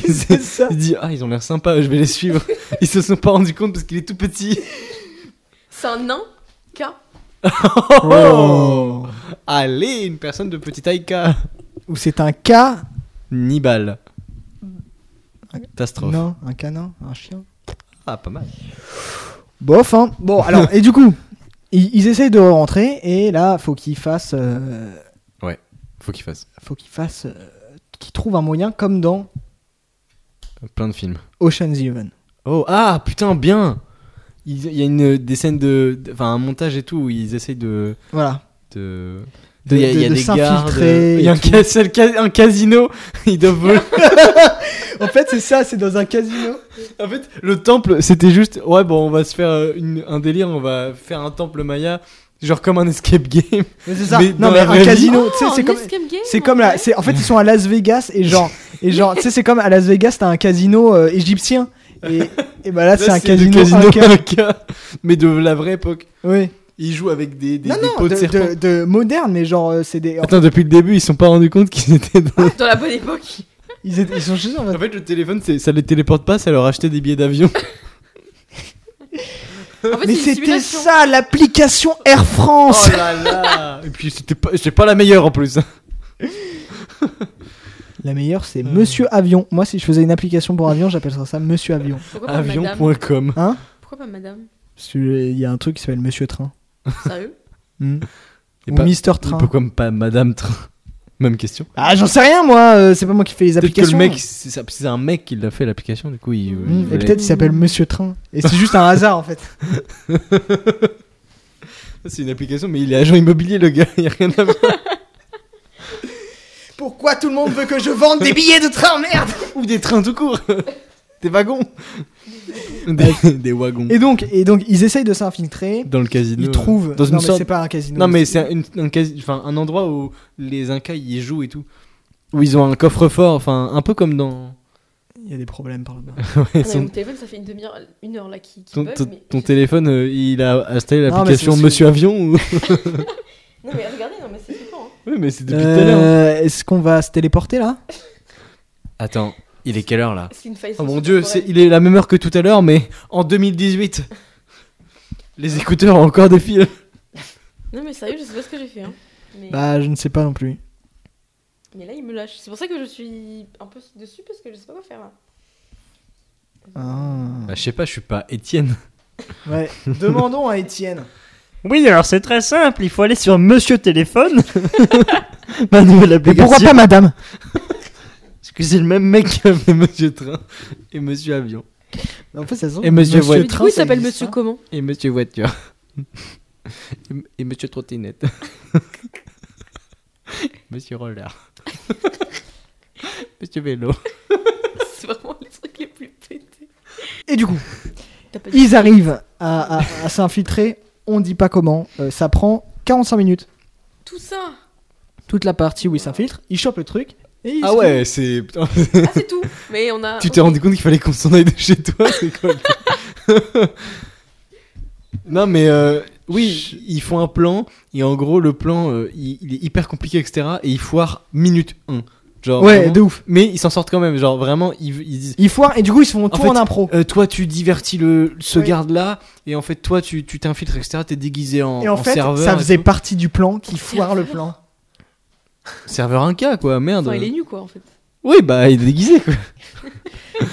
C'est ça.
il dit, ah, ils ont l'air sympas, je vais les suivre. Ils se sont pas rendus compte parce qu'il est tout petit.
C'est un nain K.
Oh.
Allez, une personne de petite taille K.
Ou c'est un cas
Nibal. Catastrophe.
Non, un canin, un chien.
Ah, pas mal.
Bof, hein. Bon, alors, et du coup, ils, ils essayent de rentrer, et là, faut qu'ils fassent. euh,
Faut qu'il fasse
faut qu'ils fassent. euh, qu'ils trouvent un moyen comme dans
plein de films.
Ocean's Eleven.
Oh, ah putain, bien Il il y a une, des scènes de. de- Enfin, un montage et tout où ils essayent de.
Voilà.
de...
De-
il y a, il y a
de- de
des gardes,
s'infiltrer
il y a
et
un,
tout.
ca- seul ca- un casino, ils doivent voler.
En fait, c'est ça, c'est dans un casino.
En fait, le temple, c'était juste, ouais, bon, on va se faire euh, une- un délire, on va faire un temple maya, genre comme un escape game.
Mais c'est ça.
Mais dans
non, mais
la
un
vraie vie-
casino,
Oh,
tu sais, Ah, c'est
un
comme.
escape game,
C'est comme là,
ok.
c'est en fait ils sont à Las Vegas et genre et genre tu sais c'est comme à Las Vegas t'as un casino euh, égyptien et et bah là
Là,
c'est un
le
casino, ah, inca.
inca, mais de la vraie époque.
Oui.
Ils jouent avec des, des,
Non
des
non
pots de,
de,
serpent.
de, de moderne mais genre euh, c'est des en
Attends, depuis le début, ils se sont pas rendus compte qu'ils étaient dans.
Dans la bonne époque.
Ils, étaient- ils sont chez eux en fait.
En fait, le téléphone, c'est- ça les téléporte pas, ça leur achetait des billets d'avion.
En fait,
Mais
c'est une
c'était
simulation.
ça l'application Air France.
Oh là là Et puis c'était pas, c'était pas la meilleure en plus.
La meilleure
Euh.
c'est Monsieur Avion. Moi si je faisais une application pour avion j'appellerais ça Monsieur Avion.
Pourquoi pas madame
Avion.com.
Hein
Pourquoi pas madame
Parce que, euh, Il y a un truc qui s'appelle Monsieur Train.
Sérieux
Hmm.
Et
Ou
pas-
Mister Train.
Pourquoi pas Madame Train Même question.
Ah j'en sais rien moi. euh, c'est pas moi qui fais les
Peut-être que
applications.
le mec, c'est ça- c'est un mec qui l'a fait l'application, du coup il.
Hmm,
il
Et
voulait-
peut-être il s'appelle Monsieur Train. Et c'est juste un hasard en fait.
C'est une application, mais il est agent immobilier le gars, il y a rien à voir.
Pourquoi tout le monde veut que je vende des billets de train merde
Ou des trains tout court Des wagons Des, des wagons.
Et donc et donc ils essayent de s'infiltrer.
Dans le casino.
Ils trouvent.
Dans
non
une
mais
sorte-
c'est pas un casino.
Non, mais c'est un, une- un casi- enfin, un endroit où les Incas y jouent et tout. Où ils ont un coffre-fort, enfin un peu comme dans.
Il y a des problèmes par là-bas.
Ouais,
Ah, mais
son-
Mon téléphone, ça fait une demi-heure, une heure là qui, qui
Ton,
bug,
ton-
mais-
ton téléphone, euh, il a installé
Non, mais
l'application
c'est- c'est-
Monsieur Avion ou...
Non, mais regardez, non, mais c'est flippant. hein.
Oui, mais c'est
Euh, Est-ce qu'on va se téléporter là
Attends, il est quelle heure là
C'est une faille.
Oh mon dieu, c'est- il est la même heure que tout à l'heure, mais en 2018 Les écouteurs ont encore des fils
Non, mais sérieux, je sais pas ce que j'ai fait. Hein. Mais...
Bah je ne sais pas non plus.
mais là, il me lâche. C'est pour ça que je suis un peu dessus parce que je sais pas quoi faire là.
Ah.
Bah, je sais pas, je suis pas Étienne.
Ouais. Demandons à Étienne.
Oui, alors c'est très simple, il faut aller sur Monsieur Téléphone, ma nouvelle
Mais
application.
pourquoi pas madame
que c'est le même mec qui a fait Monsieur Train et Monsieur Avion
En fait, ça se trouve,
Et Monsieur
Mais
Voiture
du
Train,
coup, il
ça
s'appelle
existe,
Monsieur
hein.
comment
et Monsieur Voiture Et- et Monsieur Trottinette. Monsieur Roller. Monsieur Vélo.
C'est vraiment les trucs les plus pétés.
hein.
Et du coup,
T'as pas dit
ils arrivent à, à- à s'infiltrer. On dit pas comment. Euh, ça prend 45 minutes.
tout ça
Toute la partie où ils s'infiltrent, ils chopent le truc. Et ils
Ah
se-
ouais, c'est. putain,
Ah, c'est tout Mais on
Ah,
a.
tu t'es rendu compte qu'il fallait qu'on s'en aille de chez toi, c'est quoi le- Non, mais euh, oui, ils font un plan, et en gros, le plan, euh, il, il est hyper compliqué, etc. Et ils foirent minute 1. Genre,
Ouais,
vraiment.
de ouf.
Mais ils s'en sortent quand même, genre vraiment, ils, ils disent.
Ils foirent et du coup, ils se font tout
fait,
en impro.
euh, toi, tu divertis le, ce
Ouais.
garde-là, et en fait, toi, tu tu t'infiltres, etc. T'es déguisé en,
Et en,
en
fait,
serveur.
ça
et
faisait
tout.
partie du plan qu'ils foirent le plan.
Serveur 1K, quoi, merde.
Enfin, il est nu, quoi, en fait.
Oui, bah, il est déguisé, quoi.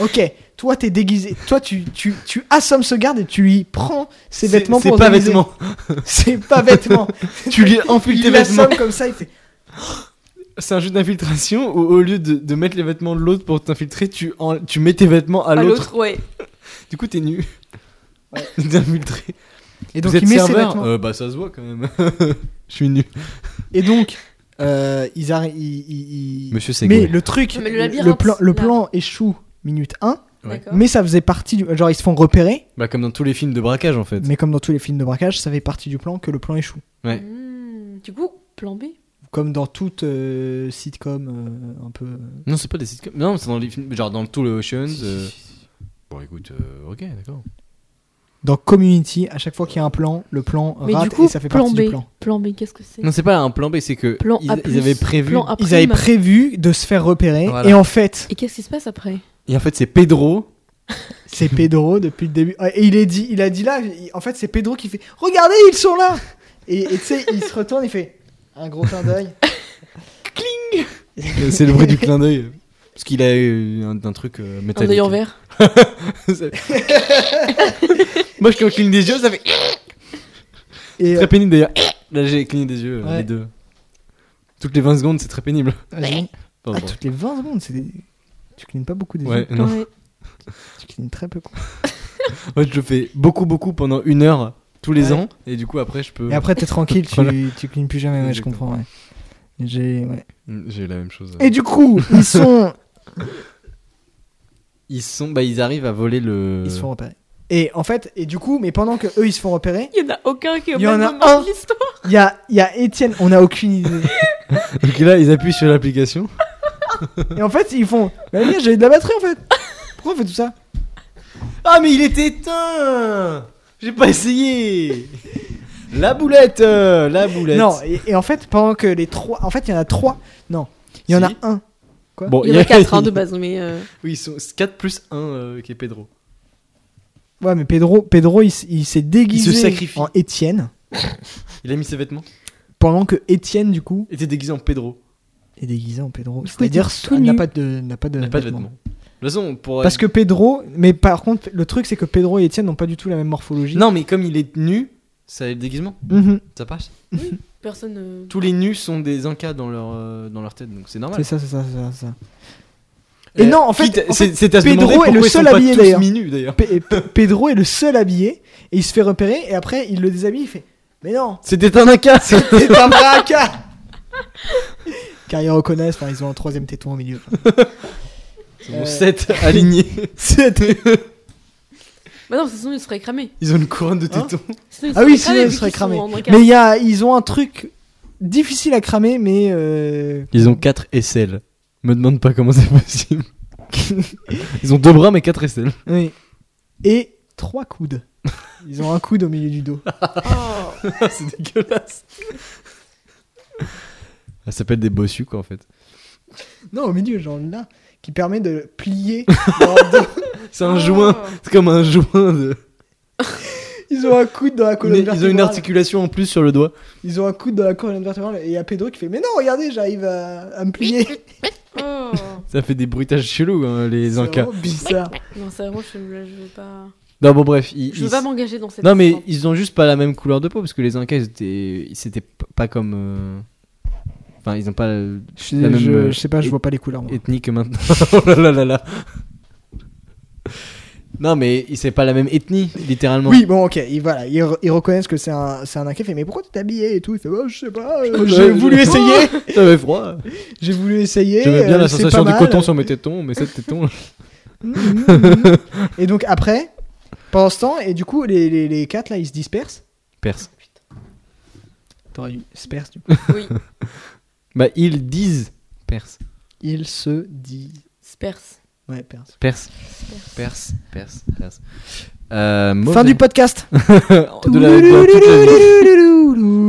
Ok, toi t'es déguisé, toi tu, tu, tu assommes ce garde et tu lui prends ses
C'est-
vêtements
C'est
pour se
pas
déguiser.
vêtements.
C'est pas vêtements.
tu lui enfiles tes
Il
vêtements.
l'assomme comme ça, il fait.
C'est un jeu d'infiltration où au lieu de, de mettre les vêtements de l'autre pour t'infiltrer, tu, en- tu mets tes vêtements à
À
l'autre.
l'autre, ouais.
Du coup, t'es nu. D'infiltrer.
Et donc
Vous êtes
il met ses
serveur
vêtements.
Euh, Bah, ça se voit quand même. Je suis nu.
Et donc euh, ils arrivent. Ils, ils- ils-
Monsieur
Mais le truc,
Mais le
le,
labyrinthe,
plan, le
là.
plan échoue minute 1,
Ouais.
D'accord.
mais ça faisait partie du. Genre ils se font repérer,
Bah, comme dans tous les films de braquage en fait.
mais comme dans tous les films de braquage, ça fait partie du plan que le plan échoue.
Ouais.
Mmh. Du coup, plan B.
Comme dans toute euh, sitcom euh, un peu. euh,
Non, c'est pas des sitcoms. Non, c'est dans les films. Genre dans le tout le Oceans. euh, Bon, écoute, euh, ok, d'accord.
Dans Community, à chaque fois qu'il y a un plan, le plan
Mais
rate
du coup,
et ça fait
plan
partie
B.
du plan.
Plan B, qu'est-ce que c'est
Non, c'est pas un plan B, c'est que.
Plan
ils,
A+,
ils avaient prévu.
plan A
Ils avaient
prime.
prévu de se faire repérer
Voilà.
et en fait.
Et qu'est-ce qui se passe après
Et en fait, c'est Pedro.
C'est Pedro depuis le début. Et il, est dit, il a dit là, il- en fait, c'est Pedro qui fait Regardez, ils sont là Et et tu sais, il se retourne, il fait un gros clin d'œil.
euh, c'est le bruit du clin d'œil. Parce qu'il a eu un, un truc euh,
Un
métallique.
œil en verre.
Moi, je cligne des yeux, ça fait.
Et euh,
Très pénible d'ailleurs. Là, j'ai cligné des yeux, euh,
Ouais.
les deux. Toutes les 20 secondes, c'est très pénible.
euh, vas-y.
Enfin,
Ah,
bon.
toutes les 20 secondes, c'est des- tu clignes pas beaucoup des
Ouais,
yeux.
non.
Ouais.
Tu clignes très peu. quoi.
En fait, je fais beaucoup, beaucoup pendant une heure tous les
Ouais.
ans, et du coup, après, je peux.
Et après, t'es tranquille,
Voilà.
tu, tu clignes plus jamais. Ouais, je comprends. Ouais. J'ai- ouais.
Mm, J'ai eu la même chose.
Et du coup, ils sont,
Ils sont, bah, ils arrivent à voler le.
ils se font repérer. Et en fait, et du coup, mais pendant que eux ils se font repérer,
Il y en a aucun qui est au
Il y en
même
a
moment
un.
de l'histoire.
il y a, il y a Étienne, on a aucune idée.
Donc là, ils appuient sur l'application.
Et en fait, ils font Bah, merde, j'avais de la batterie en fait. Pourquoi on fait tout ça
Ah, mais il est éteint J'ai pas essayé La boulette euh, La boulette
Non, et, et en fait, pendant que les trois. En fait, il y en a trois. Non, il y en
Si.
a un.
Bon,
Il y en a quatre hein, de base, mais. euh,
Oui, ils sont 4 plus 1 qui est Pedro.
Ouais, mais Pedro, Pedro il, s- il s'est déguisé
Il se sacrifie.
en Étienne.
Il a mis ses vêtements.
Pendant que Étienne, du coup,
Il était déguisé en Pedro.
est déguisé en Pedro.
Du coup, il
C'est-à-dire,
était tout
il n'a
nu.
pas de, n'a pas de,
Il n'a pas de vêtements. De toute façon, pour.
Parce que Pedro. Mais par contre, le truc, c'est que Pedro et Étienne n'ont pas du tout la même morphologie.
Non, mais comme il est nu, ça a le déguisement.
Mhm,
Ça passe.
Personne. euh,
Tous les nus sont des encas dans leur, euh, dans leur tête, donc c'est normal.
C'est ça, c'est ça, c'est ça. c'est ça. Et non, en fait,
Euh, quitte-
en
c'est-
fait,
c'est à se
Pedro
demander
est
pourquoi
le
ils sont
seul
pas
habillé,
tous
d'ailleurs.
mi-nus, d'ailleurs.
Pe- Pe- Pedro est le seul habillé et il se fait repérer et après, il le déshabille, il fait Mais non
C'était un inca.
C'est un braquard Car ils reconnaissent, enfin, ils ont un troisième téton au milieu.
Ils ont 7 alignés.
Bah non, parce que sinon ils seraient cramés.
Ils ont une couronne de
Hein
tétons.
Sinon, ils
Ah oui,
seraient
sinon ils
vu
seraient
qu'ils sont
cramés.
en encas.
Mais il y a, ils ont un truc difficile à cramer, mais euh,
Ils ont 4 aisselles. Me demande pas comment c'est possible. Ils ont deux bras mais quatre aisselles.
oui. Et trois coudes. Ils ont un coude au milieu du dos.
Oh,
c'est dégueulasse. Ah, Ça s'appelle des bossus quoi en fait.
Non, au milieu, genre là, qui permet de plier. leur dos.
C'est un joint.
Oh.
C'est comme un joint de.
Ils ont un coude dans la colonne
Mais
vertébrale.
ils ont une articulation en plus sur le doigt.
Ils ont un coude dans la colonne vertébrale. Et il y a Pedro qui fait Mais non, regardez, j'arrive à, à me plier.
Oh.
Ça fait des bruitages chelous hein, les
C'est
encas.
vraiment bizarre.
Non, c'est vraiment, je, là, je veux pas.
Non bon bref. Ils,
Je veux
ils-
pas m'engager dans cette.
Non mais
histoire.
ils ont juste pas la même couleur de peau parce que les Incas ils étaient ils- c'était p- pas comme euh, Enfin, ils n'ont pas euh,
Je,
La même,
je-
euh,
je sais pas, je
et-
vois pas les couleurs. moi.
ethnie que maintenant. oh là là là là. Non, mais c'est pas la même ethnie, littéralement.
Oui, bon, ok, ils, voilà, ils, re- ils reconnaissent que c'est un, c'est un inca, il fait, mais pourquoi t'es habillé et tout Il fait, oh, je sais pas, euh, j'ai
je-
voulu essayer,
J'avais froid.
j'ai voulu essayer.
J'aimais bien
euh,
la
c'est
sensation
pas
du
mal.
coton sur mes tétons, mais cette téton.
Et donc après, pendant ce temps, et du coup, les, les, les quatre là, ils se dispersent.
Perse.
T'aurais dû se perse, du coup.
Oui,
Bah, ils disent Perse.
Ils se disent.
Sperse.
Ouais, perse.
Perse. Perse. Perse. Perse. Euh, mauvais.
Fin du podcast.
de la, de toute la vie.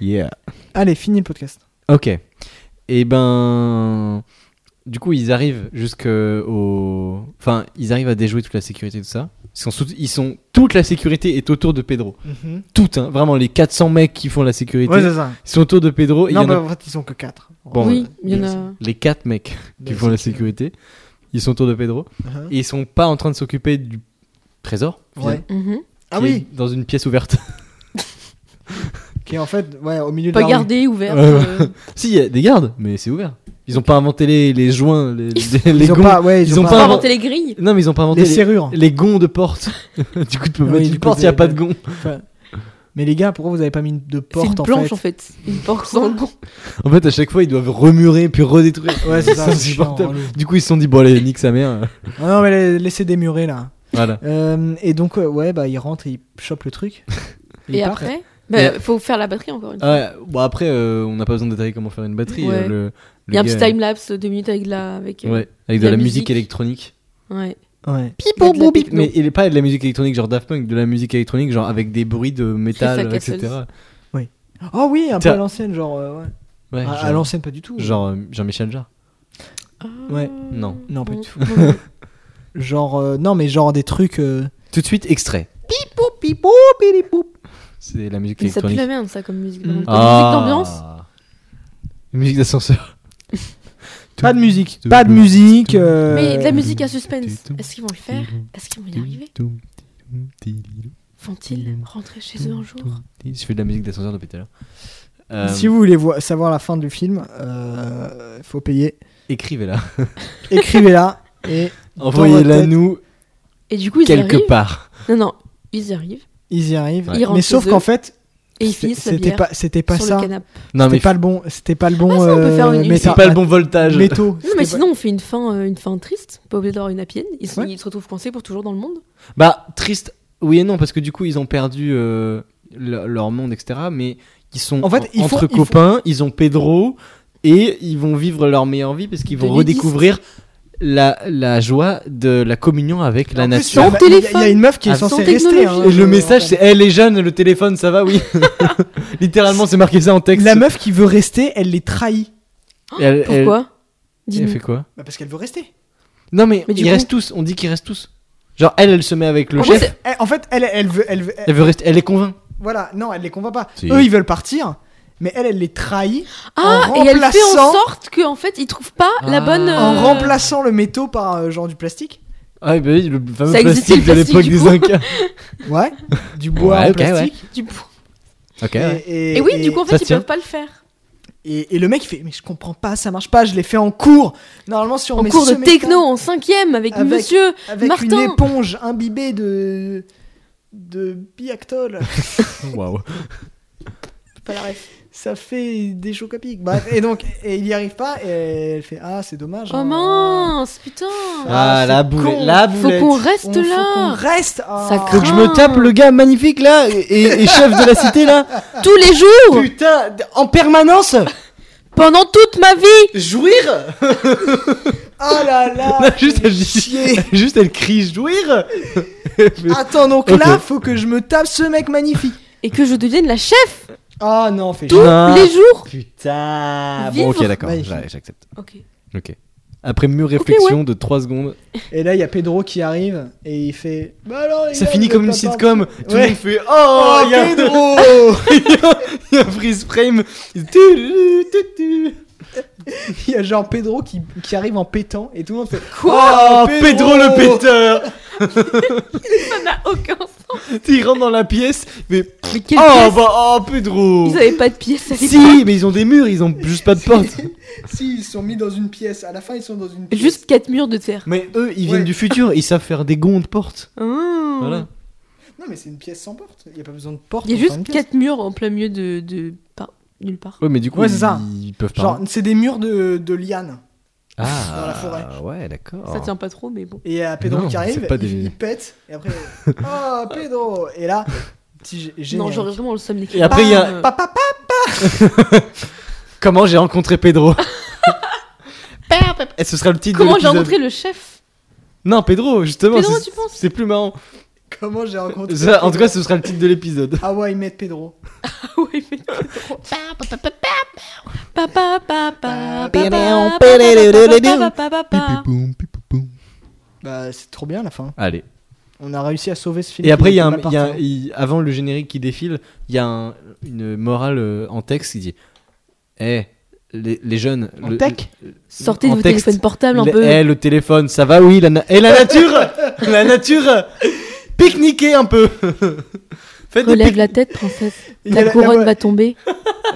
Yeah.
Allez, fini le podcast.
Ok. Et ben. Du coup, ils arrivent jusqu'au. Enfin, ils arrivent à déjouer toute la sécurité, tout ça. Ils sont, sous- ils sont. Toute la sécurité est autour de Pedro. Tout, hein. Vraiment, les 400 mecs qui font la sécurité.
Mhm. Ouais, c'est ça.
ils sont autour de Pedro. et
Non,
il y en a-
bah, en fait, ils sont que quatre.
Bon, euh,
oui, il y en a.
Les 4 mecs qui font la sécurité. Ils sont autour de Pedro.
Uh-huh.
Et ils sont pas en train de s'occuper du trésor.
Ouais.
Mhm.
Ah
qui est
oui,
Dans une pièce ouverte.
qui est en fait, ouais, au milieu de
Pas
la rue.
gardé, ouvert.
Ouais,
euh,
Si, il y a des gardes, mais c'est ouvert. Ils ont pas inventé les, les joints, les, les, les
Ils ont
gonds.
pas, ouais, ils, ont,
Pas
pas,
inventer les grilles.
Non, mais ils ont pas inventé
les
les,
serrures.
les gonds de porte. du coup, tu peux
Oui,
mettre
du
une
coup,
porte, il n'y a
c'est-
pas de gonds.
Enfin, mais les gars, pourquoi vous avez pas mis de
C'est une
porte en
planche
fait
en fait. Une porte sans le gond.
En fait, à chaque fois, ils doivent remurer puis redétruire.
Ouais, c'est ça, c'est chiant.
insupportable. Du coup, ils se sont dit, bon, allez, nique sa mère.
Non, non, mais la- laissez démurer là.
Voilà.
Euh, et donc, euh, ouais, bah, il rentre, il chope le truc. il
Et
part.
après
Mais-
bah, Faut faire la batterie encore une fois.
Ah, bon, après, euh, on n'a pas besoin de détailler comment faire une batterie.
Ouais.
euh, le-
Il y a un
le
petit
gars-
time-lapse, deux minutes avec de la. Avec, euh,
Ouais, avec
Il
de
y
la,
a
musique,
musique.
électronique.
ouais.
Ouais.
Bon,
Pipo, boubi,
mais il est pas de la musique électronique genre Daft Punk, de la musique électronique genre avec des bruits de métal,
Castles.
etc.
Oh oui, un peu
Tiens.
à l'ancienne, genre. euh, ouais.
Ouais,
à, à
genre,
l'ancienne, pas du tout.
genre, euh, Jean-Michel Jarre.
Ouais.
Ah. Non.
Non, pas du
tout.
Genre, euh, non, mais genre des trucs. euh,
Tout de suite, extrait.
pipou, pipou, pilipou.
C'est la musique
Mais ça pue
électronique.
la merde, ça, comme musique.
Mm.
Comme
Ah.
musique d'ambiance.
Musique d'ascenseur.
Pas de musique, pas de musique. euh,
Mais de la musique à
tu-
suspense.
tu-
Est-ce qu'ils vont le faire Est-ce qu'ils vont y arriver Vont-ils rentrer chez eux un jour
Je fais de la musique d'ascenseur depuis tout à l'heure. Euh,
Si vous voulez vo- savoir la fin du film, euh, faut payer.
Écrivez-la.
Écrivez-la et dans votre
Envoyez-la
tête,
nous
Et du coup, ils y
quelque
arrivent.
part.
Non, non, ils y arrivent.
Ils y arrivent.
Ils
Mais
rentrent
sauf
chez
qu'en
eux
fait,
Et ils
c'était
finissent la
c'était
bière
pas, c'était pas
sur
ça.
le canapé.
Non, mais
C'était pas le bon. C'était pas le bon.
Ah, ça, on peut
euh,
faire une-
méta-
c'est pas le bon voltage.
Métaux.
Non,
C'était
mais
pas-
sinon, on fait une fin, euh, une fin triste. Pas obligé d'avoir une happy end. Ils, sont-
Ouais.
ils se retrouvent coincés pour toujours dans le monde.
Bah, triste, oui et non, parce que du coup, ils ont perdu euh, le- leur monde, etc. Mais ils sont
En fait,
en-
il faut-
entre
il faut-
copains, ils ont Pedro, et ils vont vivre leur meilleure vie, parce qu'ils
De
vont
ludiste.
redécouvrir la, la joie de la communion avec la
En plus,
nature.
il y a-
Sans
il y a- Il y a
téléphone.
une meuf qui est
Ah,
censée
sans
rester. hein,
technologie.
Et le
je-
message, c'est Eh les jeunes, le téléphone, ça va, oui. Littéralement, c'est marqué ça en texte.
La meuf qui veut rester, elle les trahit.
Et elle- elle-
Pourquoi
Elle,
Dis-nous.
fait quoi
Bah parce qu'elle veut rester.
Non, mais,
Mais du
ils
coup-
restent tous, on dit qu'ils restent tous. Genre, elle, elle se met avec le
En
chef,
fait,
Elle- en fait, elle, elle veut, elle, veut- elle-
elle, veut rester, elle est convaincue.
voilà, non, elle les convainc pas.
Si.
Eux, ils veulent partir, mais elle, elle les trahit
Ah,
En
et elle fait
remplaçant-
en sorte qu'en fait, ils trouvent pas la
Ah.
bonne.
En
en
euh,
remplaçant le métaux par euh, genre du plastique.
Ah, oui, bah oui, le fameux
Ça existait,
plastique
le
de
plastique,
l'époque des
du coup.
Incas.
Ouais, du bois
Ouais,
en
ok, ouais.
plastique.
du bout.
Ok,
Et,
ouais.
Et, oui, du coup, en
ça
fait, ils
tient.
peuvent pas le faire.
et- et le mec il fait mais je comprends pas, ça marche pas, je l'ai fait en cours. Normalement si on
En
met
cours
Oh, ce
de
métal
techno, en cinquième, avec,
Avec-
monsieur.
avec une
Martin.
éponge imbibée de de biactol,
Waouh.
Pas la ref.
ça fait des chocs à pic. Bref, et donc et il y arrive pas et elle fait ah c'est dommage.
Oh
hein.
mince, putain.
Ah,
Ah,
c'est
la boulette,
con.
la
Faut
boulette.
qu'on reste
On- faut qu'on
là
reste. ah.
Ça
Faut que je me tape le gars magnifique là et, et chef de la cité là.
tous les jours,
Putain, en permanence,
Ah.
pendant toute ma vie.
jouir.
Oh là là
juste,
fais
elle,
chier.
juste elle crie jouir.
Attends, donc
Ok.
là, faut que je me tape ce mec magnifique.
Et que je devienne la chef
Ah non, fais
tous
chier.
Ah.
les jours.
Ah
Putain. Bon,
Vivre.
ok, d'accord,
Ouais,
j'a- j'accepte.
Ok.
Ok. Après mûre réflexion de 3 secondes,
Et là, il y a Pedro qui arrive et il fait. Bah alors, les
ça
gars,
finit
vous
comme une
êtes pas
sitcom. Tout
Ouais.
le monde fait Oh, il y a
Pedro
Il y a un freeze frame. Quoi
partis. Il y a genre Pedro qui, qui arrive en pétant et tout le monde fait.
Oh,
Pedro
Pedro le péteur
Ça n'a aucun sens.
Ils rentrent dans la pièce, mais.
Mais quelle
Oh,
pièce
bah, oh, Pedro
Ils avaient pas de pièce à l'époque.
Si, mais ils ont des murs, ils ont juste pas de porte.
si, ils sont mis dans une pièce. À la fin, ils sont dans une pièce.
Juste quatre murs de terre.
Mais eux, ils
Ouais.
viennent du futur, ils savent faire des gonds de porte.
Ah.
Voilà.
Non, mais c'est une pièce sans porte. Il n'y a pas besoin de porte.
Il y a
pour faire une
juste
pièce.
quatre murs en plein milieu de, de par- nulle part.
Ouais, mais du coup,
Ouais, c'est ça.
ils, ils peuvent pas.
Genre, c'est des murs de, de lianes.
ah,
dans la forêt.
ouais, d'accord.
Ça tient pas trop, mais bon.
Et à Pedro
Non,
qui
c'est
arrive,
pas des-
il, il pète. Et après, oh Pedro Et là, petit gé-
Non,
générique.
j'aurais vraiment le Ah. somme
Et après, il y a-
Pa, pa, pa.
Comment j'ai rencontré Pedro Et ce sera le titre
Comment
de
j'ai
l'épisode.
rencontré le chef
Non, Pedro, justement.
Pedro,
c'est-
tu penses
C'est plus marrant.
Comment j'ai rencontré
Ça, en tout cas,
Pedro
ce sera le titre de l'épisode.
Ah ouais, il met Pedro.
Ouais, mais Pa, pa, pa, pa, pa, pa, pa, pa, pa, pa, pa, pa, pa.
Bah, c'est trop bien la fin.
Allez.
On a réussi à sauver ce film.
Et après,
qui
il y a,
était
un-
mal
il y a un-
parti.
il- avant le générique qui défile, il y a un- une morale euh, en texte qui dit Eh, les, les jeunes.
En
le-
tech
Sortez de
En
vos
texte.
téléphones portables un
le,
peu.
Eh, le téléphone, ça va, oui. La na- eh, la nature La nature Pique-niquez un peu Faites des
Relève
pique-
la tête, princesse.
Il y a
La couronne
la-
va tomber.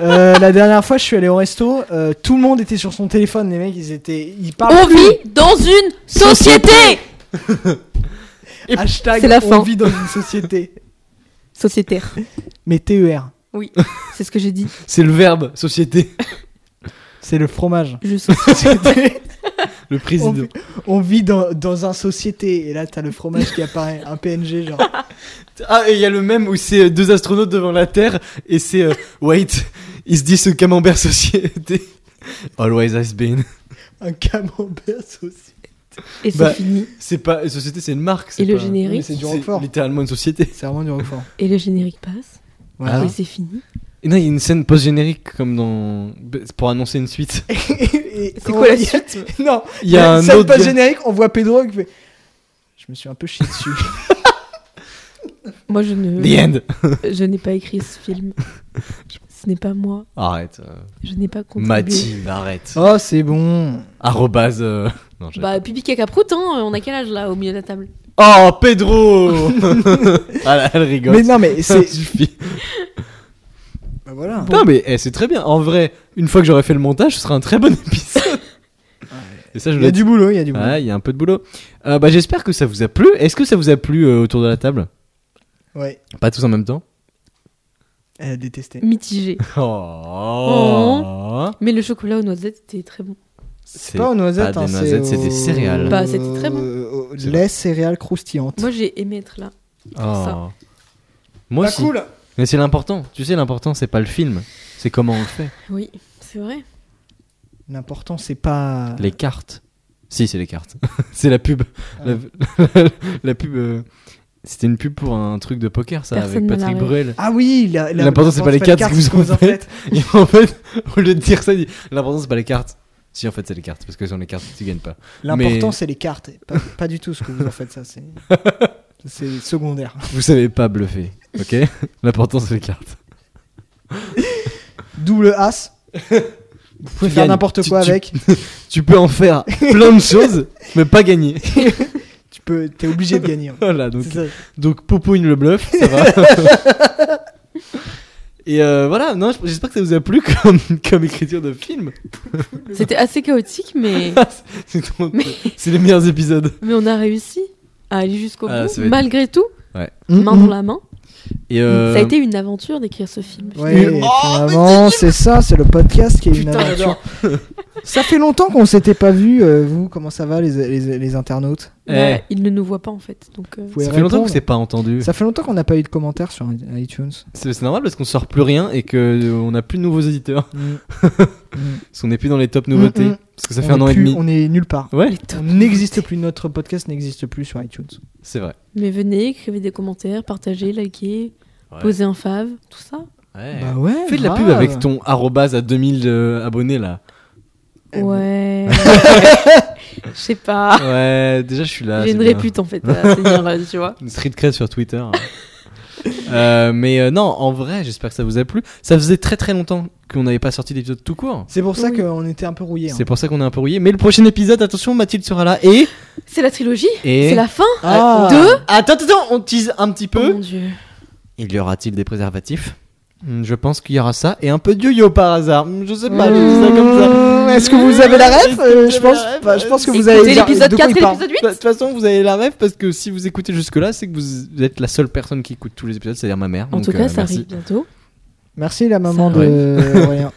Euh, la dernière fois, je suis allé au resto. euh, tout le monde était sur son téléphone. Les mecs, ils étaient. Ils parlent.
On
plus.
vit dans une société
Hashtag.
C'est la fin.
On vit dans une société.
Sociétaire.
Mais E TER,
Oui, c'est ce que j'ai dit.
C'est le verbe, société.
c'est le fromage.
Je suis
Le
On,
président.
vit- on vit dans, dans un société. Et là, t'as le fromage qui apparaît. Un PNG, genre.
Ah, et il y a le même où c'est euh, deux astronautes devant la Terre et c'est euh, Wait, il se dit ce camembert société. Always has been.
Un camembert saucé.
Et c'est
Bah,
fini.
C'est pas. une Société, c'est une marque. c'est
Et le
pas-
générique.
c'est du
C'est
roquefort.
littéralement une société.
C'est vraiment du roquefort.
Et le générique passe.
Voilà.
Et c'est fini.
Et non, il y a une scène post-générique comme dans. pour annoncer une suite.
c'est
quoi la
suite Non,
Il y a un autre.
pas
gars-
générique. On voit Pedro qui fait. Je me suis un peu chié dessus.
Moi, je ne.
The end.
Je n'ai pas écrit ce film. Ce n'est pas moi.
Arrête. euh,
Je n'ai pas contribué.
Mathilde, arrête.
oh, c'est bon.
Arrobase. euh, non, j'ai-
Bah, pipi caca prout, hein. On a quel âge là au milieu de la table
Oh, Pedro Ah là, elle rigole.
Mais non, mais
Ça
c'est.
suffit.
bah voilà.
Non mais eh, c'est très bien. En vrai, une fois que j'aurai fait le montage, ce sera un très bon épisode. Et ça, je
Il y a
le dis.
du boulot, il y a du boulot.
Ouais, il y a un peu de boulot. Euh, bah, j'espère que ça vous a plu. Est-ce que ça vous a plu euh, autour de la table
Ouais.
Pas tous en même temps.
Elle a détesté.
Mitigé.
Oh.
Mais le chocolat aux noisettes était très bon.
C'est pas aux noisettes,
pas
hein,
des noisettes, c'est des
au-
céréales.
Bah, c'était très bon.
au- au-
C'est
Lait céréales croustillantes.
Moi, j'ai aimé être là.
Oh.
ça.
Moi aussi.
cool.
Mais c'est l'important. Tu sais, l'important, c'est pas le film, c'est comment on le fait.
Oui, c'est vrai.
L'important, c'est pas.
Les cartes. Si, c'est les cartes. c'est la pub.
Ah.
La, la pub. euh, C'était une pub pour un truc de poker, ça,
Personne ne
avec Patrick
l'a
Bruel.
Ah oui, la- la-
L'important, c'est pas les
l'important,
cartes que vous en faites. Et en fait, au lieu de dire ça, il dit l'important, c'est pas les cartes. Si, en fait, c'est les cartes, parce que sans les cartes, tu gagnes pas.
L'important,
Mais-
c'est les cartes. Pas, pas du tout ce que vous en faites, ça. C'est c'est secondaire.
Vous savez pas bluffer, ok L'important, c'est les cartes.
Double as. Vous pouvez
Tu
faire
gagnes.
n'importe
Tu-
quoi
tu-
avec.
Tu peux en faire plein de choses, mais pas gagner.
Tu peux, t'es obligé de gagner.
Voilà, donc
C'est ça.
Donc Popouine le bluff, ça va. Et euh, voilà, non, j'p- j'espère que ça vous a plu comme, comme écriture de film.
C'était assez chaotique, mais,
C'est trop-
Mais-
c'est les meilleurs épisodes.
mais on a réussi à aller jusqu'au
Ah, ça
bout,
va être-
malgré tout,
Mm,
main dans
mm.
la main.
Et euh,
Ça a été une aventure d'écrire ce film.
Ouais,
Oh,
finalement, c'est ça, c'est le podcast qui est une
Putain,
aventure. Ça fait longtemps qu'on s'était pas vu, euh, vous, comment ça va les, les, les internautes
eh,
Bah, Il ne nous voit pas en fait. Donc, euh,
Vous pouvez
ça fait longtemps
répondre
que c'est pas entendu.
Ça fait longtemps qu'on n'a pas eu de commentaires sur iTunes.
C'est c'est normal parce qu'on sort plus rien et que euh, on a plus de nouveaux auditeurs. Parce qu'on n'est plus dans les top nouveautés.
Mm, mm.
Parce que ça
On
fait un
est
an et
plus-
demi.
On est nulle part.
Ouais,
On n'existe plus, notre podcast n'existe plus sur iTunes.
c'est vrai.
mais venez, écrivez des commentaires, partagez, likez,
Ouais.
posez un fave, tout ça.
Ouais.
Bah ouais.
Fais de la
grave.
pub avec ton arrobase à 2000 euh, abonnés là.
Ouais. Je sais pas.
Ouais, déjà je suis là.
J'ai
Ah, c'est
une
bien.
répute en fait à tenir, euh, tu vois.
Une street cred sur Twitter. Euh, mais euh, non, en vrai, j'espère que ça vous a plu. Ça faisait très très longtemps qu'on n'avait pas sorti d'épisode tout court.
C'est pour ça
Oui.
qu'on était un peu rouillés. hein.
C'est pour ça qu'on est un peu rouillé. Mais le prochain épisode, attention, Mathilde sera là et.
C'est la trilogie
et...
C'est la fin
Ah.
Deux
Attends, attends, attends, on tease un petit
Oh
peu.
mon dieu.
Il y aura-t-il des préservatifs Hmm, Je pense qu'il y aura ça et un peu de yo-yo par hasard. Hmm, Je sais pas, je dis ça comme ça.
Mmh, Est-ce que vous avez la ref
Est-ce que vous
Euh, Je
avez la
pense,
ref
bah, je pense que vous
Écoutez
avez
l'épisode 4 et l'épisode 8
Bah, De toute façon, vous avez la rêve parce que si vous écoutez jusque-là, c'est que vous êtes la seule personne qui écoute tous les épisodes, c'est-à-dire ma mère.
En
Donc,
tout cas,
euh,
ça
merci.
arrive bientôt.
Merci la maman
Ça
de
va.
Aurélien.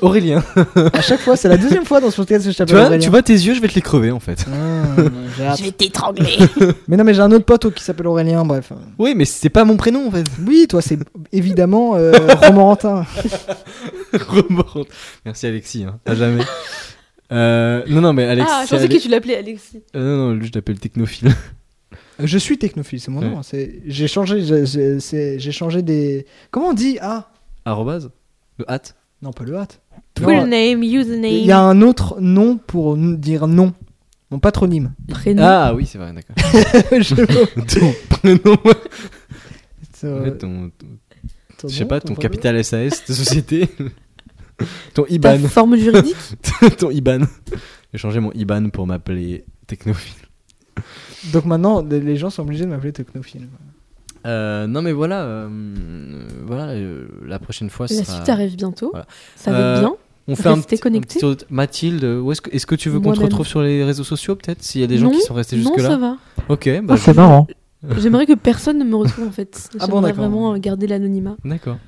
Aurélien,
À chaque fois, c'est la deuxième fois dans ce podcast que je
tu
t'appelle
vois,
Aurélien.
tu vois tes yeux, je vais te les crever en fait.
Mmh, j'ai hâte.
vais t'étrangler.
mais non, mais j'ai un autre pote qui s'appelle Aurélien, bref.
Oui, mais c'est pas mon prénom en fait.
Oui, toi, c'est évidemment euh, Romorantin.
Remorte. Merci Alexis, hein. à jamais. Euh, non, non, mais Alexis. Euh,
ah, je pensais que tu l'appelais Alexis.
non, non, lui, je l'appelle technophile.
Euh, Je suis technophile, c'est mon nom. hein, c'est- J'ai changé, j'ai- j'ai c'est- j'ai changé des. Comment on dit Ah
Arrobase Le hâte
Non, pas le hâte.
Full
Non,
name,
Il y a
username,
un autre nom pour n- dire non. Mon patronyme.
prénom.
Ah oui, c'est vrai, d'accord.
Je-
ton prénom.
ton-
En fait, ton- ton-
ton
je sais
nom,
pas,
ton
ton
prénom.
capital SAS de société. ton
Ta
IBAN.
forme juridique
ton IBAN. J'ai changé mon IBAN pour m'appeler technophile.
Donc maintenant, les- les gens sont obligés de m'appeler technophile.
Euh, non, mais voilà. euh, voilà, euh, la prochaine fois,
La
sera-
suite arrive bientôt.
Voilà.
Ça va
Euh,
être bien.
On fait un
Restez
petit, un
connectés.
petit autre- Mathilde, où est-ce que, est-ce que tu veux qu'on te
Moi-même.
retrouve sur les réseaux sociaux peut-être S'il y a des gens
Non,
qui sont restés
Non,
jusque-là
ça va.
Ok, bah, je-
marrant.
J'aimerais que personne ne me retrouve en fait.
Ah
J'aimerais
bon, d'accord.
vraiment euh, garder l'anonymat.
d'accord.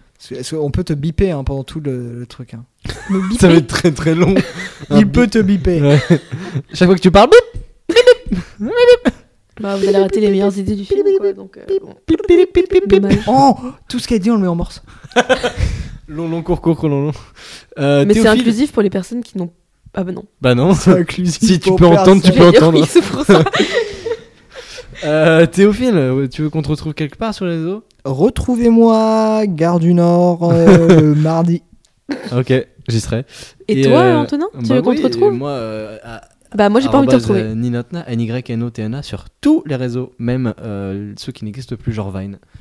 On peut te biper hein, pendant tout le, le truc. hein.
Me biper.
Ça va être très très long. Un
Il peut te biper.
Ouais. Chaque fois que tu parles, bip,
Bah, vous allez rater les meilleures idées du film. Quoi, donc, euh, bon,
bip, bip, bip, bip, bip.
dommage.
Oh Tout ce qu'elle dit, on le met en morse.
Long, long, court, court, court, long, long. Euh,
Mais c'est
Théophile-
inclusif pour les personnes qui n'ont. Ah bah non.
Bah non. si tu
pour
peux entendre, tu
personne.
peux
J'allais dire,
entendre.
oui, c'est pour ça.
Euh, Théophile, euh, tu veux qu'on te retrouve quelque part sur les réseaux
Retrouvez-moi, Gare du Nord, euh, mardi.
Ok, j'y serai.
Et, toi,
euh,
Antonin, tu
bah
veux qu'on
oui,
te retrouve
et Moi, euh, à-
Bah, moi j'ai pas envie de te
arrobase,
retrouver.
euh, Ninotna, N-Y-N-O-T-N-A, sur tous les réseaux, même euh, ceux qui n'existent plus, genre Vine. euh,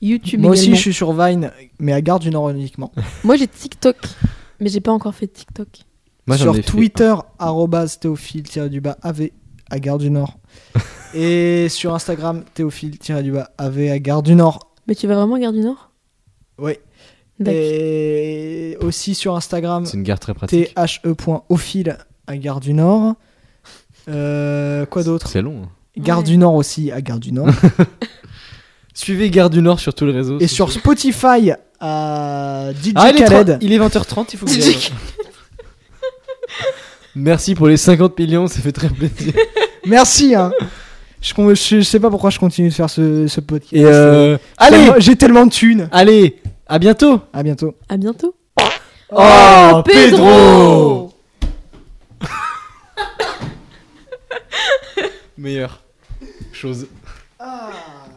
YouTube
Moi aussi,
également.
je suis sur Vine, mais à Gare du Nord uniquement.
Moi j'ai TikTok. Mais j'ai pas encore fait TikTok.
Moi, j'en
sur
ai fait.
Twitter, arrobas théophile-du-bas AV à Gare du Nord. Et sur Instagram, théophile-du-bas AV à Gare du Nord.
Mais tu vas vraiment garder du Nord
Ouais.
D'accord.
Et aussi sur Instagram,
C'est une gare très pratique.
the.ophile à Gare du Nord. Euh, quoi d'autre
C'est long. hein.
Gare
Ouais.
du Nord aussi à Gare du Nord.
Suivez Gare du Nord sur tous les réseaux.
Et
sociaux.
sur Spotify à DJ
Ah, il est,
Khaled.
30 il est 20h30, il faut que j'y
Dick.
aille. Merci pour les 50 millions, ça fait très plaisir.
Merci. Hein. Je, con- je- je sais pas pourquoi je continue de faire ce, ce podcast.
Et euh,
Allez,
allez,
j'ai tellement de thunes.
allez, à bientôt.
À bientôt.
À bientôt.
Oh, Pedro Meilleure chose.
Ah.